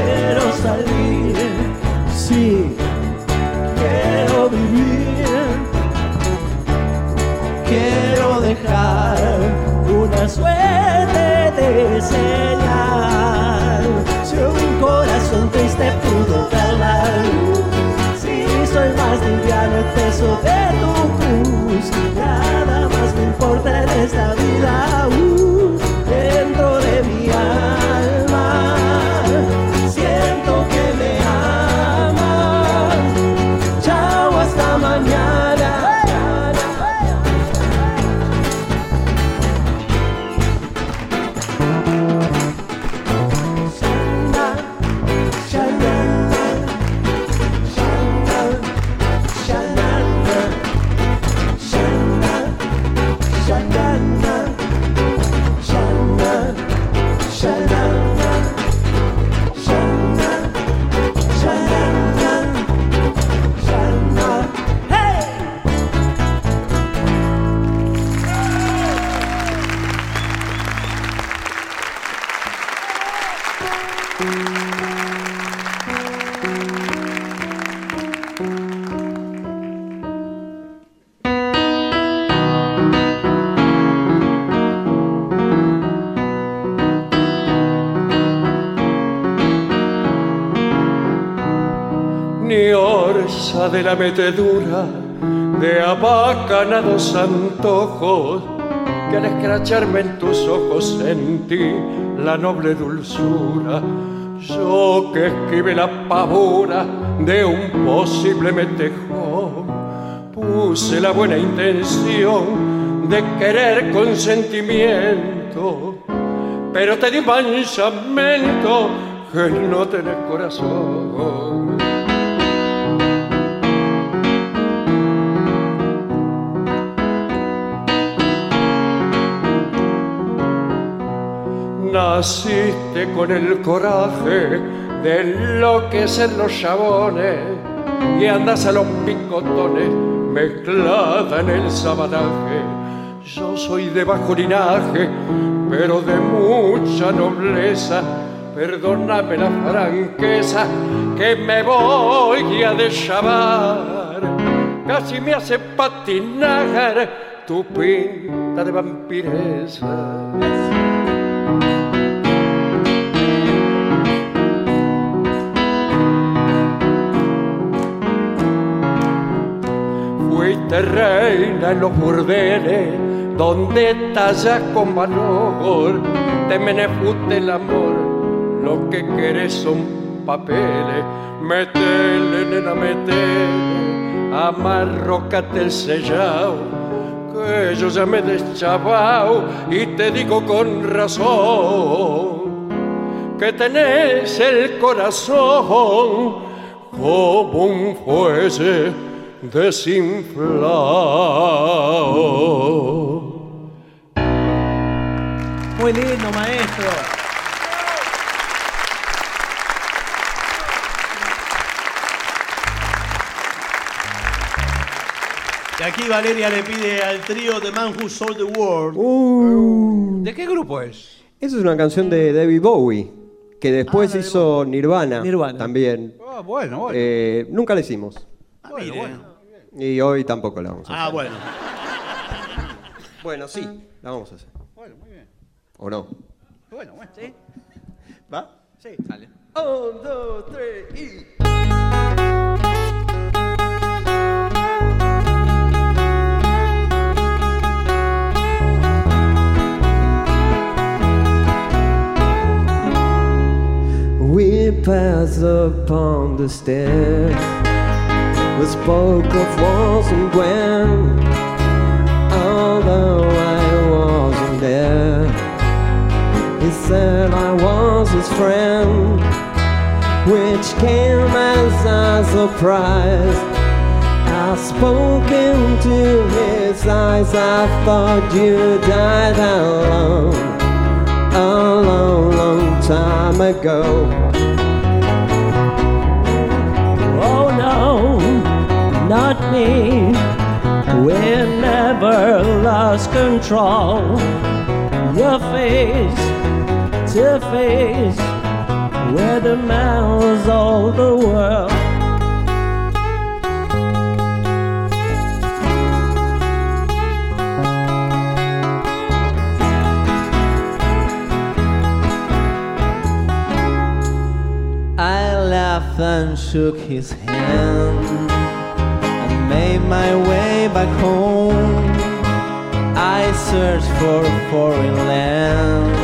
Speaker 6: quiero salir, sí, quiero vivir, quiero dejar una suerte de señal. Si un corazón triste pudo ver la luz, si soy más liviano el peso de tu cruz, nada más me importa en esta vida. uh, dentro de mi alma siento que me amas. Chao, hasta mañana. Shanda, shanda, shanda, shanda, shanda, shanda, shanda, shanda.
Speaker 1: ni orsa de la metedura de abacanados antojos, que al escracharme en tus ojos sentí la noble dulzura. Yo que esquive la pavura de un posible metejón, puse la buena intención de querer con sentimiento, pero te di un pensamiento que no tenés corazón. Naciste con el coraje de enloquecer los chabones y andas a los picotones mezclada en el sabanaje. Yo soy de bajo linaje, pero de mucha nobleza. Perdóname la franqueza que me voy a deschavar. Casi me hace patinar tu pinta de vampireza. Fuiste reina en los burdeles donde tallas con valor. Te menefute el amor, lo que querés son papeles. Metele, nena, metele, amarrocate el sellao. Que yo ya me he deschavao y te digo con razón que tenés el corazón como un fuese desinflado.
Speaker 5: Muy lindo, maestro.
Speaker 2: Y aquí Valeria le pide al trío The Man Who Sold the World.
Speaker 6: Uh,
Speaker 3: ¿De qué grupo es?
Speaker 6: Eso es una canción de David Bowie, que
Speaker 5: Ah,
Speaker 6: después hizo Nirvana,
Speaker 5: Nirvana.
Speaker 6: también.
Speaker 3: Ah, bueno, bueno.
Speaker 6: Eh, nunca la hicimos.
Speaker 2: Ah, mire.
Speaker 6: Y hoy tampoco la vamos a hacer.
Speaker 2: Ah, bueno.
Speaker 6: Bueno, sí, la vamos a hacer.
Speaker 3: Bueno, muy bien.
Speaker 6: ¿O no?
Speaker 3: Bueno, bueno.
Speaker 6: ¿Va?
Speaker 3: Sí.
Speaker 6: Un, dos, tres y... We passed upon the stair. We spoke of walls and when, although I wasn't there, he said I was his friend, which came as a surprise. I spoke into his eyes. I thought you died alone a long, long time ago.
Speaker 5: Oh no, not me. We never lost control. Your face to face, where the man was all the world.
Speaker 6: I laughed and shook his hand and made my way back home. I searched for a foreign land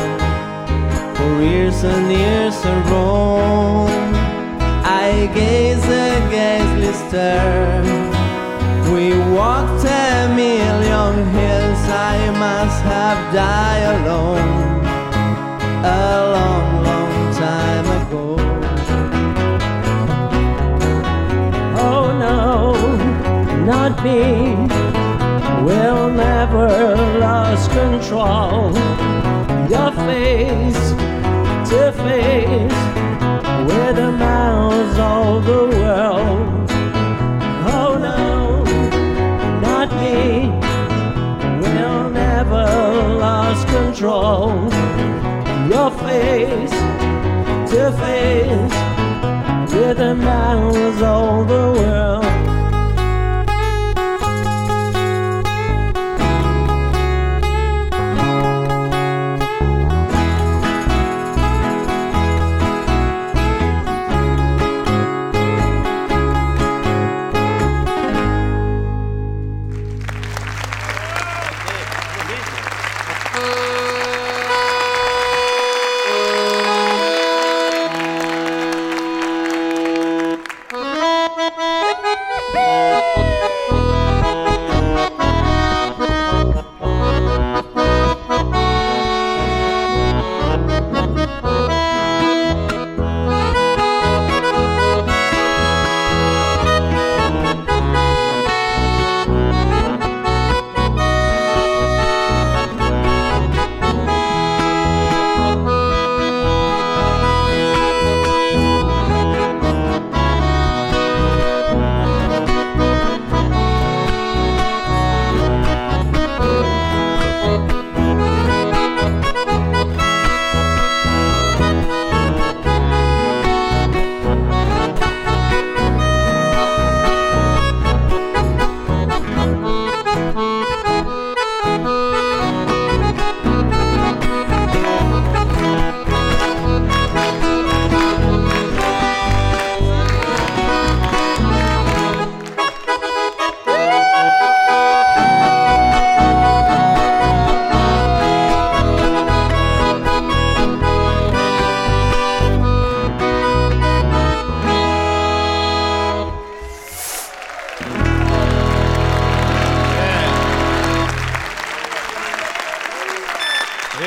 Speaker 6: for years and years and roam. I gazed a gazely stare. We walked a million hills. I must have died alone a long, long time ago.
Speaker 5: Oh no, not me. We'll never lose control. Your face to face, we're the mouths of the world. Oh no, not me. We'll never lose control. Your face to face. We're the mouths of the world.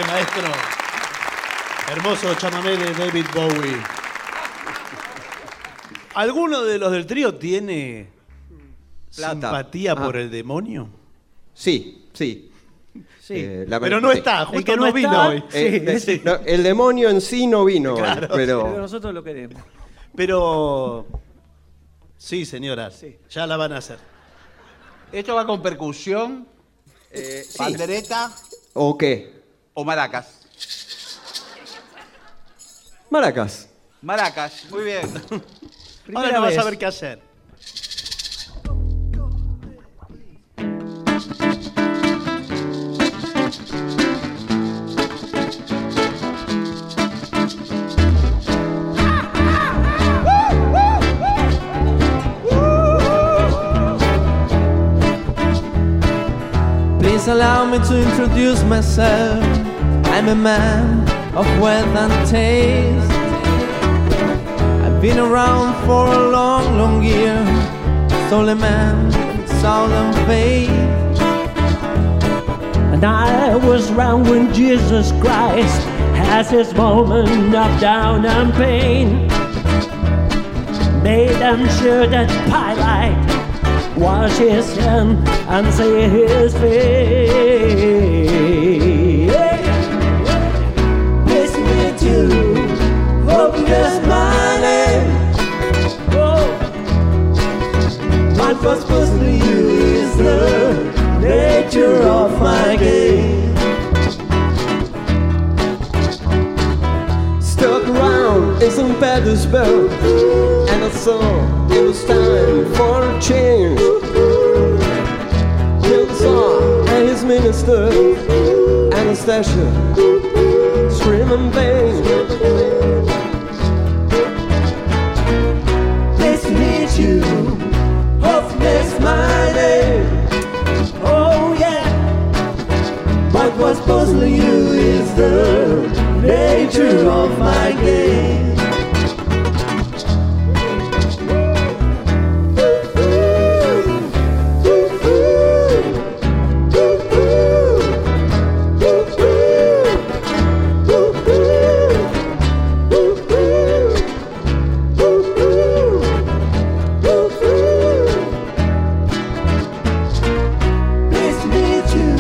Speaker 2: maestro. Hermoso chamamé de David Bowie. ¿Alguno de los del trío tiene
Speaker 9: Plata.
Speaker 2: simpatía
Speaker 9: Ah.
Speaker 2: por el demonio?
Speaker 9: Sí, sí.
Speaker 5: Sí.
Speaker 9: Eh, la-
Speaker 2: Pero no
Speaker 9: sí.
Speaker 2: está,
Speaker 5: El que
Speaker 2: justo
Speaker 5: no
Speaker 2: no vino
Speaker 5: está-
Speaker 2: hoy.
Speaker 9: Eh, de-
Speaker 2: Sí.
Speaker 9: no, el demonio en sí no vino, hoy,
Speaker 5: Pero
Speaker 9: pero
Speaker 5: nosotros lo queremos.
Speaker 2: Pero. Sí, señora.
Speaker 5: Sí.
Speaker 2: Ya la van a hacer.
Speaker 3: Esto va con percusión,
Speaker 9: eh, sí.
Speaker 3: pandereta
Speaker 9: ¿O qué?
Speaker 3: o maracas.
Speaker 9: Maracas.
Speaker 3: Maracas, muy bien.
Speaker 5: Primera
Speaker 2: Ahora no
Speaker 5: vez.
Speaker 2: vas a ver qué hacer.
Speaker 6: Please allow me to introduce myself. I'm a man of wealth and taste. I've been around for a long, long year. Solely man with southern faith.
Speaker 5: And I was round when Jesus Christ has his moment of down and pain. Made them sure that Pilate wash his hand and see his face.
Speaker 6: Please meet you. Hope you smiling.
Speaker 5: Oh,
Speaker 6: What was mostly you is the nature of my game. Stuck around in St. Petersburg, and I saw it was time for a change. Knew the Tsar and his minister, Anastasia, screaming bang. Nice to meet you, hope that's my name.
Speaker 5: oh yeah,
Speaker 6: What was puzzling you is the nature of my game. Nice to meet you.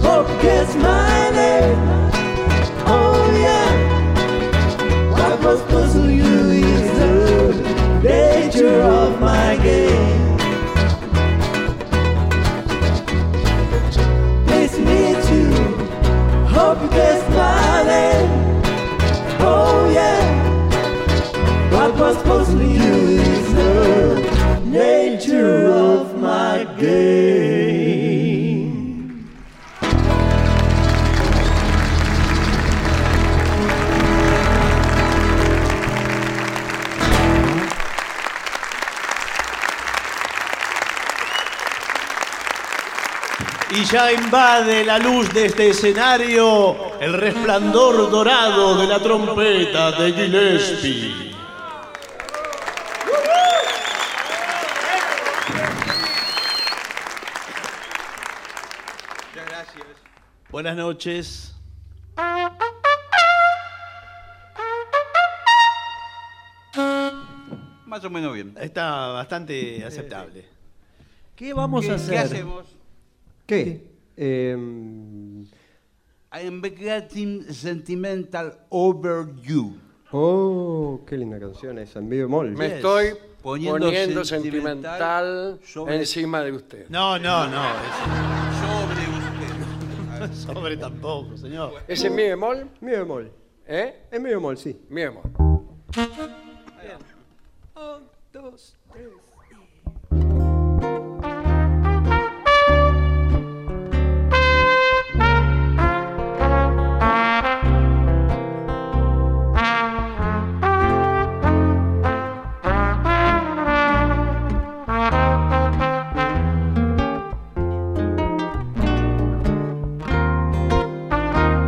Speaker 6: Hope is my name. Oh yeah. What must puzzle you is the nature of my game. Nice to meet you. Hope you guess my name. Oh yeah. What must puzzle you is the nature of my game.
Speaker 2: Y ya invade la luz de este escenario el resplandor dorado de la trompeta de Gillespie. Buenas noches.
Speaker 3: Más o menos bien.
Speaker 2: Está bastante aceptable.
Speaker 5: ¿qué vamos a
Speaker 3: ¿Qué,
Speaker 5: hacer?
Speaker 3: qué hacemos?
Speaker 9: ¿Qué? Em,
Speaker 3: I'm getting sentimental over you.
Speaker 9: oh, qué linda canción esa, en mi bemol.
Speaker 1: Me estoy
Speaker 3: Poniendo
Speaker 1: poniendo,
Speaker 3: sentimental
Speaker 1: sentimental,
Speaker 3: sobre-
Speaker 1: encima de usted.
Speaker 2: No, no, no.
Speaker 3: Sobre usted.
Speaker 2: es- Sobre tampoco, señor.
Speaker 1: ¿Es en mi bemol?
Speaker 9: Mi bemol.
Speaker 1: ¿Eh?
Speaker 9: En mi bemol, sí.
Speaker 1: Mi bemol.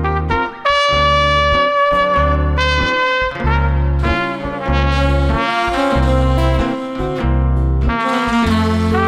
Speaker 10: Thank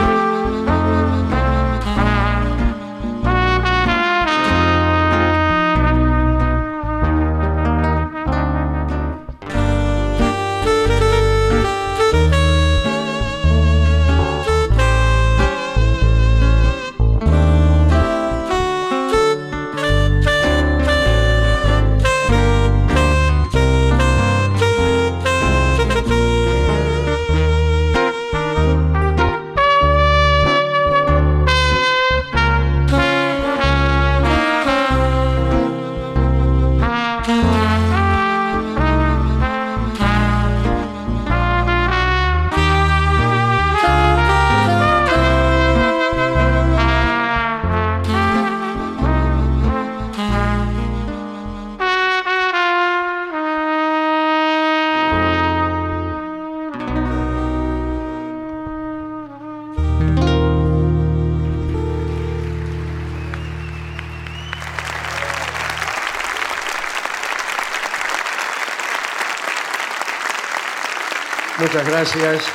Speaker 1: Muchas gracias.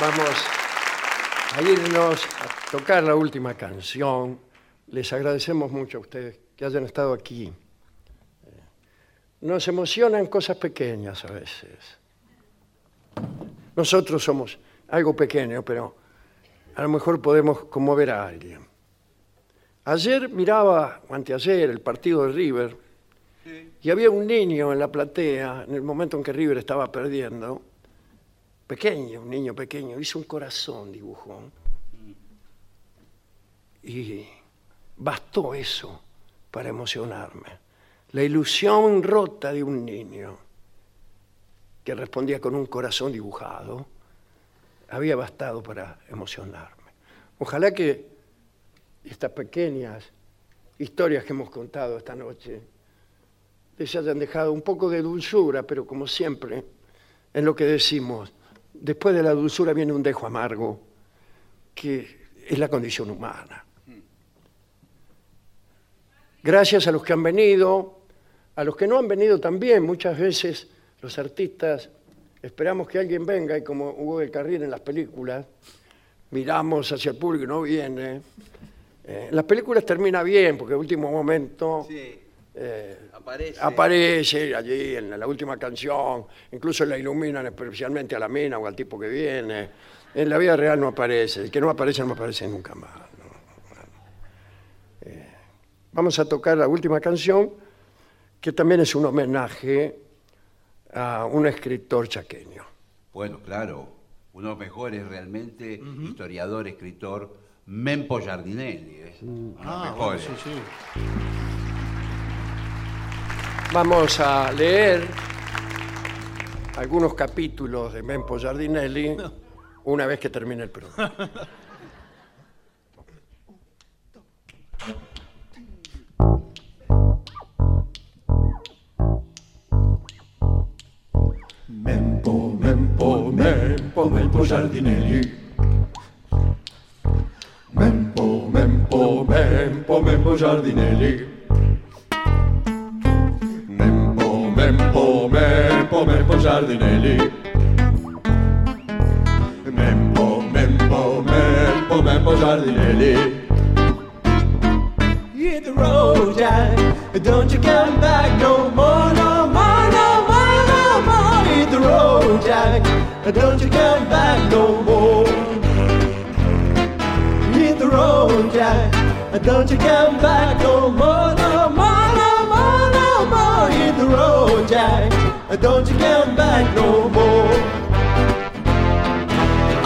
Speaker 1: Vamos a irnos a tocar la última canción. Les agradecemos mucho a ustedes que hayan estado aquí. Eh, Nos emocionan cosas pequeñas a veces. Nosotros somos algo pequeño, pero a lo mejor podemos conmover a alguien. Ayer miraba, o anteayer, el partido de River, y había un niño en la platea, en el momento en que River estaba perdiendo, pequeño, un niño pequeño, hizo un corazón, dibujó. Y bastó eso para emocionarme. La ilusión rota de un niño que respondía con un corazón dibujado había bastado para emocionarme. Ojalá que estas pequeñas historias que hemos contado esta noche les hayan dejado un poco de dulzura, pero como siempre, en lo que decimos, después de la dulzura viene un dejo amargo, que es la condición humana. Gracias a los que han venido, a los que no han venido también, muchas veces los artistas esperamos que alguien venga y como Hugo del Carril en las películas, miramos hacia el público y no viene. Eh, las películas termina bien, porque último momento eh,
Speaker 3: Aparece.
Speaker 1: aparece allí en la última canción, incluso la iluminan especialmente a la mina o al tipo que viene. En la vida real no aparece, el que no aparece no aparece nunca más. ¿no? Eh, vamos a tocar la última canción, que también es un homenaje a un escritor chaqueño.
Speaker 3: Bueno, claro, uno de los mejores realmente, historiador, escritor, Mempo Giardinelli. ¿eh? Uno de los
Speaker 5: Ah,
Speaker 3: mejores.
Speaker 2: sí, sí.
Speaker 1: Vamos a leer algunos capítulos de Mempo Giardinelli una vez que termine el programa.
Speaker 10: Mempo, mempo, mempo, mempo Giardinelli. Mempo, mempo, mempo, mempo Giardinelli. Mempo, mempo, mempo, mempo Giardinelli. Mempo, mempo, mempo, mempo Giardinelli.
Speaker 6: Hit the road, Jack. Don't you come back no more, no more, no more, no more. Hit the road, Jack. Don't you come back no more. Hit the road, Jack. Don't you come back no more, no more, no more, no more. Hit the road, Jack. Don't you come back no more.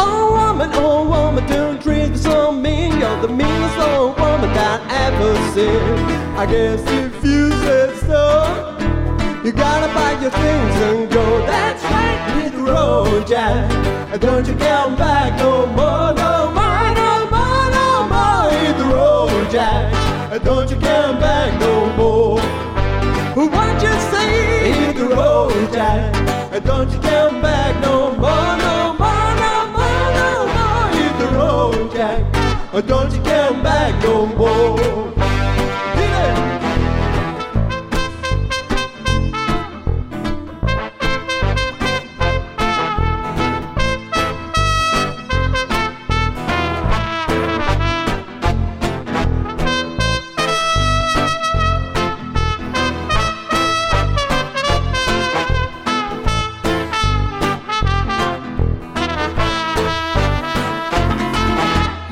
Speaker 6: Oh woman, oh woman, don't treat me so mean. You're the meanest old woman that I ever seen. I guess if you said so, you gotta pack your things and go. That's right, hit the road, Jack. And Don't you come back no more, no more, no more, no more. Hit the road, Jack. And Don't you come back no more. What you say? Hit the road, Jack. And Don't you come back no more, no more, no more, no more. Hit the road, Jack. And Don't you come back no more. Hit it.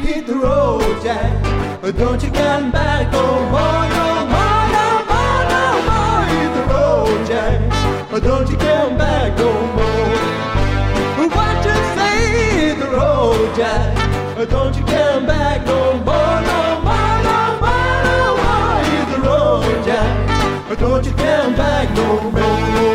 Speaker 6: hit the road, Jack. Don't you come back no more, no more, no more, no more. Hit the road, Jack. Don't you come back no more. What you say? Hit the road, Jack. Don't you come back no more, no more, no more, no more. Hit the road, Jack. Don't you come back no more.